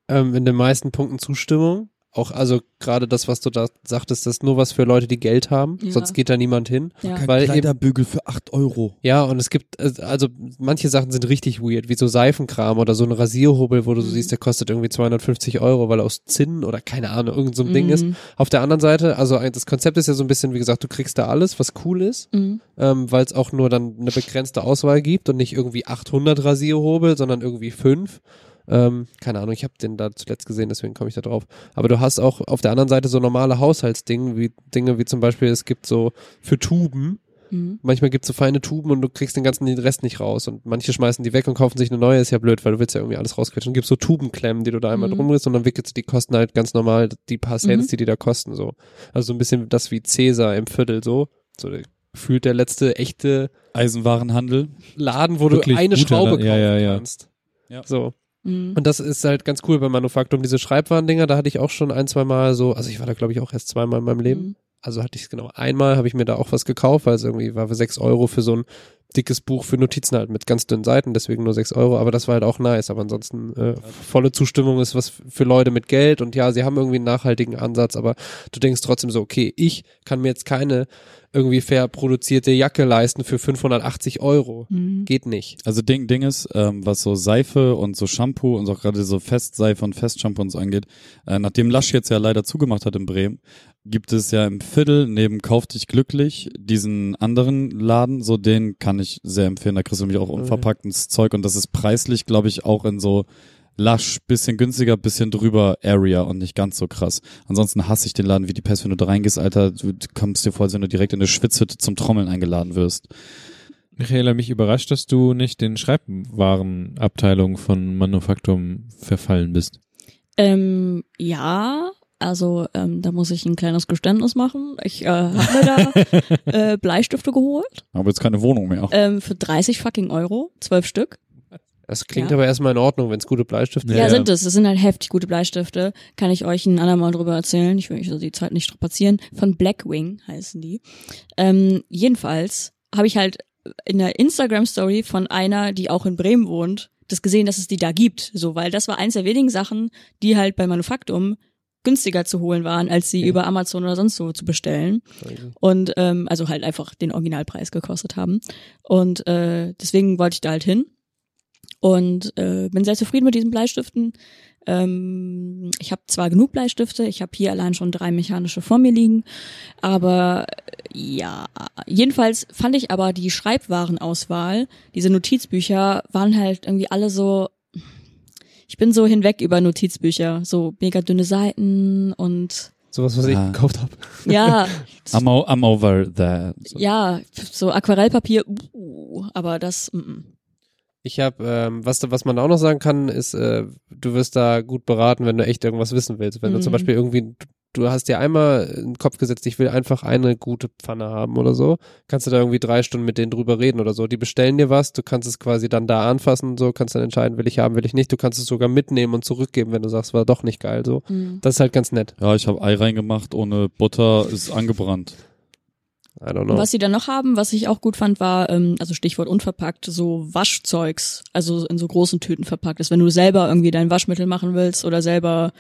Speaker 4: ähm, in den meisten Punkten Zustimmung. Auch also gerade das, was du da sagtest, das ist nur was für Leute, die Geld haben.
Speaker 6: Ja.
Speaker 4: Sonst geht da niemand hin.
Speaker 6: Ja.
Speaker 7: Kein
Speaker 4: Weil eben-
Speaker 7: Kleiderbügel für 8 Euro.
Speaker 4: Ja, und es gibt, äh, also manche Sachen sind richtig weird, wie so Seifenkram oder so ein Rasierhobel, wo du so
Speaker 6: Mhm.
Speaker 4: siehst, der kostet irgendwie 250 Euro, weil er aus Zinn oder keine Ahnung, irgend so ein Ding ist.
Speaker 6: Mhm.
Speaker 4: Auf der anderen Seite, also ein- das Konzept ist ja so ein bisschen, wie gesagt, du kriegst da alles, was cool ist,
Speaker 6: Mhm.
Speaker 4: ähm, weil es auch nur dann eine begrenzte Auswahl gibt und nicht irgendwie 800 Rasierhobel, sondern irgendwie fünf. Ähm, keine Ahnung, ich habe den da zuletzt gesehen, deswegen komme ich da drauf. Aber du hast auch auf der anderen Seite so normale Haushaltsdinge, wie Dinge wie zum Beispiel, es gibt so für Tuben,
Speaker 6: Mhm.
Speaker 4: manchmal gibt's so feine Tuben und du kriegst den ganzen den Rest nicht raus. Und manche schmeißen die weg und kaufen sich eine neue, ist ja blöd, weil du willst ja irgendwie alles rausquetschen. Gibt so Tubenklemmen, die du da einmal
Speaker 6: Mhm.
Speaker 4: drum riss und dann wickelst du die Kosten halt ganz normal, die paar Cents,
Speaker 6: Mhm.
Speaker 4: die die da kosten, so. Also so ein bisschen das wie Cäsar im Viertel, so. So der- gefühlt der letzte echte
Speaker 7: Eisenwarenhandel.
Speaker 4: Laden, wo du
Speaker 5: Wirklich
Speaker 4: eine
Speaker 5: guter
Speaker 4: Schraube kaufen
Speaker 5: Laden, ja, ja, ja.
Speaker 4: kannst.
Speaker 7: Ja.
Speaker 4: So.
Speaker 6: Mhm.
Speaker 4: Und das ist halt ganz cool bei Manufaktum. Diese Schreibwarendinger, da hatte ich auch schon ein, zwei Mal so, also ich war da glaube ich auch erst zweimal in meinem Leben
Speaker 6: Mhm.
Speaker 4: also hatte ich es genau einmal, habe ich mir da auch was gekauft, weil es irgendwie war für 6 Euro für so ein dickes Buch für Notizen halt mit ganz dünnen Seiten, deswegen nur 6 Euro, aber das war halt auch nice. Aber ansonsten äh, volle Zustimmung ist was für Leute mit Geld und ja, sie haben irgendwie einen nachhaltigen Ansatz, aber du denkst trotzdem so, okay, ich kann mir jetzt keine irgendwie fair produzierte Jacke leisten für 580 Euro.
Speaker 6: Mhm.
Speaker 4: Geht nicht.
Speaker 7: Also Ding, Ding ist, ähm, was so Seife und so Shampoo und so auch gerade so Festseife und Festshampoo und so angeht, äh, nachdem Lasch jetzt ja leider zugemacht hat in Bremen, gibt es ja im Viertel neben Kauf dich glücklich diesen anderen Laden, so den kann ich sehr empfehlen, da kriegst du nämlich auch unverpacktes Zeug und das ist preislich, glaube ich, auch in so Lasch, bisschen günstiger, bisschen drüber Area und nicht ganz so krass. Ansonsten hasse ich den Laden wie die Pest, wenn du da reingehst, Alter, du kommst dir vor, als wenn du direkt in eine Schwitzhütte zum Trommeln eingeladen wirst.
Speaker 5: Michaela, mich überrascht, dass du nicht den Schreibwarenabteilung von Manufaktum verfallen bist.
Speaker 6: Ähm, ja, also ähm, da muss ich ein kleines Geständnis machen. Ich äh, habe mir
Speaker 4: [LAUGHS]
Speaker 6: da äh, Bleistifte geholt
Speaker 7: Aber jetzt keine Wohnung mehr.
Speaker 6: ähm, für 30 fucking Euro, zwölf Stück.
Speaker 4: Das klingt
Speaker 6: Ja.
Speaker 4: aber erstmal in Ordnung, wenn es gute Bleistifte
Speaker 6: Ja, sind es. Das sind halt heftig gute Bleistifte. Kann ich euch ein andermal drüber erzählen. Ich will euch so die Zeit nicht strapazieren. Von Blackwing heißen die. Ähm, jedenfalls habe ich halt in der Instagram-Story von einer, die auch in Bremen wohnt, das gesehen, dass es die da gibt. So, weil das war eins der wenigen Sachen, die halt bei Manufaktum günstiger zu holen waren, als sie
Speaker 4: Okay.
Speaker 6: über Amazon oder sonst wo zu bestellen
Speaker 4: sind.
Speaker 6: und ähm, also halt einfach den Originalpreis gekostet haben. Und äh, deswegen wollte ich da halt hin und äh, bin sehr zufrieden mit diesen Bleistiften. Ähm, ich habe zwar genug Bleistifte, ich habe hier allein schon drei mechanische vor mir liegen, aber äh, ja, jedenfalls fand ich aber die Schreibwarenauswahl, diese Notizbücher waren halt irgendwie alle so ich bin so hinweg über Notizbücher, so mega dünne Seiten und
Speaker 4: Sowas, was ich
Speaker 7: Ah.
Speaker 4: gekauft habe.
Speaker 6: ja,
Speaker 7: I'm, o I'm over that.
Speaker 6: Ja, so Aquarellpapier, uh, aber das, mm, mm.
Speaker 4: Ich habe, ähm, was, was man auch noch sagen kann, ist, äh, du wirst da gut beraten, wenn du echt irgendwas wissen willst. Wenn du zum
Speaker 6: Mhm.
Speaker 4: Beispiel irgendwie, du- du hast dir einmal in den Kopf gesetzt, ich will einfach eine gute Pfanne haben oder so, kannst du da irgendwie drei Stunden mit denen drüber reden oder so. Die bestellen dir was, du kannst es quasi dann da anfassen und so, kannst dann entscheiden, will ich haben, will ich nicht. Du kannst es sogar mitnehmen und zurückgeben, wenn du sagst, war doch nicht geil so.
Speaker 6: mm.
Speaker 4: Das ist halt ganz nett.
Speaker 7: Ja, ich habe Ei reingemacht ohne Butter, ist angebrannt.
Speaker 4: I don't know.
Speaker 6: Was sie dann noch haben, was ich auch gut fand, war, ähm, also Stichwort unverpackt, so Waschzeugs, also in so großen Tüten verpackt ist. Wenn du selber irgendwie dein Waschmittel machen willst oder selber,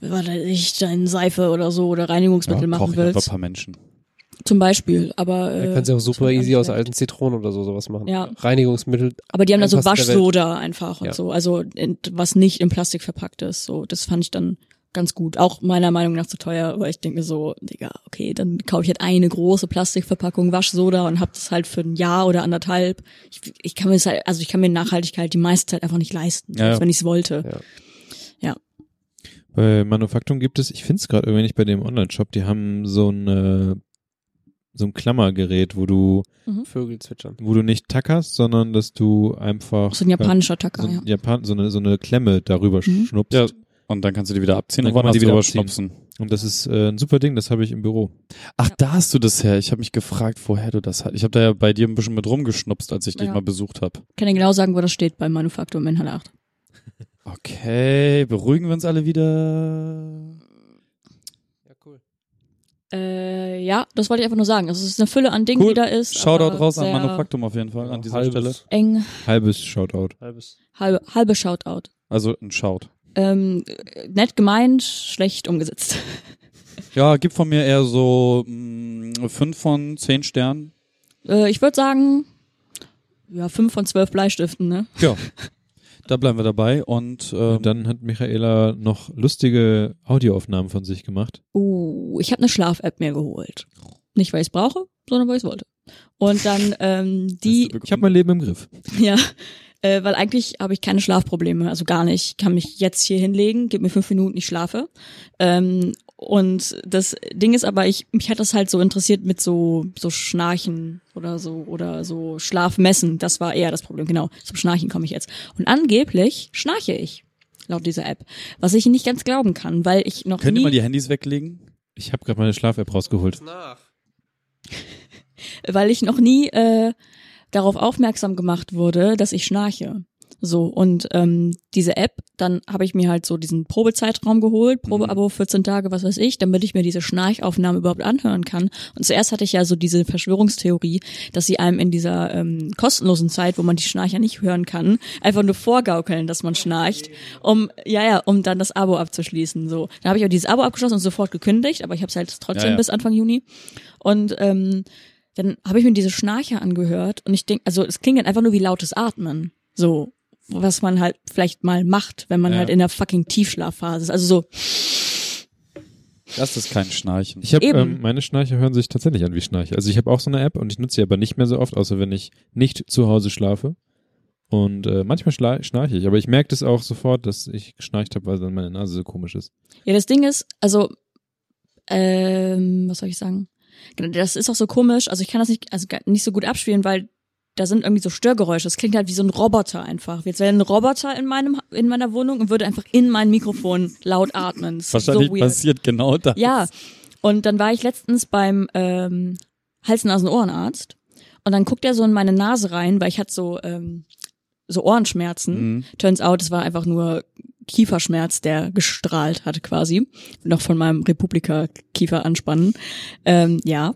Speaker 6: was weiß ich, deine Seife oder so oder Reinigungsmittel machen
Speaker 7: ich einfach ein
Speaker 6: willst.
Speaker 7: paar Menschen.
Speaker 6: Zum Beispiel, aber,
Speaker 4: da
Speaker 6: äh,
Speaker 4: kannst du auch
Speaker 6: das
Speaker 4: super
Speaker 6: war ganz
Speaker 4: easy aus
Speaker 6: nett.
Speaker 4: alten Zitronen oder so sowas machen.
Speaker 6: Ja.
Speaker 4: Reinigungsmittel,
Speaker 6: aber die haben da so
Speaker 4: Einfachste der Welt.
Speaker 6: Waschsoda einfach und
Speaker 4: Ja.
Speaker 6: so, also in, was nicht in Plastik verpackt ist, so, das fand ich dann ganz gut. Auch meiner Meinung nach zu teuer, weil ich denke mir so, Digga, okay, dann kaufe ich halt eine große Plastikverpackung Waschsoda und hab das halt für ein Jahr oder anderthalb. Ich, ich kann mir das halt, also ich kann mir Nachhaltigkeit die meiste Zeit einfach nicht leisten,
Speaker 7: Ja, ja.
Speaker 6: als wenn ich es wollte.
Speaker 5: Bei Manufaktum gibt es, ich finde es gerade irgendwie nicht bei dem Online-Shop, die haben so ein so ein Klammergerät, wo du,
Speaker 4: Vögel zwitschern.
Speaker 5: wo du nicht tackerst, sondern dass du einfach äh,
Speaker 6: So ein japanischer Tacker,
Speaker 5: so, ein
Speaker 6: ja.
Speaker 5: Japan, so, eine, so eine Klemme darüber
Speaker 6: Mhm.
Speaker 5: schnuppst.
Speaker 7: Ja. Und dann kannst du die wieder abziehen
Speaker 5: Dann
Speaker 7: und woanders
Speaker 5: kannst du
Speaker 7: drüber
Speaker 5: abziehen.
Speaker 7: schnupsen.
Speaker 5: Und das ist äh, ein super Ding, das habe ich im Büro.
Speaker 7: Ach, da hast du das her. Ich habe mich gefragt, woher du das hast. Ich habe da ja bei dir ein bisschen mit rumgeschnupst, als ich dich
Speaker 6: Ja.
Speaker 7: mal besucht habe.
Speaker 6: Kann dir genau sagen, wo das steht beim Manufaktum in Halle 8.
Speaker 7: Okay, beruhigen wir uns alle wieder.
Speaker 4: Ja, cool.
Speaker 6: Äh, ja, das wollte ich einfach nur sagen. Also es ist eine Fülle an Dingen,
Speaker 7: Cool.
Speaker 6: die da ist.
Speaker 7: Shoutout
Speaker 6: aber
Speaker 7: raus an
Speaker 6: sehr
Speaker 7: Manufaktum auf jeden Fall an dieser Stelle.
Speaker 6: Eng,
Speaker 5: Halbes Shoutout.
Speaker 4: Halbes.
Speaker 6: halbe, halbe Shoutout.
Speaker 7: Also ein Shout.
Speaker 6: Ähm, nett gemeint, schlecht umgesetzt. [LAUGHS]
Speaker 7: Ja, gib von mir eher so mh, fünf von zehn Sternen.
Speaker 6: Äh, ich würde sagen, ja, fünf von zwölf Bleistiften, ne? [LAUGHS]
Speaker 7: Ja. Da bleiben wir dabei und ähm,
Speaker 5: Und dann hat Michaela noch lustige Audioaufnahmen von sich gemacht.
Speaker 6: Uh, ich habe eine Schlaf-App mir geholt. Nicht, weil ich es brauche, sondern weil ich es wollte. Und dann ähm, die,
Speaker 7: Hast du
Speaker 5: Ich habe mein Leben im Griff.
Speaker 6: ja, äh, weil eigentlich habe ich keine Schlafprobleme, also gar nicht. Ich kann mich jetzt hier hinlegen, gib mir fünf Minuten, ich schlafe. Ähm, und das Ding ist aber, ich mich hat das halt so interessiert mit so so Schnarchen oder so oder so Schlafmessen. Das war eher das Problem. Genau zum Schnarchen komme ich jetzt. Und angeblich schnarche ich laut dieser App, was ich nicht ganz glauben kann, weil ich noch
Speaker 7: Könnt
Speaker 6: nie
Speaker 7: ihr mal die Handys weglegen?
Speaker 5: Ich habe gerade meine Schlaf-App rausgeholt.
Speaker 4: Nach.
Speaker 6: weil ich noch nie äh, darauf aufmerksam gemacht wurde, dass ich schnarche. So, und ähm, diese App, dann habe ich mir halt so diesen Probezeitraum
Speaker 7: Mhm.
Speaker 6: geholt, Probeabo 14 Tage, was weiß ich, damit ich mir diese Schnarchaufnahmen überhaupt anhören kann. Und zuerst hatte ich ja so diese Verschwörungstheorie, dass sie einem in dieser ähm, kostenlosen Zeit, wo man die Schnarcher nicht hören kann, einfach nur vorgaukeln, dass man schnarcht, um, ja, ja, um dann das Abo abzuschließen. So, dann habe ich auch dieses Abo abgeschlossen und sofort gekündigt, aber ich habe es halt trotzdem
Speaker 7: Ja, ja.
Speaker 6: bis Anfang Juni. Und ähm, dann habe ich mir diese Schnarcher angehört und ich denk, also es klingt dann einfach nur wie lautes Atmen. So, was man halt vielleicht mal macht, wenn man
Speaker 7: Ja.
Speaker 6: halt in der fucking Tiefschlafphase ist. Also so,
Speaker 7: Das ist kein Schnarchen.
Speaker 5: Ich habe
Speaker 6: Eben.
Speaker 5: ähm, meine Schnarcher hören sich tatsächlich an wie Schnarcher. Also ich habe auch so eine App und ich nutze sie aber nicht mehr so oft, außer wenn ich nicht zu Hause schlafe. Und äh, manchmal schla- schnarche ich, aber ich merke das auch sofort, dass ich geschnarcht habe, weil dann meine Nase so komisch ist.
Speaker 6: Ja, das Ding ist, also, ähm, was soll ich sagen? Genau, Das ist auch so komisch. Also ich kann das nicht, also gar- nicht so gut abspielen, weil da sind irgendwie so Störgeräusche. Das klingt halt wie so ein Roboter einfach. Jetzt wäre ein Roboter in meinem, in meiner Wohnung und würde einfach in mein Mikrofon laut atmen. Das ist
Speaker 7: [LAUGHS] Wahrscheinlich
Speaker 6: so weird.
Speaker 7: passiert genau das.
Speaker 6: Ja. Und dann war ich letztens beim ähm, Hals-Nasen-Ohrenarzt und dann guckt er so in meine Nase rein, weil ich hatte so, ähm, so Ohrenschmerzen.
Speaker 7: Mhm.
Speaker 6: Turns out, es war einfach nur Kieferschmerz, der gestrahlt hatte quasi. Noch von meinem Republika-Kiefer anspannen. Ähm, ja.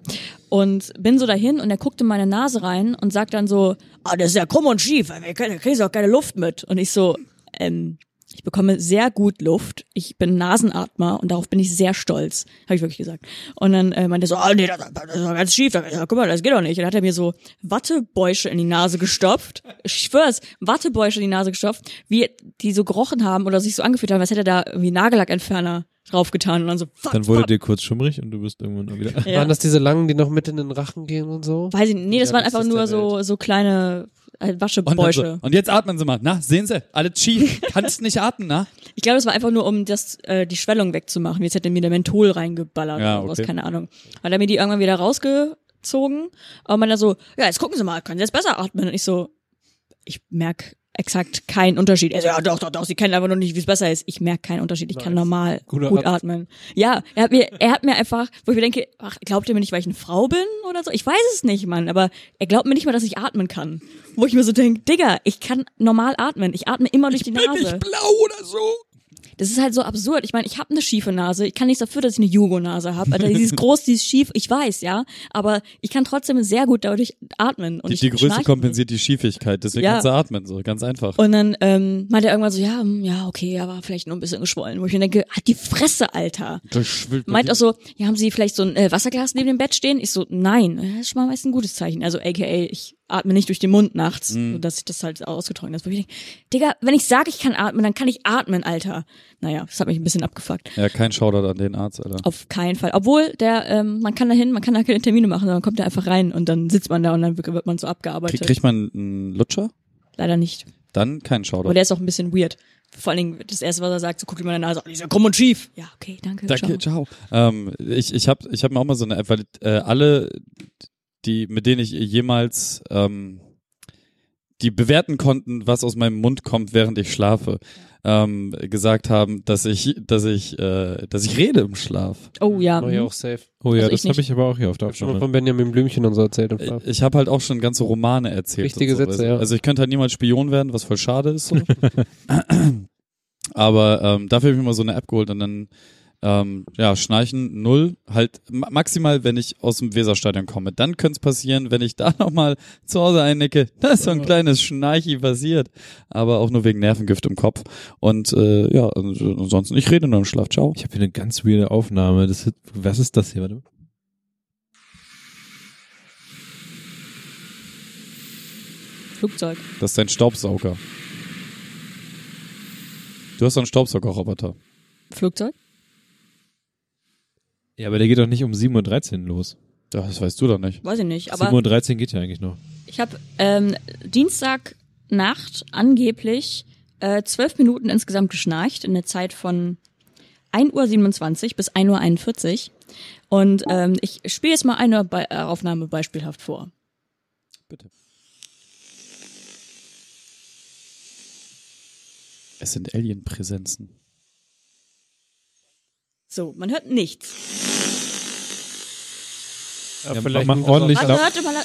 Speaker 6: Und bin so dahin und er guckte in meine Nase rein und sagt dann so, ah, das ist ja krumm und schief, da kriegst du auch keine Luft mit. Und ich so, ähm, ich bekomme sehr gut Luft. Ich bin Nasenatmer und darauf bin ich sehr stolz, habe ich wirklich gesagt. Und dann äh, meinte er so, ah nee, das, das ist doch ganz schief. Da, ja, guck mal, das geht doch nicht. Und dann hat er mir so Wattebäusche in die Nase gestopft. Ich schwör's, Wattebäusche in die Nase gestopft, wie die so gerochen haben oder sich so angefühlt haben, als hätte er da irgendwie Nagellackentferner draufgetan. Und dann so, fuck,
Speaker 5: Dann wurde
Speaker 6: fuck.
Speaker 5: dir kurz schummrig und du bist irgendwann auch
Speaker 6: [LAUGHS]
Speaker 5: wieder.
Speaker 6: Ja.
Speaker 4: Waren das diese langen, die noch mit in den Rachen gehen und so?
Speaker 6: Weiß ich nicht, nee, das
Speaker 4: Ja,
Speaker 6: waren
Speaker 4: das
Speaker 6: einfach
Speaker 4: ist der
Speaker 6: nur so, so kleine äh,
Speaker 7: Und, dann so,
Speaker 6: Waschebäusche.
Speaker 7: und jetzt atmen sie mal. Na, sehen sie, alles schief. Kannst nicht atmen, [LAUGHS] na?
Speaker 6: Ich glaube, das war einfach nur, um das, äh, die Schwellung wegzumachen. Jetzt hätte mir der Menthol reingeballert
Speaker 7: Ja,
Speaker 6: oder was,
Speaker 7: okay.
Speaker 6: keine Ahnung. Hat er mir die irgendwann wieder rausgezogen und man da so, ja, jetzt gucken Sie mal, können Sie jetzt besser atmen? Und ich so, ich merk exakt keinen Unterschied. Er so, ja, doch, doch, doch, Sie kennen einfach nur nicht, wie es besser ist. Ich merk keinen Unterschied, ich kann normal
Speaker 4: Guter
Speaker 6: gut
Speaker 4: Arzt.
Speaker 6: atmen. Ja, er hat mir, er hat mir einfach, wo ich mir denke, ach, glaubt ihr mir nicht, weil ich eine Frau bin oder so? Ich weiß es nicht, Mann, aber er glaubt mir nicht mal, dass ich atmen kann. Wo ich mir so denke, Digga, ich kann normal atmen. Ich atme immer durch die Nase.
Speaker 7: blau oder so.
Speaker 6: Das ist halt so absurd. Ich meine, ich habe eine schiefe Nase. Ich kann nichts dafür, dass ich eine Jugo-Nase habe. Alter, die
Speaker 7: [LAUGHS]
Speaker 6: ist groß, die ist schief. Ich weiß, ja. Aber ich kann trotzdem sehr gut dadurch atmen. Und
Speaker 7: Die,
Speaker 6: ich
Speaker 7: die Größe
Speaker 6: schnarche
Speaker 7: kompensiert die Schiefigkeit, deswegen
Speaker 6: Ja.
Speaker 7: kannst du atmen, so ganz einfach.
Speaker 6: nicht. Und dann ähm, meint er irgendwann so, ja, hm, ja, okay, ja, war vielleicht nur ein bisschen geschwollen. Wo ich mir denke, hat die Fresse, Alter.
Speaker 7: Das schwillt
Speaker 6: Meint auch so, ja, haben Sie vielleicht so ein äh, Wasserglas neben dem Bett stehen? Ich so, nein, Ja, das ist schon mal meist ein gutes Zeichen. Also aka, ich atme nicht durch den Mund nachts,
Speaker 7: Hm.
Speaker 6: sodass ich das halt ausgetrocknet ist. Wo ich denke, Digga, wenn ich sage, ich kann atmen, dann kann ich atmen, Alter. Naja, das hat mich ein bisschen abgefuckt.
Speaker 7: Ja, kein Shoutout an den Arzt, Alter. Oh,
Speaker 6: Auf keinen Fall. Obwohl, der, ähm, man kann da hin, man kann da keine Termine machen, sondern kommt da einfach rein und dann sitzt man da und dann wird man so
Speaker 7: Krieg,
Speaker 6: abgearbeitet.
Speaker 7: kriegt man einen Lutscher?
Speaker 6: Leider nicht.
Speaker 7: Dann kein Shoutout.
Speaker 6: Aber der ist auch ein bisschen weird. Vor allen Dingen, das erste, was er sagt, so guckt ihm meine Nase an, die ist ja krumm und schief. Ja, okay, danke.
Speaker 7: Danke,
Speaker 6: ciao.
Speaker 7: ciao. Ähm, ich ich habe ich hab mir auch mal so eine App, weil äh, alle, die, mit denen ich jemals ähm, die bewerten konnten, was aus meinem Mund kommt, während ich schlafe, ähm, gesagt haben, dass ich, dass ich, äh, dass ich rede im Schlaf.
Speaker 6: Oh ja.
Speaker 4: War ja auch safe.
Speaker 5: Oh ja,
Speaker 6: Also ich
Speaker 5: das habe
Speaker 6: nicht.
Speaker 5: ich aber auch hier auf der
Speaker 4: Schon mal
Speaker 5: Aufnahme.
Speaker 4: von Benjamin Blümchen und so erzählt
Speaker 5: Äh,
Speaker 4: im Schlaf.
Speaker 7: Ich, ich habe halt auch schon ganze Romane erzählt.
Speaker 4: Richtige
Speaker 7: und so.
Speaker 4: Sätze, ja.
Speaker 7: Also ich könnte halt niemals Spion werden, was voll schade ist.
Speaker 4: [LAUGHS]
Speaker 7: So. Aber ähm, dafür habe ich mir mal so eine App geholt und dann ähm, ja, schnarchen null, halt ma maximal, wenn ich aus dem Weserstadion komme. Dann könnte es passieren, wenn ich [LAUGHS] da nochmal zu Hause einnicke, da ist so ein kleines Schnarchi passiert. Aber auch nur wegen Nervengift im Kopf. Und äh, ja, und, äh, ansonsten, ich rede nur im Schlaf. Ciao.
Speaker 5: Ich habe hier eine ganz weirde Aufnahme. Das, ist- was ist das hier? Warte. mal.
Speaker 6: Flugzeug.
Speaker 7: Das ist dein Staubsauger. Du hast doch einen Staubsaugerroboter.
Speaker 6: Flugzeug?
Speaker 5: Ja, aber der geht doch nicht um 7.13 Uhr los.
Speaker 7: Ja, Das weißt du doch nicht.
Speaker 6: Weiß ich nicht. Aber
Speaker 5: 7.13 Uhr geht ja eigentlich noch.
Speaker 6: ich habe ähm, Dienstagnacht angeblich äh, zwölf Minuten insgesamt geschnarcht in der Zeit von 1.27 Uhr bis 1.41 Uhr. Und ähm, ich spiele jetzt mal eine Be äh, Aufnahme beispielhaft vor.
Speaker 7: Es sind Alien-Präsenzen.
Speaker 6: So, man hört nichts.
Speaker 5: Ja, mach mal ordentlich
Speaker 6: Also
Speaker 5: glaub-
Speaker 6: hört immer la-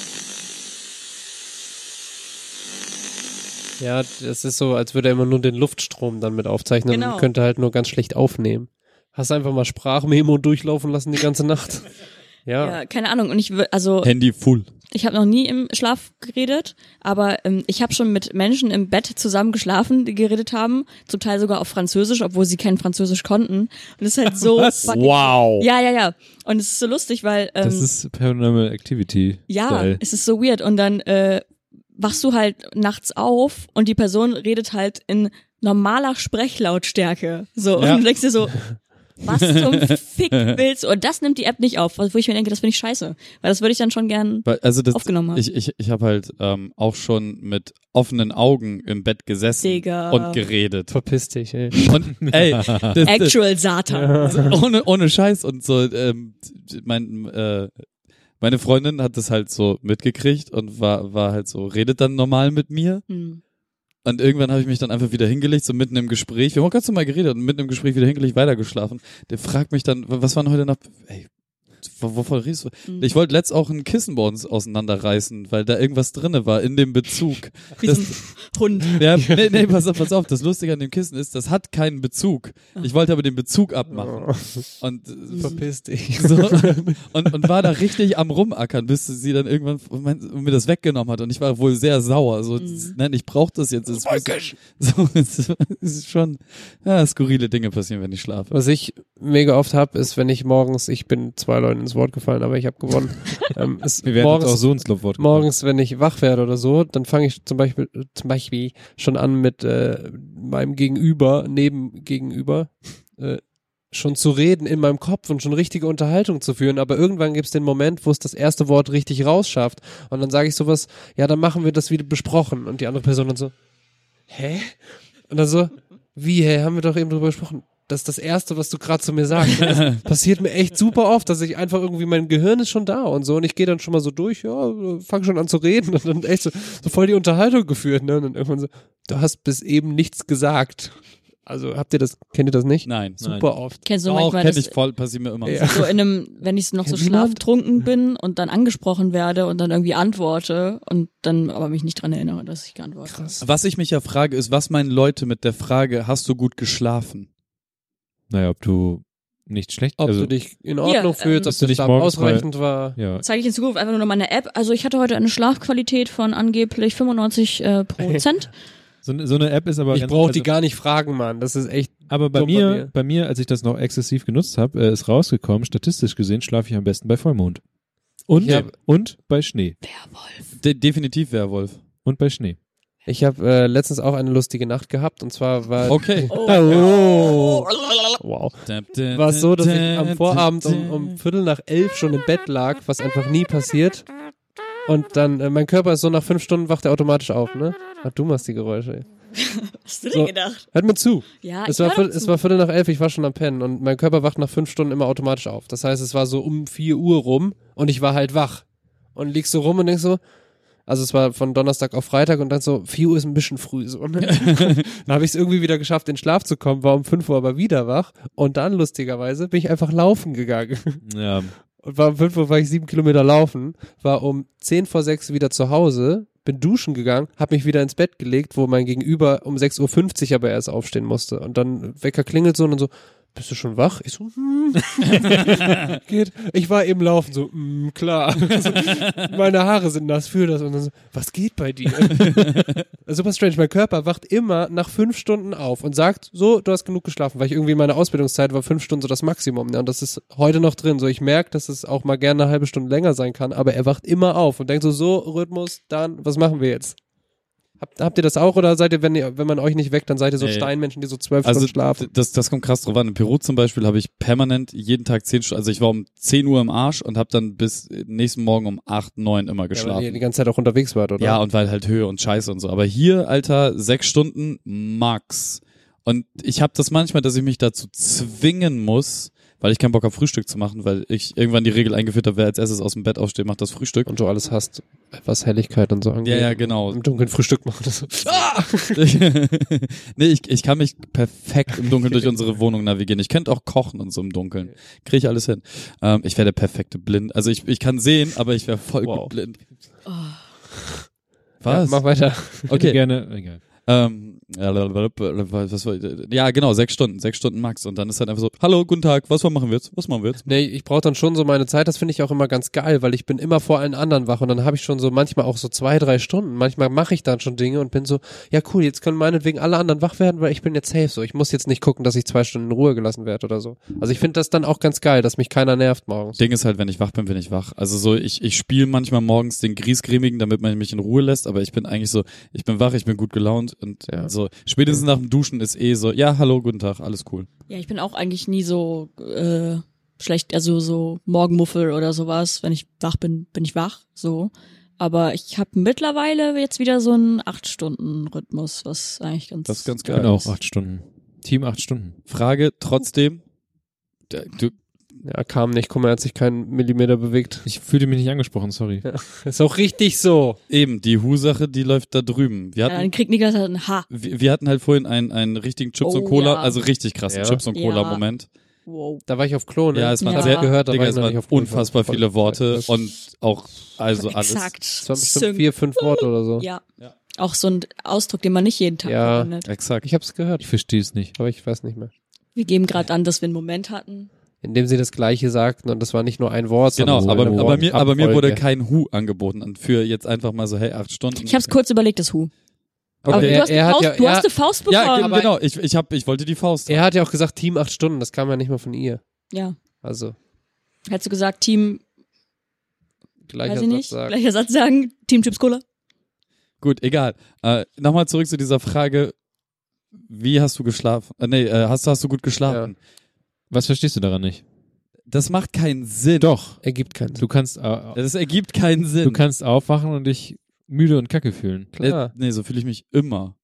Speaker 4: Ja, das ist so, als würde er immer nur den Luftstrom dann mit aufzeichnen
Speaker 6: Genau.
Speaker 4: und könnte halt nur ganz schlecht aufnehmen. Hast einfach mal Sprachmemo durchlaufen lassen die ganze Nacht. Ja.
Speaker 6: ja, keine Ahnung. Und ich wür- also
Speaker 7: Handy full.
Speaker 6: Ich habe noch nie im Schlaf geredet, aber ähm, ich habe schon mit Menschen im Bett zusammen geschlafen, die geredet haben, zum Teil sogar auf Französisch, obwohl sie kein Französisch konnten. Und es ist halt so. fucking-
Speaker 7: Wow.
Speaker 6: Ja, ja, ja. Und es ist so lustig, weil ähm,
Speaker 5: Das ist Paranormal Activity.
Speaker 6: ja,
Speaker 5: Style.
Speaker 6: es ist so weird. Und dann äh, wachst du halt nachts auf und die Person redet halt in normaler Sprechlautstärke. So
Speaker 7: Ja.
Speaker 6: und du denkst dir
Speaker 7: [LAUGHS]
Speaker 6: so. Was zum Fick willst du? Und das nimmt die App nicht auf, wo ich mir denke, das finde ich scheiße. Weil das würde ich dann schon gern.
Speaker 7: Weil- Also das,
Speaker 6: Aufgenommen haben.
Speaker 7: ich, ich, ich habe halt ähm, auch schon mit offenen Augen im Bett gesessen
Speaker 6: Digga.
Speaker 7: und geredet.
Speaker 4: [LAUGHS] Verpiss dich, ey.
Speaker 7: Und [LAUGHS] ey, [LAUGHS] das, das,
Speaker 6: Actual Satan.
Speaker 7: ohne, ohne Scheiß und so, ähm, mein, äh, meine Freundin hat das halt so mitgekriegt und war, war halt so, redet dann normal mit mir.
Speaker 6: Hm.
Speaker 7: Und irgendwann habe ich mich dann einfach wieder hingelegt, so mitten im Gespräch. Wir haben auch ganz normal geredet und mitten im Gespräch wieder hingelegt, weitergeschlafen. Der fragt mich dann, "W- was war denn heute Nacht? Ey, w- wovon redest du?
Speaker 6: Mhm.
Speaker 7: Ich wollte letzt auch ein Kissen bei uns auseinanderreißen, weil da irgendwas drinne war in dem Bezug.
Speaker 6: Wie
Speaker 7: Das-
Speaker 6: so ein Hund.
Speaker 5: [LAUGHS]
Speaker 7: Ja, nee, nee, pass auf, pass auf. Das Lustige an dem Kissen ist, das hat keinen Bezug. Ich wollte aber den Bezug abmachen.
Speaker 5: Oh.
Speaker 7: Und
Speaker 5: [LAUGHS]
Speaker 7: äh,
Speaker 4: Verpiss dich.
Speaker 7: [LAUGHS] so, und, und war da richtig am Rumackern, bis sie dann irgendwann f- mein- mir das weggenommen hat. Und ich war wohl sehr sauer. So, z- nein, ich brauch das jetzt. Es muss, [LAUGHS] so, es ist schon ja, skurrile Dinge passieren, wenn ich schlafe.
Speaker 4: Was ich mega oft hab, ist, wenn ich morgens, ich bin zwei Leuten ins Wort gefallen, aber ich habe [LAUGHS] gewonnen. ähm, ist
Speaker 5: Wir werden
Speaker 4: morgens,
Speaker 5: jetzt auch so ins Lobwort gebracht.
Speaker 4: morgens, wenn ich wach werde oder so, dann fange ich zum Beispiel, zum Beispiel schon an mit äh, meinem Gegenüber, neben Gegenüber, äh, schon zu reden in meinem Kopf und schon richtige Unterhaltung zu führen. Aber irgendwann gibt's den Moment, wo es das erste Wort richtig rausschafft. Und dann sage ich sowas, ja, dann machen wir das wieder besprochen. Und die andere Person dann so, hä? Und dann so, wie, hä, haben wir doch eben drüber gesprochen. Das ist das Erste, was du gerade zu mir sagst. Das passiert mir echt super oft, dass ich einfach irgendwie, mein Gehirn ist schon da und so. Und ich gehe dann schon mal so durch, ja, fang schon an zu reden [LAUGHS] und dann echt so, so voll die Unterhaltung geführt. Ne? Und dann irgendwann so, du hast bis eben nichts gesagt. Also habt ihr das, kennt ihr das nicht?
Speaker 7: Nein, nein.
Speaker 4: Super oft.
Speaker 6: Kennst du
Speaker 7: Auch
Speaker 6: manchmal,
Speaker 7: kenne
Speaker 6: dass
Speaker 7: ich voll, passiert mir immer.
Speaker 4: Ja.
Speaker 6: so in einem, wenn ich
Speaker 7: [LAUGHS]
Speaker 6: noch so
Speaker 4: Kennt niemand?
Speaker 6: schlaftrunken bin und dann angesprochen werde und dann irgendwie antworte und dann aber mich nicht dran erinnere, dass ich geantwortet habe.
Speaker 7: Was ich mich ja frage, ist, was meinen Leute mit der Frage, hast du gut geschlafen?
Speaker 5: Naja, ob du nicht schlecht,
Speaker 4: Ob
Speaker 5: also,
Speaker 4: du dich in Ordnung
Speaker 6: ähm,
Speaker 4: fühlst, ob
Speaker 5: Dass du
Speaker 4: der
Speaker 5: nicht
Speaker 4: Schlaf
Speaker 5: morgens mal-
Speaker 4: ausreichend war.
Speaker 5: ja.
Speaker 6: Zeige ich in Zukunft einfach nur noch meine App. Also ich hatte heute eine Schlafqualität von angeblich 95 äh, Prozent.
Speaker 5: So, ne- so eine App ist aber
Speaker 4: Ich
Speaker 5: ganz-
Speaker 4: brauche die
Speaker 5: also-
Speaker 4: gar nicht fragen, Mann. Das ist echt
Speaker 5: Aber bei
Speaker 4: dumm bei
Speaker 5: mir, bei
Speaker 4: mir.
Speaker 5: mir, als ich das noch exzessiv genutzt habe, äh, ist rausgekommen, statistisch gesehen schlafe ich am besten bei Vollmond. Und,
Speaker 4: Ich hab-
Speaker 5: und bei Schnee.
Speaker 7: De definitiv Werwolf.
Speaker 5: Und bei Schnee.
Speaker 4: Ich habe äh, letztens auch eine lustige Nacht gehabt und zwar war
Speaker 7: Okay.
Speaker 4: oh. wow. war es so, dass ich
Speaker 7: [LAUGHS]
Speaker 4: am Vorabend um, um Viertel nach elf schon im Bett lag, was einfach nie passiert. Und dann, äh, mein Körper ist so, nach fünf Stunden wacht er automatisch auf, ne? Ach, du machst die Geräusche. ey.
Speaker 6: Hast du
Speaker 4: So.
Speaker 6: denn gedacht?
Speaker 4: Hört mir zu.
Speaker 6: Ja,
Speaker 4: Es
Speaker 6: Ah, ich
Speaker 4: war,
Speaker 6: hör doch
Speaker 4: Viertel- es war Viertel nach elf, ich war schon am Pennen und mein Körper wacht nach fünf Stunden immer automatisch auf. Das heißt, es war so um vier Uhr rum und ich war halt wach. Und liegst so rum und denkst so, also es war von Donnerstag auf Freitag und dann so, vier Uhr ist ein bisschen früh. So. ne? dann habe ich es irgendwie wieder geschafft, in Schlaf zu kommen, war um fünf Uhr aber wieder wach und dann lustigerweise bin ich einfach laufen gegangen.
Speaker 5: Ja.
Speaker 4: Und war um 5 Uhr war ich sieben Kilometer laufen, war um 10 vor 6 wieder zu Hause, bin duschen gegangen, hab mich wieder ins Bett gelegt, wo mein Gegenüber um 6.50 Uhr aber erst aufstehen musste. Und dann Wecker klingelt so und dann so, bist du schon wach? Ich so,
Speaker 7: [LAUGHS]
Speaker 4: hm. geht. Ich war eben laufen, so, hm, klar. So, Meine Haare sind nass, für das. Und dann so, was geht bei dir? [LAUGHS] Super strange, mein Körper wacht immer nach fünf Stunden auf und sagt, so, du hast genug geschlafen, weil ich irgendwie in meiner Ausbildungszeit war fünf Stunden so das Maximum. Ne? Und das ist heute noch drin. So, ich merke, dass es auch mal gerne eine halbe Stunde länger sein kann, aber er wacht immer auf und denkt so, so, Rhythmus, dann, was machen wir jetzt? Habt, habt ihr das auch oder seid ihr, wenn, ihr, wenn man euch nicht weckt, dann seid ihr so
Speaker 7: Nee.
Speaker 4: Steinmenschen, die so zwölf
Speaker 7: Also
Speaker 4: Stunden schlafen?
Speaker 7: d- das, das kommt krass drauf an. In Peru zum Beispiel habe ich permanent jeden Tag zehn Stunden, also ich war um 10 Uhr im Arsch und habe dann bis äh, nächsten Morgen um 8, 9 immer
Speaker 4: Ja, weil ihr die
Speaker 7: geschlafen.
Speaker 4: ganze Zeit auch unterwegs wart, oder?
Speaker 7: Ja, und weil halt Höhe und Scheiße und so. Aber hier, Alter, sechs Stunden max. Und ich habe das manchmal, dass ich mich dazu zwingen muss, weil ich keinen Bock habe, Frühstück zu machen, weil ich irgendwann die Regel eingeführt habe, wer als erstes aus dem Bett aufsteht, macht das Frühstück.
Speaker 4: Und du alles hast, was Helligkeit und so angeht.
Speaker 7: ja, ja, genau.
Speaker 4: Im Dunkeln Frühstück machen. Das
Speaker 7: [LAUGHS] nee, ich, ich kann mich perfekt im Dunkeln durch unsere Wohnung navigieren. Ich könnte auch kochen und so im Dunkeln. Kriege ich alles hin. Ähm, ich wäre der perfekte Blind. Also ich, ich kann sehen, aber ich wäre voll
Speaker 4: Wow.
Speaker 7: gut blind.
Speaker 6: Oh,
Speaker 7: Was?
Speaker 4: Ja, mach weiter.
Speaker 5: Okay.
Speaker 7: okay.
Speaker 5: Gerne, egal.
Speaker 7: Ähm, ja, was war, ja, genau, sechs Stunden, sechs Stunden max. Und dann ist halt einfach so, hallo, guten Tag, was machen wir jetzt? Was machen wir jetzt?
Speaker 4: Nee, ich brauche dann schon so meine Zeit, das finde ich auch immer ganz geil, weil ich bin immer vor allen anderen wach und dann habe ich schon so manchmal auch so zwei, drei Stunden. Manchmal mache ich dann schon Dinge und bin so, ja cool, jetzt können meinetwegen alle anderen wach werden, weil ich bin jetzt safe so. Ich muss jetzt nicht gucken, dass ich zwei Stunden in Ruhe gelassen werde oder so. Also ich finde das dann auch ganz geil, dass mich keiner nervt morgens.
Speaker 7: Ding ist halt, wenn ich wach bin, bin ich wach. Also so, ich, ich spiele manchmal morgens den Griesgrämigen, damit man mich in Ruhe lässt, aber ich bin eigentlich so, ich bin wach, ich bin gut gelaunt und
Speaker 4: Ja.
Speaker 7: so spätestens nach dem Duschen ist eh so, ja, hallo, guten Tag, alles cool.
Speaker 6: ja, ich bin auch eigentlich nie so äh, schlecht, also so Morgenmuffel oder sowas. Wenn ich wach bin, bin ich wach, so. Aber ich habe mittlerweile jetzt wieder so einen acht Stunden Rhythmus, was eigentlich ganz.
Speaker 7: Das ist ganz
Speaker 5: Ich
Speaker 7: geil.
Speaker 5: bin auch acht Stunden. Team acht Stunden.
Speaker 7: Frage trotzdem, der- du,
Speaker 4: Ja, kam nicht, guck mal, er hat sich keinen Millimeter bewegt.
Speaker 5: Ich fühlte mich nicht angesprochen, sorry.
Speaker 4: Ist auch richtig so.
Speaker 7: eben, die Hu-Sache, die läuft da drüben. Wir
Speaker 6: ja,
Speaker 7: hatten,
Speaker 6: dann kriegt Niklas halt ein H.
Speaker 7: wir, wir hatten halt vorhin einen, einen richtigen Chips
Speaker 6: Oh,
Speaker 7: und Cola,
Speaker 6: ja.
Speaker 7: also richtig krassen
Speaker 4: Ja.
Speaker 7: Chips und
Speaker 6: Ja.
Speaker 7: Cola-Moment.
Speaker 6: Wow.
Speaker 4: Da war ich auf Klo, ne?
Speaker 7: Ja, es waren
Speaker 6: Ja.
Speaker 7: sehr,
Speaker 4: Gehört, da
Speaker 7: Digga,
Speaker 4: war ich
Speaker 7: es
Speaker 4: noch
Speaker 7: waren
Speaker 4: nicht auf Klo.
Speaker 7: unfassbar viele Worte und auch, also alles.
Speaker 6: Exakt.
Speaker 4: Es waren bestimmt
Speaker 6: Sync.
Speaker 4: vier, fünf Worte oder so.
Speaker 6: Ja.
Speaker 7: Ja.
Speaker 6: Auch so ein Ausdruck, den man nicht jeden Tag
Speaker 4: Ja.
Speaker 6: verwendet.
Speaker 7: Exakt.
Speaker 4: Ich hab's gehört,
Speaker 5: Ich verstehe es nicht.
Speaker 4: aber ich weiß nicht mehr.
Speaker 6: Wir geben gerade an, dass wir einen Moment hatten.
Speaker 4: Indem sie das Gleiche sagten und das war nicht nur ein Wort,
Speaker 7: Genau,
Speaker 4: sondern
Speaker 7: aber,
Speaker 4: eine
Speaker 7: aber, mir, aber mir
Speaker 4: Wortabfolge.
Speaker 7: wurde kein Hu angeboten und für jetzt einfach mal so, hey, acht Stunden.
Speaker 6: Ich habe es kurz überlegt, das Hu. Aber
Speaker 4: Okay.
Speaker 6: du hast,
Speaker 4: Er- er
Speaker 6: eine
Speaker 4: hat
Speaker 6: Faust,
Speaker 4: ja-
Speaker 6: du
Speaker 4: er-
Speaker 6: hast eine Faust
Speaker 7: ja,
Speaker 6: bekommen.
Speaker 7: ge- genau, ich, ich, hab, ich wollte die Faust.
Speaker 4: Er hat ja auch gesagt, Team acht Stunden, das kam ja nicht mal von ihr.
Speaker 6: Ja.
Speaker 4: Also,
Speaker 6: Hättest du gesagt, Team,
Speaker 4: gleicher
Speaker 6: weiß ich
Speaker 4: Satz
Speaker 6: nicht,
Speaker 4: sagen.
Speaker 6: gleicher Satz sagen, Team Chips Cola.
Speaker 7: Gut, egal. Äh, Nochmal zurück zu dieser Frage, wie hast du geschlafen? Äh, nee, äh, hast, hast du gut geschlafen?
Speaker 5: Was verstehst du daran nicht?
Speaker 7: Das macht keinen Sinn.
Speaker 5: Doch.
Speaker 4: Ergibt keinen Sinn.
Speaker 5: Du kannst, äh,
Speaker 7: Das ergibt keinen Sinn.
Speaker 5: du kannst aufwachen und dich müde und kacke fühlen.
Speaker 7: äh,
Speaker 4: Klar.
Speaker 7: nee, so fühle ich mich immer.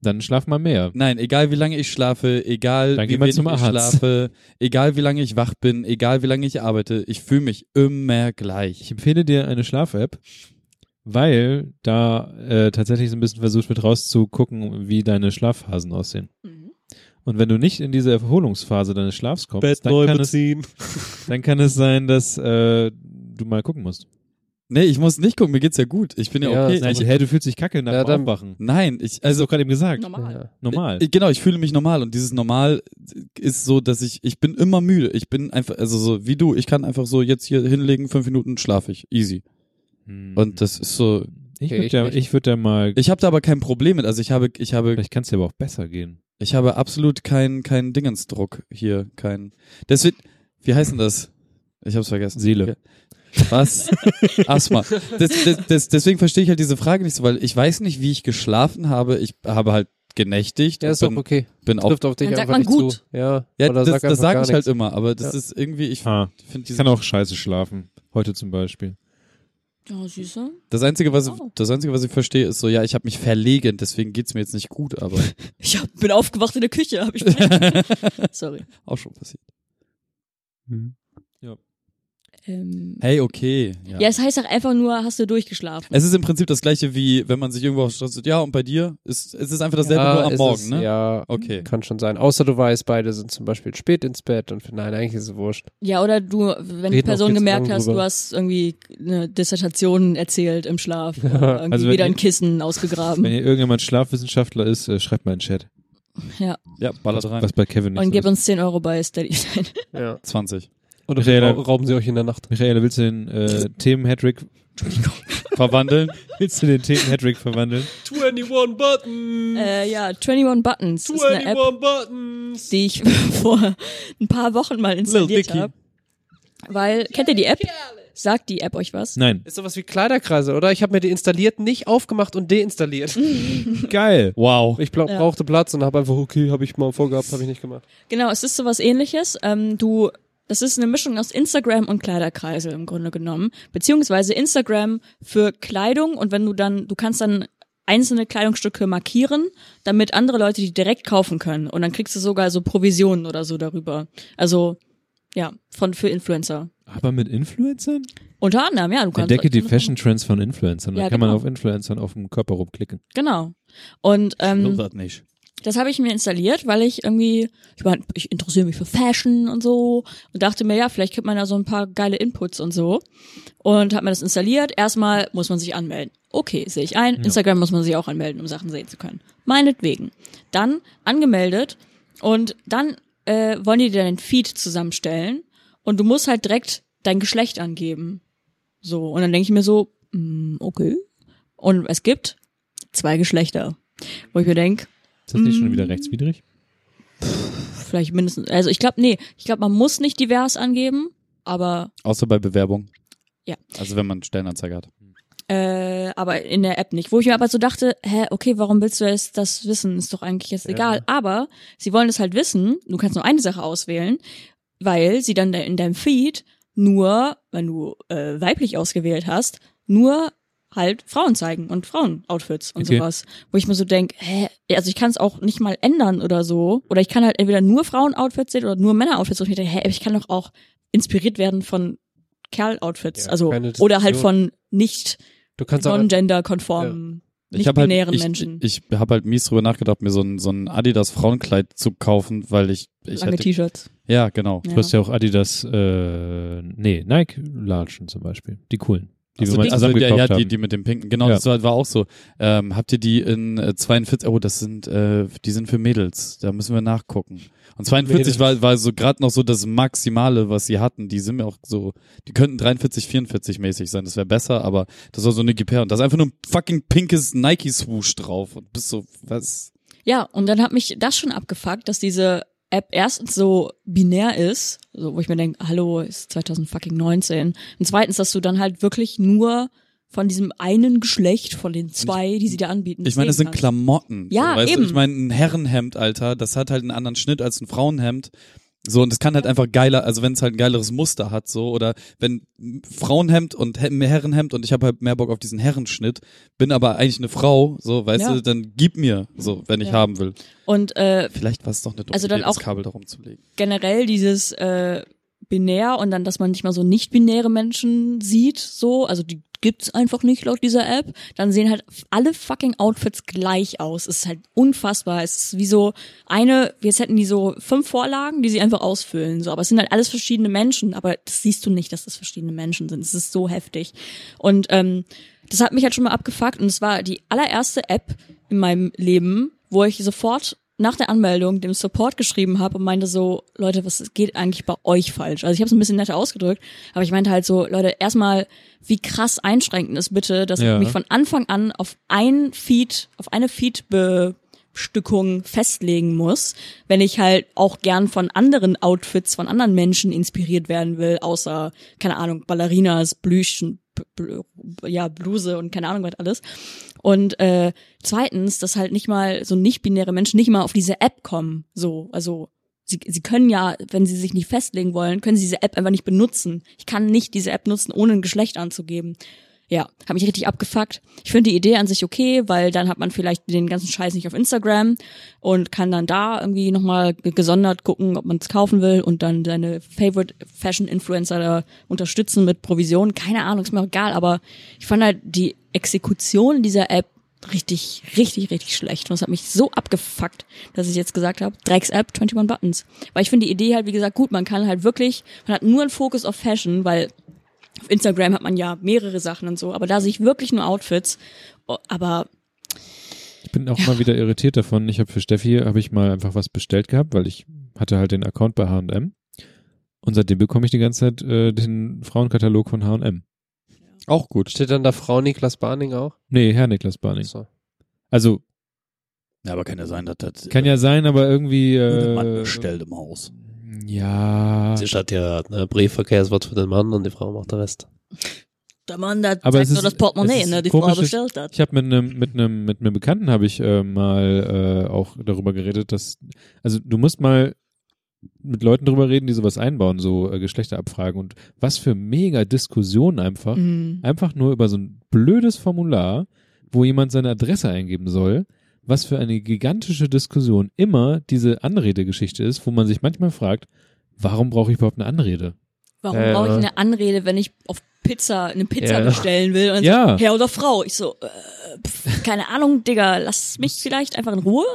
Speaker 5: Dann schlaf mal mehr.
Speaker 7: Nein, egal wie lange ich schlafe, egal
Speaker 5: Dann
Speaker 7: wie
Speaker 5: geh mal
Speaker 7: wenig ich
Speaker 5: zum Arzt.
Speaker 7: schlafe, egal wie lange ich wach bin, egal wie lange ich arbeite, ich fühle mich immer gleich.
Speaker 5: Ich empfehle dir eine Schlaf-App, weil da äh, tatsächlich so ein bisschen versucht wird rauszugucken, wie deine Schlafphasen aussehen. Und wenn du nicht in diese Erholungsphase deines Schlafs kommst,
Speaker 2: Bett
Speaker 5: dann,
Speaker 2: neu
Speaker 5: kann es,
Speaker 7: Äh,
Speaker 2: beziehen.
Speaker 5: dann kann es sein, dass äh, du mal gucken musst.
Speaker 7: Nee, ich muss nicht gucken, mir geht's ja gut. Ich bin ja,
Speaker 4: Ja,
Speaker 7: okay.
Speaker 5: Nein, ich, hey, du fühlst dich kacke nach
Speaker 4: Ja,
Speaker 5: dem
Speaker 4: dann-
Speaker 5: Aufwachen.
Speaker 7: Nein, ich,
Speaker 5: Also
Speaker 7: also
Speaker 5: auch gerade eben gesagt.
Speaker 6: Normal.
Speaker 4: Ja.
Speaker 5: Normal.
Speaker 7: Äh, Genau, ich fühle mich normal und dieses Normal ist so, dass ich, ich bin immer müde. Ich bin einfach, also so wie du, ich kann einfach so jetzt hier hinlegen, fünf Minuten schlafe ich, easy.
Speaker 5: Hm.
Speaker 7: Und
Speaker 4: äh,
Speaker 7: das ist so,
Speaker 5: ich
Speaker 4: Okay,
Speaker 5: würde
Speaker 4: ich
Speaker 5: da,
Speaker 4: nicht.
Speaker 5: ich würd da mal,
Speaker 7: ich habe da aber kein Problem mit. Also ich habe, ich habe,
Speaker 5: vielleicht kann es dir aber auch besser gehen.
Speaker 7: ich habe absolut keinen, keinen Dingensdruck hier, keinen. Deswegen, wie heißt denn das? Ich hab's vergessen.
Speaker 5: Seele.
Speaker 7: Was? Asthma. Das, das, das, deswegen verstehe ich halt diese Frage nicht so, weil ich weiß nicht, wie ich geschlafen habe. Ich habe halt genächtigt.
Speaker 4: Ja,
Speaker 7: und
Speaker 4: ist doch
Speaker 7: bin,
Speaker 4: okay.
Speaker 7: bin auf,
Speaker 4: Trifft auf dich
Speaker 6: Dann sagt man
Speaker 4: einfach nicht
Speaker 6: gut.
Speaker 4: zu. Ja,
Speaker 7: ja,
Speaker 4: oder
Speaker 7: das,
Speaker 4: sag
Speaker 7: das
Speaker 4: einfach
Speaker 7: sage
Speaker 4: gar
Speaker 7: ich halt
Speaker 4: nichts.
Speaker 7: immer, aber das
Speaker 4: Ja.
Speaker 7: ist irgendwie, ich
Speaker 5: Ah,
Speaker 7: finde
Speaker 5: ich
Speaker 7: diese
Speaker 5: kann auch scheiße schlafen. Heute zum Beispiel.
Speaker 6: Ja, süßer.
Speaker 7: Das Einzige, was,
Speaker 6: Oh.
Speaker 7: das Einzige, was ich verstehe, ist so, ja, ich habe mich verlegen, deswegen geht's mir jetzt nicht gut,
Speaker 4: [LAUGHS]
Speaker 7: aber
Speaker 6: Ich hab, bin aufgewacht in der Küche, hab ich.
Speaker 7: [LAUGHS]
Speaker 6: Sorry.
Speaker 7: auch schon passiert.
Speaker 2: Hm.
Speaker 6: Ähm,
Speaker 7: Hey, okay. Ja.
Speaker 6: ja, es heißt auch einfach nur, hast du durchgeschlafen.
Speaker 7: Es ist im Prinzip das gleiche wie, wenn man sich irgendwo auf der Straße, ja, und bei dir, ist, es ist einfach dasselbe nur am
Speaker 4: Ah, ist
Speaker 7: Morgen,
Speaker 4: es,
Speaker 7: ne?
Speaker 4: Ja,
Speaker 7: Okay.
Speaker 4: kann schon sein. Außer du weißt, beide sind zum Beispiel spät ins Bett und nein, eigentlich ist es wurscht.
Speaker 6: Ja, oder du, wenn die
Speaker 4: Reden auch
Speaker 6: Person
Speaker 4: jetzt
Speaker 6: gemerkt
Speaker 4: lang
Speaker 6: hast, du
Speaker 4: drüber.
Speaker 6: hast irgendwie eine Dissertation erzählt im Schlaf, oder irgendwie
Speaker 5: Also wenn
Speaker 6: wieder ein
Speaker 5: ihr-
Speaker 6: Kissen
Speaker 5: [LAUGHS] Wenn
Speaker 6: ausgegraben.
Speaker 5: hier irgendjemand Schlafwissenschaftler ist, äh, schreibt mal in den Chat,
Speaker 6: Ja.
Speaker 4: Mhm.
Speaker 7: Ja, ballert rein.
Speaker 5: was bei Kevin nicht
Speaker 6: Und
Speaker 5: so
Speaker 6: gib
Speaker 5: ist.
Speaker 6: uns 10 Euro bei Steady. [LAUGHS]
Speaker 7: 20.
Speaker 4: Oder
Speaker 5: Michaela-
Speaker 4: ra- rauben sie euch in der Nacht.
Speaker 5: Michaela, willst du
Speaker 2: [LAUGHS]
Speaker 5: den äh, Themen-Hattrick
Speaker 7: Verwandeln.
Speaker 5: [LAUGHS] willst du den Themen-Hattrick verwandeln?
Speaker 2: 21 Buttons.
Speaker 6: Äh, ja, 21 Buttons ist eine App,
Speaker 2: 21 Buttons.
Speaker 6: die ich [LAUGHS] vor ein paar Wochen mal installiert
Speaker 7: Dicky.
Speaker 6: habe. Weil, kennt ihr die App? Sagt die App euch was?
Speaker 5: Nein.
Speaker 4: Ist sowas wie Kleiderkreise, oder? Ich habe mir die installiert, nicht aufgemacht und deinstalliert.
Speaker 5: Geil.
Speaker 7: Wow.
Speaker 4: Ich bla-
Speaker 6: Ja.
Speaker 4: brauchte Platz und habe einfach, okay, habe ich mal vorgehabt, habe ich nicht gemacht.
Speaker 6: Genau, es ist sowas ähnliches. Ähm, du, das ist eine Mischung aus Instagram und Kleiderkreisel im Grunde genommen. Beziehungsweise Instagram für Kleidung und wenn du dann, du kannst dann einzelne Kleidungsstücke markieren, damit andere Leute die direkt kaufen können. Und dann kriegst du sogar so Provisionen oder so darüber. Also, ja, von für Influencer.
Speaker 5: Aber mit Influencern?
Speaker 6: Unter anderem, ja, du kannst.
Speaker 5: Entdecke die Fashion Trends von Influencern. Dann
Speaker 6: Ja,
Speaker 5: kann man
Speaker 6: genau.
Speaker 5: auf Influencern auf dem Körper rumklicken.
Speaker 6: Genau. Und ähm,
Speaker 7: das nicht.
Speaker 6: Das habe ich mir installiert, weil ich irgendwie, ich meine, ich interessiere mich für Fashion und so und dachte mir, ja, vielleicht kriegt man da so ein paar geile Inputs und so. Und habe mir das installiert. Erstmal muss man sich anmelden. Okay, sehe ich ein. Instagram muss man sich auch anmelden, um Sachen sehen zu können. Meinetwegen. Dann angemeldet und dann äh, wollen die dir deinen Feed zusammenstellen und du musst halt direkt dein Geschlecht angeben. So, und dann denke ich mir so, mm, okay. Und es gibt zwei Geschlechter, wo ich mir denk
Speaker 5: Ist das nicht schon wieder rechtswidrig?
Speaker 6: vielleicht mindestens, also ich glaube, nee, ich glaube, man muss nicht divers angeben, aber,
Speaker 7: Außer bei Bewerbung.
Speaker 6: Ja.
Speaker 7: Also wenn man Stellenanzeige hat.
Speaker 6: äh, aber in der App nicht. Wo ich mir aber so dachte, hä, okay, warum willst du jetzt das wissen? Ist doch eigentlich jetzt egal. Aber sie wollen es halt wissen, du kannst nur eine Sache auswählen, weil sie dann de- in deinem Feed nur, wenn du äh, weiblich ausgewählt hast, nur halt Frauen zeigen und Frauenoutfits und
Speaker 5: Okay.
Speaker 6: sowas. Wo ich mir so denk, hä, Ja, also ich kann es auch nicht mal ändern oder so. Oder ich kann halt entweder nur Frauenoutfits sehen oder nur Männeroutfits. Und ich denke, hä, aber ich kann doch auch inspiriert werden von Kerl-Outfits.
Speaker 4: Ja,
Speaker 6: also,
Speaker 4: keine
Speaker 6: oder halt
Speaker 4: Diskussion.
Speaker 6: von nicht
Speaker 4: Du kannst auch
Speaker 6: non-gender-konformen,
Speaker 7: ich hab
Speaker 6: nicht-binären
Speaker 7: halt, ich,
Speaker 6: Menschen.
Speaker 7: Ich, ich habe halt mies drüber nachgedacht, mir so ein, so ein Adidas Frauenkleid zu kaufen, weil ich, ich
Speaker 6: lange
Speaker 7: hätte,
Speaker 6: T-Shirts.
Speaker 7: ja, genau.
Speaker 6: Ja.
Speaker 5: Du hast ja auch Adidas, äh, nee, Nike-Latschen zum Beispiel. Die coolen. Die wir
Speaker 7: also,
Speaker 5: mal
Speaker 7: die-
Speaker 5: zusammen
Speaker 7: also, ja,
Speaker 5: gekauft
Speaker 7: ja, die,
Speaker 5: haben.
Speaker 7: die mit dem pinken. Genau,
Speaker 5: Ja.
Speaker 7: das war, war auch so. Ähm, habt ihr die in äh, 42? Oh, das sind, äh, die sind für Mädels. Da müssen wir nachgucken. Und 42 war, war so gerade noch so das Maximale, was sie hatten. Die sind mir auch so, die könnten 43, 44 mäßig sein. Das wäre besser, aber das war so eine Gipär. Und da ist einfach nur ein fucking pinkes Nike-Swoosh drauf. Und bist so, was?
Speaker 6: Ja, und dann hat mich das schon abgefuckt, dass diese App erstens so binär ist, so, wo ich mir denke, hallo, ist 2019. Und zweitens, dass du dann halt wirklich nur von diesem einen Geschlecht, von den zwei, die sie dir anbieten,
Speaker 7: Ich meine, das
Speaker 6: sehen
Speaker 7: sind
Speaker 6: kannst.
Speaker 7: Klamotten.
Speaker 6: Ja,
Speaker 7: so, weißt
Speaker 6: eben.
Speaker 7: Du? Ich meine, ein Herrenhemd, Alter, das hat halt einen anderen Schnitt als ein Frauenhemd. So, und es kann halt einfach geiler, also wenn es halt ein geileres Muster hat, so, oder wenn m, Frauenhemd und He- Herrenhemd und ich habe halt mehr Bock auf diesen Herrenschnitt, bin aber eigentlich eine Frau, so, weißt
Speaker 6: Ja.
Speaker 7: du, dann gib mir, so, wenn ich
Speaker 6: Ja.
Speaker 7: haben will.
Speaker 6: Und äh,
Speaker 7: Vielleicht war es doch eine dumme
Speaker 6: Also dann
Speaker 7: Idee, das
Speaker 6: auch-
Speaker 7: Kabel darum zu legen.
Speaker 6: generell dieses äh, binär und dann, dass man nicht mal so nicht-binäre Menschen sieht, so, also die gibt's einfach nicht laut dieser App, dann sehen halt alle fucking Outfits gleich aus. Es ist halt unfassbar. Es ist wie so eine, jetzt hätten die so fünf Vorlagen, die sie einfach ausfüllen, so, aber es sind halt alles verschiedene Menschen, aber das siehst du nicht, dass das verschiedene Menschen sind. Es ist so heftig. Und ähm, das hat mich halt schon mal abgefuckt und es war die allererste App in meinem Leben, wo ich sofort nach der Anmeldung dem Support geschrieben habe und meinte so, Leute, was geht eigentlich bei euch falsch? Also ich habe es ein bisschen netter ausgedrückt, aber ich meinte halt so, Leute, erstmal, wie krass einschränkend ist bitte, dass
Speaker 5: Ja.
Speaker 6: ich mich von Anfang an auf ein Feed, auf eine Feed-Bestückung festlegen muss, wenn ich halt auch gern von anderen Outfits, von anderen Menschen inspiriert werden will, außer, keine Ahnung, Ballerinas, Blüschen, Bl- Bl- ja, Bluse und keine Ahnung was alles. Und äh, zweitens, dass halt nicht mal so nicht-binäre Menschen nicht mal auf diese App kommen. So, also sie, sie können ja, wenn sie sich nicht festlegen wollen, können sie diese App einfach nicht benutzen. Ich kann nicht diese App nutzen, ohne ein Geschlecht anzugeben. Ja, habe mich richtig abgefuckt. Ich finde die Idee an sich okay, weil dann hat man vielleicht den ganzen Scheiß nicht auf Instagram und kann dann da irgendwie nochmal ge- gesondert gucken, ob man es kaufen will und dann seine Favorite Fashion Influencer da unterstützen mit Provisionen. Keine Ahnung, ist mir auch egal, aber ich fand halt die Exekution dieser App richtig, richtig, richtig schlecht. Und das hat mich so abgefuckt, dass ich jetzt gesagt habe, Drecks-App, 21 Buttons. Weil ich finde die Idee halt, wie gesagt, gut, man kann halt wirklich, man hat nur einen Fokus auf Fashion, weil auf Instagram hat man ja mehrere Sachen und so, aber da sehe ich wirklich nur Outfits. Oh, Aber
Speaker 5: Ich bin auch mal wieder irritiert davon. Ich habe für Steffi habe ich mal einfach was bestellt gehabt, weil ich hatte halt den Account bei H&M und seitdem bekomme ich die ganze Zeit äh, den Frauenkatalog von H&M.
Speaker 7: Auch gut.
Speaker 4: Steht dann da Frau Niklas Barning auch?
Speaker 5: Nee, Herr Niklas Barning.
Speaker 4: So.
Speaker 5: Also
Speaker 7: Ja, aber kann ja sein, dass das
Speaker 5: kann ja sein, aber irgendwie
Speaker 7: äh,
Speaker 5: äh,
Speaker 7: Mann bestellt im Haus.
Speaker 5: Ja.
Speaker 4: Sie hat ja ne, Briefverkehr, es wird für den Mann und die Frau macht den Rest.
Speaker 6: der Mann, der
Speaker 5: Aber
Speaker 6: zeigt
Speaker 5: es
Speaker 6: nur
Speaker 5: ist-
Speaker 6: das Portemonnaie,
Speaker 5: es ist
Speaker 6: ne, die Frau
Speaker 5: komisch, dass-
Speaker 6: bestellt hat.
Speaker 5: Ich habe mit einem mit einem mit einem Bekannten habe ich äh, mal äh, auch darüber geredet, dass also du musst mal mit Leuten drüber reden, die sowas einbauen, so äh, Geschlechterabfragen und was für mega Diskussionen einfach
Speaker 6: Mhm.
Speaker 5: einfach nur über so ein blödes Formular, wo jemand seine Adresse eingeben soll, was für eine gigantische Diskussion immer diese Anredegeschichte ist, wo man sich manchmal fragt, warum brauche ich überhaupt eine Anrede?
Speaker 6: Warum
Speaker 4: Ja,
Speaker 6: brauche ich
Speaker 4: ja.
Speaker 6: eine Anrede, wenn ich auf Pizza, eine Pizza
Speaker 4: Ja.
Speaker 6: bestellen will und
Speaker 5: Ja.
Speaker 6: sagt, Herr oder Frau? Ich so, äh, pf, keine Ahnung, Digga, lass mich vielleicht einfach in Ruhe.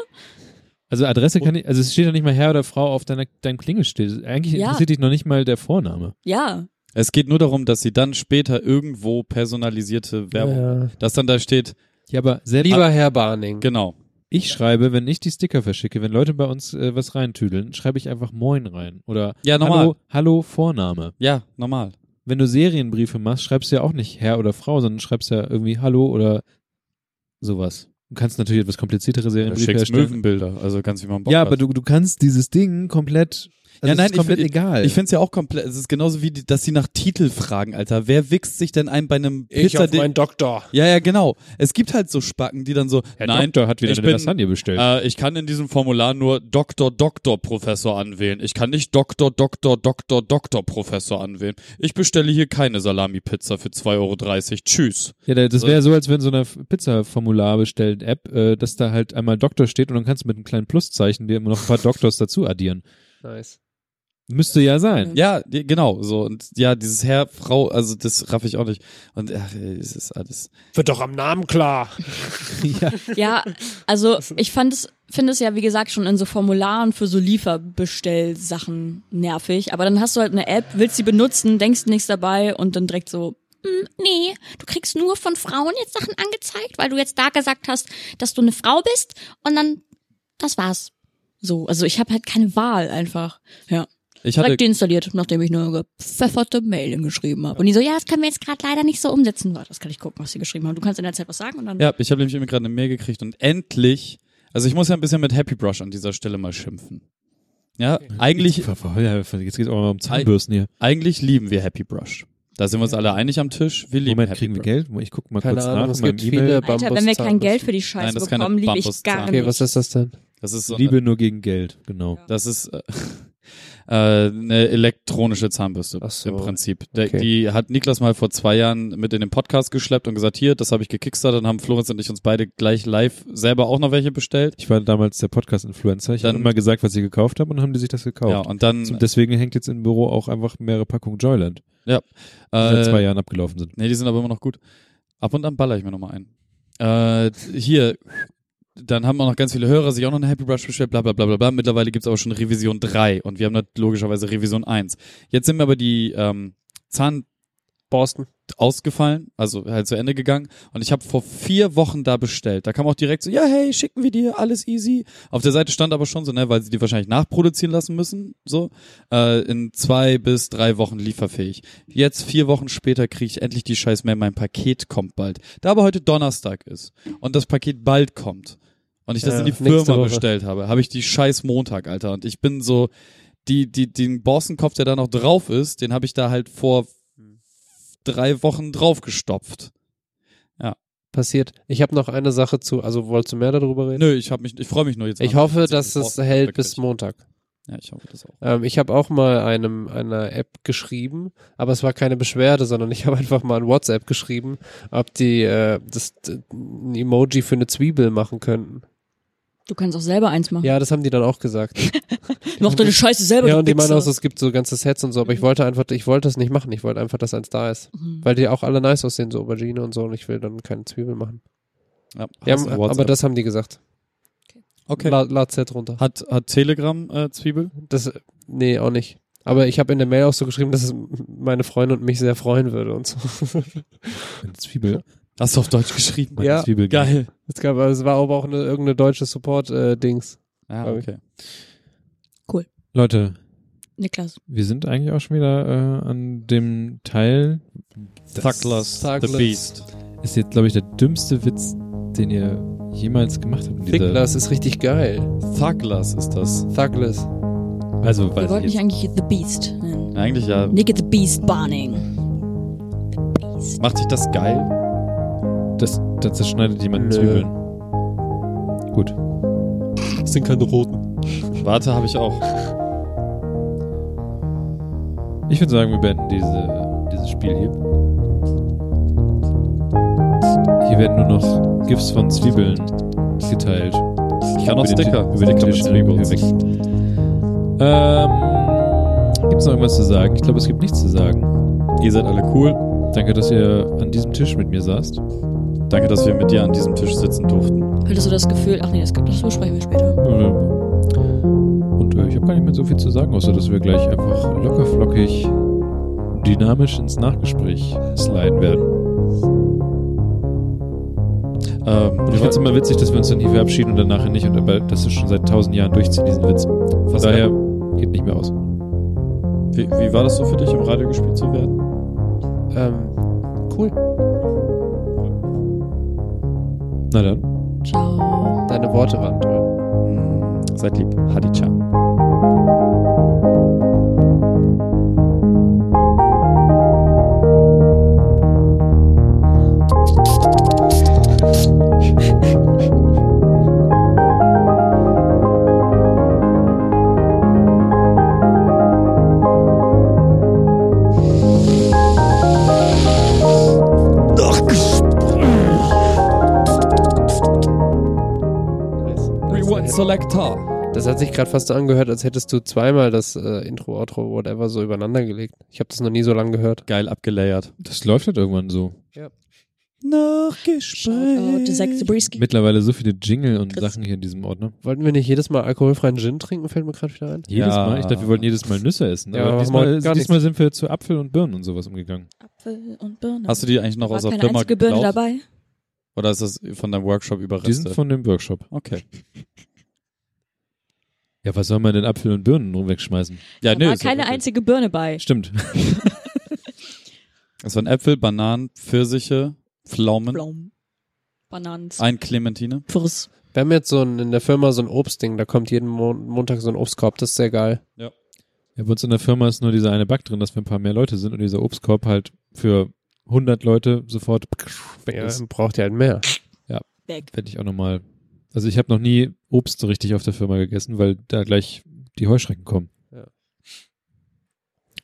Speaker 5: Also Adresse kann ich, also es steht ja nicht mal Herr oder Frau auf deiner, deinem Klingelstil. Eigentlich
Speaker 6: Ja.
Speaker 5: interessiert dich noch nicht mal der Vorname.
Speaker 6: Ja,
Speaker 7: Es geht nur darum, dass sie dann später irgendwo personalisierte Werbung, dass dann da steht,
Speaker 5: Ja, aber selbst
Speaker 4: Lieber Ah, Herr Barning.
Speaker 7: genau,
Speaker 5: ich schreibe, wenn ich die Sticker verschicke, wenn Leute bei uns äh, was reintüdeln, schreibe ich einfach Moin rein oder
Speaker 7: Ja, normal.
Speaker 5: Hallo, Hallo Vorname.
Speaker 7: ja, normal.
Speaker 5: Wenn du Serienbriefe machst, schreibst du ja auch nicht Herr oder Frau, sondern schreibst ja irgendwie Hallo oder sowas. Du kannst natürlich etwas kompliziertere
Speaker 7: Du
Speaker 5: Serienbriefe
Speaker 7: schickst
Speaker 5: erstellen.
Speaker 7: Möwenbilder, also kannst du mal einen Bock
Speaker 5: Ja,
Speaker 7: hast.
Speaker 5: aber du, du kannst dieses Ding komplett, also
Speaker 7: Ja,
Speaker 5: es
Speaker 7: nein,
Speaker 5: ist komplett
Speaker 7: ich, find-
Speaker 5: egal.
Speaker 7: Ich find's ja auch komplett, es ist genauso wie, die, dass sie nach Titel fragen, Alter. Wer wichst sich denn ein bei einem Pizza?
Speaker 4: Doktor.
Speaker 7: ja, ja, genau. Es gibt halt so Spacken, die dann so,
Speaker 5: Herr
Speaker 7: nein,
Speaker 5: Doktor hat wieder
Speaker 7: ich
Speaker 5: eine
Speaker 7: bin-
Speaker 5: Lasagne bestellt.
Speaker 7: Äh, ich kann in diesem Formular nur Doktor, Doktor, Professor anwählen. Ich kann nicht Doktor, Doktor, Doktor, Doktor, Professor anwählen. Ich bestelle hier keine Salami-Pizza für 2,30 Euro. Tschüss.
Speaker 5: Ja, da- das wäre so, als wenn so eine Pizza-Formular bestellt App, äh, dass da halt einmal Doktor steht und dann kannst du mit einem kleinen Pluszeichen dir immer noch ein paar Doktors dazu addieren.
Speaker 4: Nice.
Speaker 5: Müsste ja sein.
Speaker 7: Ja, die- genau, so. Und ja, dieses Herr, Frau, also das raff ich auch nicht. Und ach, ey, es ist alles.
Speaker 2: Wird doch am Namen klar.
Speaker 6: ja, also ich fand es, finde es ja, wie gesagt, schon in so Formularen für so Lieferbestellsachen nervig. Aber dann hast du halt eine App, willst sie benutzen, denkst nichts dabei und dann direkt so, "Mm, nee, du kriegst nur von Frauen jetzt Sachen angezeigt, weil du jetzt da gesagt hast, dass du eine Frau bist und dann, das war's. So, also ich habe halt keine Wahl einfach. Ja.
Speaker 7: Ich hatte,
Speaker 6: Direkt deinstalliert, nachdem ich eine gepfefferte Mail hingeschrieben habe. Und die so, ja, das können wir jetzt gerade leider nicht so umsetzen. Warte, das kann ich gucken, was sie geschrieben haben. Du kannst in der Zeit was sagen und dann.
Speaker 7: ja, ich habe nämlich eben gerade eine Mail gekriegt und endlich, also ich muss ja ein bisschen mit Happy Brush an dieser Stelle mal schimpfen. Ja, eigentlich,
Speaker 5: Jetzt geht's auch mal um Zahnbürsten hier.
Speaker 7: eigentlich lieben wir Happy Brush. Da sind wir uns alle einig am Tisch. Wir lieben
Speaker 5: Moment,
Speaker 7: Happy
Speaker 5: kriegen wir
Speaker 7: Brush.
Speaker 5: Geld? Ich guck mal
Speaker 4: Keine
Speaker 5: kurz
Speaker 4: Ahnung,
Speaker 5: nach
Speaker 4: es
Speaker 5: in meinem
Speaker 4: gibt viele-
Speaker 5: E-Mail.
Speaker 6: Alter, wenn wir kein Geld für die Scheiße
Speaker 7: Nein, das ist keine
Speaker 6: bekommen, liebe ich
Speaker 7: Bambuszahnbürste.
Speaker 6: gar
Speaker 4: Okay,
Speaker 6: nicht.
Speaker 4: was ist das denn?
Speaker 7: Das ist so eine,
Speaker 5: Liebe nur gegen Geld, genau.
Speaker 7: Das ist äh, [LAUGHS] äh, eine elektronische Zahnbürste
Speaker 4: Ach so.
Speaker 7: im Prinzip. Der,
Speaker 4: Okay.
Speaker 7: Die hat Niklas mal vor zwei Jahren mit in den Podcast geschleppt und gesagt, hier, das habe ich gekickstartet. Dann haben Florenz und ich uns beide gleich live selber auch noch welche bestellt.
Speaker 5: Ich war damals der Podcast-Influencer. Ich habe
Speaker 7: Dann-
Speaker 5: immer gesagt, was ich gekauft habe und dann haben die sich das
Speaker 7: Ja,
Speaker 5: gekauft.
Speaker 7: und dann
Speaker 5: Und deswegen hängt jetzt im Büro auch einfach mehrere Packungen Joyland, die seit zwei
Speaker 7: äh,
Speaker 5: Jahren abgelaufen sind.
Speaker 7: nee, die sind aber immer noch gut. Ab und an baller ich mir nochmal ein. Äh, hier, dann haben auch noch ganz viele Hörer sich auch noch eine Happy Brush bestellt, bla bla bla bla bla. Mittlerweile gibt's aber schon Revision 3 und wir haben da logischerweise Revision 1. Jetzt sind mir aber die ähm, Zahn
Speaker 4: Borsten.
Speaker 7: ausgefallen, also halt zu Ende gegangen. Und ich habe vor vier Wochen da bestellt. Da kam auch direkt so, ja, hey, schicken wir dir, alles easy. Auf der Seite stand aber schon so, ne, weil sie die wahrscheinlich nachproduzieren lassen müssen, so, äh, in zwei bis drei Wochen lieferfähig. Jetzt, vier Wochen später, kriege ich endlich die scheiß Mail, mein Paket kommt bald. Da aber heute Donnerstag ist und das Paket bald kommt und ich das
Speaker 4: Ja,
Speaker 7: in die
Speaker 4: nächste
Speaker 7: Firma
Speaker 4: Woche.
Speaker 7: bestellt habe, habe ich die scheiß Montag, Alter. Und ich bin so, die, die, den Borstenkopf, der da noch drauf ist, den habe ich da halt vor drei Wochen draufgestopft.
Speaker 4: Passiert. Ich habe noch eine Sache zu, also wolltest du mehr darüber reden?
Speaker 7: Nö, ich habe mich, ich freue mich nur jetzt.
Speaker 4: Ich
Speaker 7: mal,
Speaker 4: hoffe,
Speaker 7: ich
Speaker 4: dass
Speaker 7: den
Speaker 4: es
Speaker 7: Borsten
Speaker 4: hält bis
Speaker 7: wegkrieg.
Speaker 4: Montag.
Speaker 7: Ja, ich hoffe das auch.
Speaker 4: Ähm, ich habe auch mal einem einer App geschrieben, aber es war keine Beschwerde, sondern ich [LAUGHS] habe einfach mal ein WhatsApp geschrieben, ob die äh, das d- ein Emoji für eine Zwiebel machen könnten.
Speaker 6: Du kannst auch selber eins machen.
Speaker 4: Ja, das haben die dann auch gesagt.
Speaker 6: Mach deine Scheiße selber,
Speaker 4: ja,
Speaker 6: du
Speaker 4: und die meinen
Speaker 6: Wichser.
Speaker 4: auch, so, es gibt so ganze Sets und so, aber ich wollte einfach, ich wollte das nicht machen. Ich wollte einfach, dass eins da ist,
Speaker 6: Mhm.
Speaker 4: weil die auch alle nice aussehen, so Aubergine und so, und ich will dann keine Zwiebel machen.
Speaker 7: Ja,
Speaker 4: Ja,
Speaker 7: hast du
Speaker 4: aber
Speaker 7: WhatsApp.
Speaker 4: das haben die gesagt.
Speaker 7: okay.
Speaker 4: La- Lad Set runter.
Speaker 7: Hat, hat Telegram äh, Zwiebel?
Speaker 4: Das, nee, auch nicht. Aber ich habe in der Mail auch so geschrieben, dass es meine Freunde und mich sehr freuen würde und so. [LAUGHS]
Speaker 5: Eine Zwiebel.
Speaker 7: Hast du auf Deutsch geschrieben?
Speaker 5: Meine
Speaker 4: Ja,
Speaker 5: Zwiebel
Speaker 7: Geil.
Speaker 4: Es, gab, es war aber auch eine, irgendeine deutsche äh, Support-Dings.
Speaker 7: Ja,
Speaker 4: Glaub ich.
Speaker 7: okay.
Speaker 5: Leute,
Speaker 6: Niklas.
Speaker 5: wir sind eigentlich auch schon wieder äh, an dem Teil.
Speaker 7: Douglas,
Speaker 4: Douglas.
Speaker 7: the Beast.
Speaker 5: Ist jetzt, glaube ich, der dümmste Witz, den ihr jemals gemacht habt. in dieser-
Speaker 4: Douglas ist richtig geil.
Speaker 7: Douglas ist das.
Speaker 4: Douglas.
Speaker 5: Also,
Speaker 6: Wir
Speaker 5: weiß
Speaker 6: wollten
Speaker 5: ich
Speaker 6: dich
Speaker 5: jetzt.
Speaker 6: eigentlich The Beast nennen.
Speaker 7: Eigentlich ja.
Speaker 6: Nick at the Beast Barning. The Beast.
Speaker 7: Macht dich das geil?
Speaker 5: Das, das zerschneidet jemanden
Speaker 4: Nö.
Speaker 5: Zwiebeln. Gut.
Speaker 4: Das sind keine roten.
Speaker 7: Warte, habe ich auch.
Speaker 5: Ich würde sagen, wir beenden diese, dieses Spiel hier. Hier werden nur noch GIFs von Zwiebeln geteilt.
Speaker 7: Ich kann auch
Speaker 5: Über den
Speaker 7: Sticker.
Speaker 5: Ti- Über den
Speaker 7: Sticker mit
Speaker 5: Tisch
Speaker 7: Zwiebeln.
Speaker 5: hinweg. Ähm, gibt es noch irgendwas zu sagen? Ich glaube, es gibt nichts zu sagen.
Speaker 7: Ihr seid alle cool.
Speaker 5: Danke, dass ihr an diesem Tisch mit mir saßt.
Speaker 7: Danke, dass wir mit dir an diesem Tisch sitzen durften.
Speaker 6: Hattest du das Gefühl, ach nee, das, das besprechen wir später.
Speaker 5: Und äh, ich habe gar nicht mehr so viel zu sagen, außer dass wir gleich einfach lockerflockig, dynamisch ins Nachgespräch sliden werden.
Speaker 7: Ähm,
Speaker 5: Und ich find's immer witzig, dass wir uns dann hier verabschieden und dann nachher nicht. Und aber das ist schon seit tausend Jahren durchziehen, diesen Witz. Von
Speaker 7: Was
Speaker 5: daher geht nicht mehr aus.
Speaker 7: wie, wie war das so für dich, im Radio gespielt zu werden?
Speaker 4: Ähm, cool.
Speaker 5: Na dann.
Speaker 6: Ciao.
Speaker 4: Deine Worte waren toll.
Speaker 7: Hm, Seid lieb. Hadicha.
Speaker 4: Rewind Selector. Das hat sich gerade fast so angehört, als hättest du zweimal das äh, Intro, Outro, whatever so übereinander gelegt. Ich habe das noch nie so lang gehört.
Speaker 7: Geil abgelayert.
Speaker 5: Das läuft halt irgendwann so.
Speaker 6: Shoutout to Zach Zabriskie.
Speaker 5: Mittlerweile so viele Jingle und
Speaker 6: Chris.
Speaker 5: Sachen hier in diesem Ort, ne?
Speaker 4: Wollten wir nicht jedes Mal alkoholfreien Gin trinken, fällt mir gerade wieder ein.
Speaker 5: Jedes
Speaker 7: Ja.
Speaker 5: Mal. Ich dachte, wir wollten jedes Mal Nüsse essen.
Speaker 4: Ja,
Speaker 5: aber
Speaker 4: aber
Speaker 5: diesmal,
Speaker 4: machen wir gar
Speaker 5: diesmal sind wir zu Apfel und Birnen und sowas umgegangen.
Speaker 6: Apfel und Birne.
Speaker 7: Hast du die eigentlich noch
Speaker 6: War
Speaker 7: aus der
Speaker 6: keine
Speaker 7: Firma
Speaker 6: einzige Birne
Speaker 7: geklaut?
Speaker 6: dabei?
Speaker 7: Oder ist das von deinem Workshop
Speaker 5: Die sind
Speaker 7: Überreste?
Speaker 5: von dem Workshop.
Speaker 7: okay.
Speaker 5: Ja, was soll man denn Apfel und Birnen nur wegschmeißen?
Speaker 7: Ja,
Speaker 6: da
Speaker 7: nö.
Speaker 6: war
Speaker 7: ist
Speaker 6: keine
Speaker 7: okay.
Speaker 6: einzige Birne bei.
Speaker 5: Stimmt.
Speaker 7: Es waren Äpfel, Bananen, Pfirsiche, Pflaumen,
Speaker 6: Blaum. Bananen.
Speaker 7: ein Clementine.
Speaker 6: Pfirs.
Speaker 4: Wir haben jetzt so ein, in der Firma so ein Obstding, da kommt jeden Mon Montag so ein Obstkorb, das ist sehr geil.
Speaker 5: Ja, bei uns in der Firma ist nur dieser eine Bug drin, dass wir ein paar mehr Leute sind und dieser Obstkorb halt für 100 Leute sofort weg
Speaker 4: Ja,
Speaker 5: ist.
Speaker 4: braucht ihr halt mehr.
Speaker 6: Weg.
Speaker 5: Werde ich auch nochmal. Also ich habe noch nie Obst so richtig auf der Firma gegessen, weil da gleich die Heuschrecken kommen. Ja,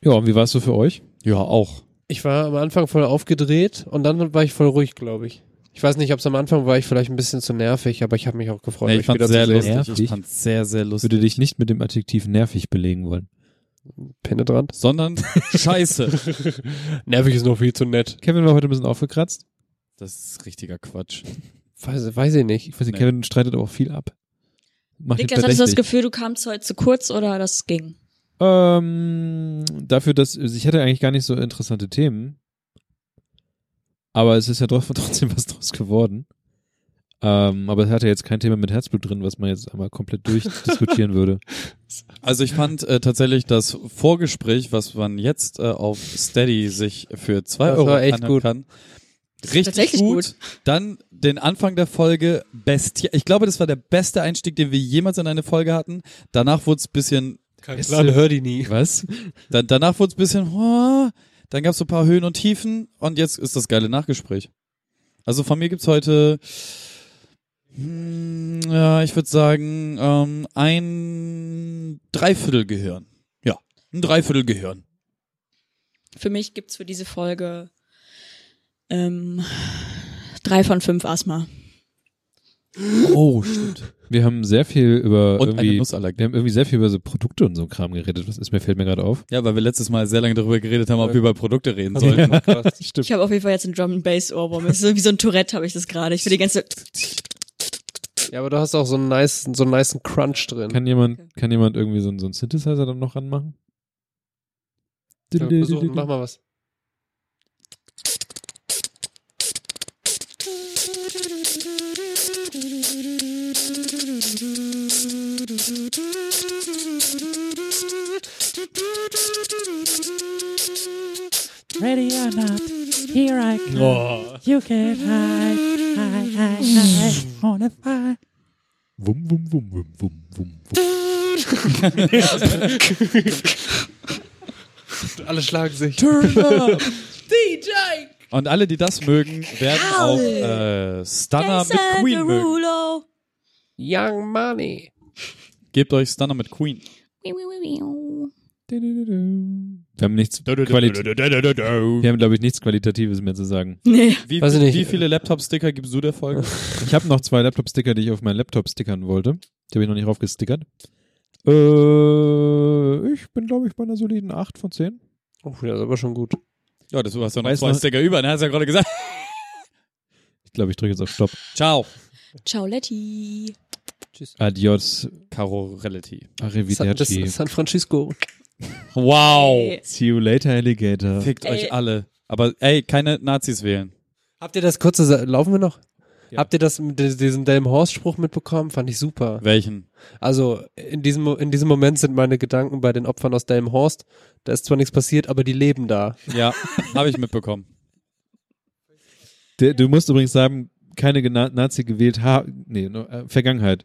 Speaker 4: Ja.
Speaker 5: und wie war es so für euch?
Speaker 7: Ja, auch.
Speaker 4: Ich war am Anfang voll aufgedreht und dann war ich voll ruhig, glaube ich. Ich weiß nicht, ob es am Anfang war, ich vielleicht ein bisschen zu nervig, aber ich habe mich auch gefreut,
Speaker 7: Nee, ich
Speaker 4: euch
Speaker 7: fand
Speaker 4: wieder
Speaker 7: sehr
Speaker 4: zu sehen.
Speaker 7: lustig.
Speaker 5: Nervig.
Speaker 7: Ich fand sehr, sehr
Speaker 5: Ich würde
Speaker 7: lustig.
Speaker 5: dich nicht mit dem Adjektiv nervig belegen wollen.
Speaker 4: Penetrant. [LAUGHS]
Speaker 7: Sondern Scheiße.
Speaker 4: Nervig ist noch viel zu nett.
Speaker 5: Kevin war heute ein bisschen aufgekratzt.
Speaker 7: Das ist richtiger Quatsch.
Speaker 4: Weiß, weiß ich nicht.
Speaker 5: Ich weiß nicht,
Speaker 7: Nee.
Speaker 5: Kevin streitet aber auch viel ab. Macht ihn
Speaker 6: Niklas, hattest du das
Speaker 5: verdächtig.
Speaker 6: Gefühl, du kamst heute zu kurz oder das ging?
Speaker 5: Ähm, dafür, dass ich hatte eigentlich gar nicht so interessante Themen. Aber es ist ja trotzdem, [LAUGHS] trotzdem was draus geworden. Ähm, aber es hatte jetzt kein Thema mit Herzblut drin, was man jetzt einmal komplett durchdiskutieren würde.
Speaker 7: Also ich fand äh, tatsächlich das Vorgespräch, was man jetzt äh, auf Steady sich für zwei
Speaker 4: Das
Speaker 7: Euro
Speaker 4: war echt
Speaker 7: anhören
Speaker 4: gut.
Speaker 7: kann, richtig
Speaker 6: Tatsächlich
Speaker 7: gut. Dann den Anfang der Folge Bestie. Ich glaube, das war der beste Einstieg, den wir jemals in eine Folge hatten. Danach wurde es bisschen,
Speaker 4: Kein
Speaker 5: Plan,
Speaker 4: hör
Speaker 7: [LAUGHS]
Speaker 4: die nie.
Speaker 5: Was?
Speaker 7: da, danach wurde es bisschen, oh, dann gab es so ein paar Höhen und Tiefen und jetzt ist das geile Nachgespräch. Also von mir gibt's heute Hm, ja, ich würde sagen, ähm, ein Dreiviertelgehirn. Ja, ein Dreiviertelgehirn.
Speaker 6: Für mich gibt's für diese Folge ähm, drei von fünf Asthma.
Speaker 7: Oh, stimmt.
Speaker 5: Wir haben sehr viel über
Speaker 7: Und eine
Speaker 5: irgendwie,
Speaker 7: Nussallergie.
Speaker 5: wir haben irgendwie sehr viel über so Produkte und so einen Kram geredet. Was ist mir fällt mir gerade auf.
Speaker 7: Ja, weil wir letztes Mal sehr lange darüber geredet haben, ob wir über Produkte reden sollten.
Speaker 5: Stimmt.
Speaker 6: Ich habe auf jeden Fall jetzt einen Drum and Bass Ohrwurm. Es ist so wie so ein Tourette habe ich das gerade. Ich will die ganze
Speaker 4: Ja, aber du hast auch so einen nice, so einen nice Crunch drin.
Speaker 5: Kann jemand, kann jemand irgendwie so, einen- so einen Synthesizer dann noch ranmachen?
Speaker 4: ja, versuch, mach mal was.
Speaker 8: Ready or not, here I come. You can hide, hide, hide, hide on a fire.
Speaker 5: Wum, wum, wum, wum, wum, wum, wum.
Speaker 4: Alle schlagen sich.
Speaker 7: Turn up! DJ! Und alle, die das mögen, werden auch äh, Stunner mit Queen mögen.
Speaker 6: Rulo.
Speaker 4: Young Money.
Speaker 7: Gebt euch Stunner mit Queen.
Speaker 5: Wir haben nichts Quali- Wir haben, glaube ich, nichts Qualitatives mehr zu sagen.
Speaker 6: Nee,
Speaker 7: Wie,
Speaker 4: Weiß ich nicht.
Speaker 7: wie viele Laptop-Sticker gibst du der Folge?
Speaker 5: [LAUGHS] Ich habe noch zwei Laptop-Sticker, die ich auf meinen Laptop stickern wollte. Die habe ich noch nicht raufgestickert. Äh, ich bin, glaube ich, bei einer soliden 8 von 10.
Speaker 4: Oh, das ist aber schon gut.
Speaker 7: Ja, das du hast ja noch
Speaker 5: Weiß
Speaker 7: zwei
Speaker 5: noch-
Speaker 7: Sticker über, ne? Hast ja gerade gesagt. [LAUGHS]
Speaker 5: Ich glaube, ich drücke jetzt auf Stopp.
Speaker 7: Ciao.
Speaker 6: ciao Letty.
Speaker 5: Adios,
Speaker 7: Caro Reality.
Speaker 4: San, das,
Speaker 5: arrivederci.
Speaker 4: San Francisco.
Speaker 7: Wow.
Speaker 6: Ey,
Speaker 5: See you later, Alligator.
Speaker 7: Fickt
Speaker 6: Ey.
Speaker 7: euch alle. Aber ey, keine Nazis wählen.
Speaker 4: Habt ihr das kurze, Sa- laufen wir noch?
Speaker 5: Ja.
Speaker 4: Habt ihr das mit di- diesem Delmhorst-Spruch mitbekommen? Fand ich super.
Speaker 7: Welchen?
Speaker 4: Also in diesem, Mo- in diesem Moment sind meine Gedanken bei den Opfern aus Delmhorst. Da ist zwar nichts passiert, aber die leben da.
Speaker 5: [LAUGHS]
Speaker 7: Ja, habe ich mitbekommen.
Speaker 5: Der, du musst übrigens sagen, keine gena- Nazi gewählt haben. Nee, ne, äh, Vergangenheit.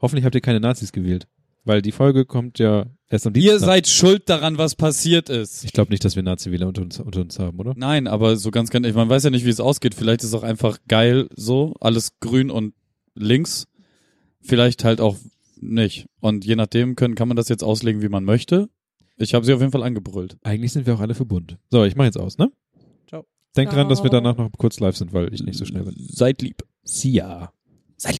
Speaker 5: Hoffentlich habt ihr keine Nazis gewählt. Weil die Folge kommt ja erst am Dienstag.
Speaker 7: Ihr seid schuld daran, was passiert ist.
Speaker 5: ich glaube nicht, dass wir Nazi-Wähler unter uns, unter uns haben, oder?
Speaker 7: Nein, aber so ganz ganz, man weiß ja nicht, wie es ausgeht. Vielleicht ist es auch einfach geil so, alles grün und links. Vielleicht halt auch nicht. Und je nachdem können, kann man das jetzt auslegen, wie man möchte. Ich habe sie auf jeden Fall angebrüllt.
Speaker 5: Eigentlich sind wir auch alle verbunden. So, ich mache jetzt aus, ne?
Speaker 4: Ciao.
Speaker 5: Denkt dran, dass wir
Speaker 6: Ciao.
Speaker 5: danach noch kurz live sind, weil ich nicht so schnell bin.
Speaker 7: Seid lieb.
Speaker 5: See ya.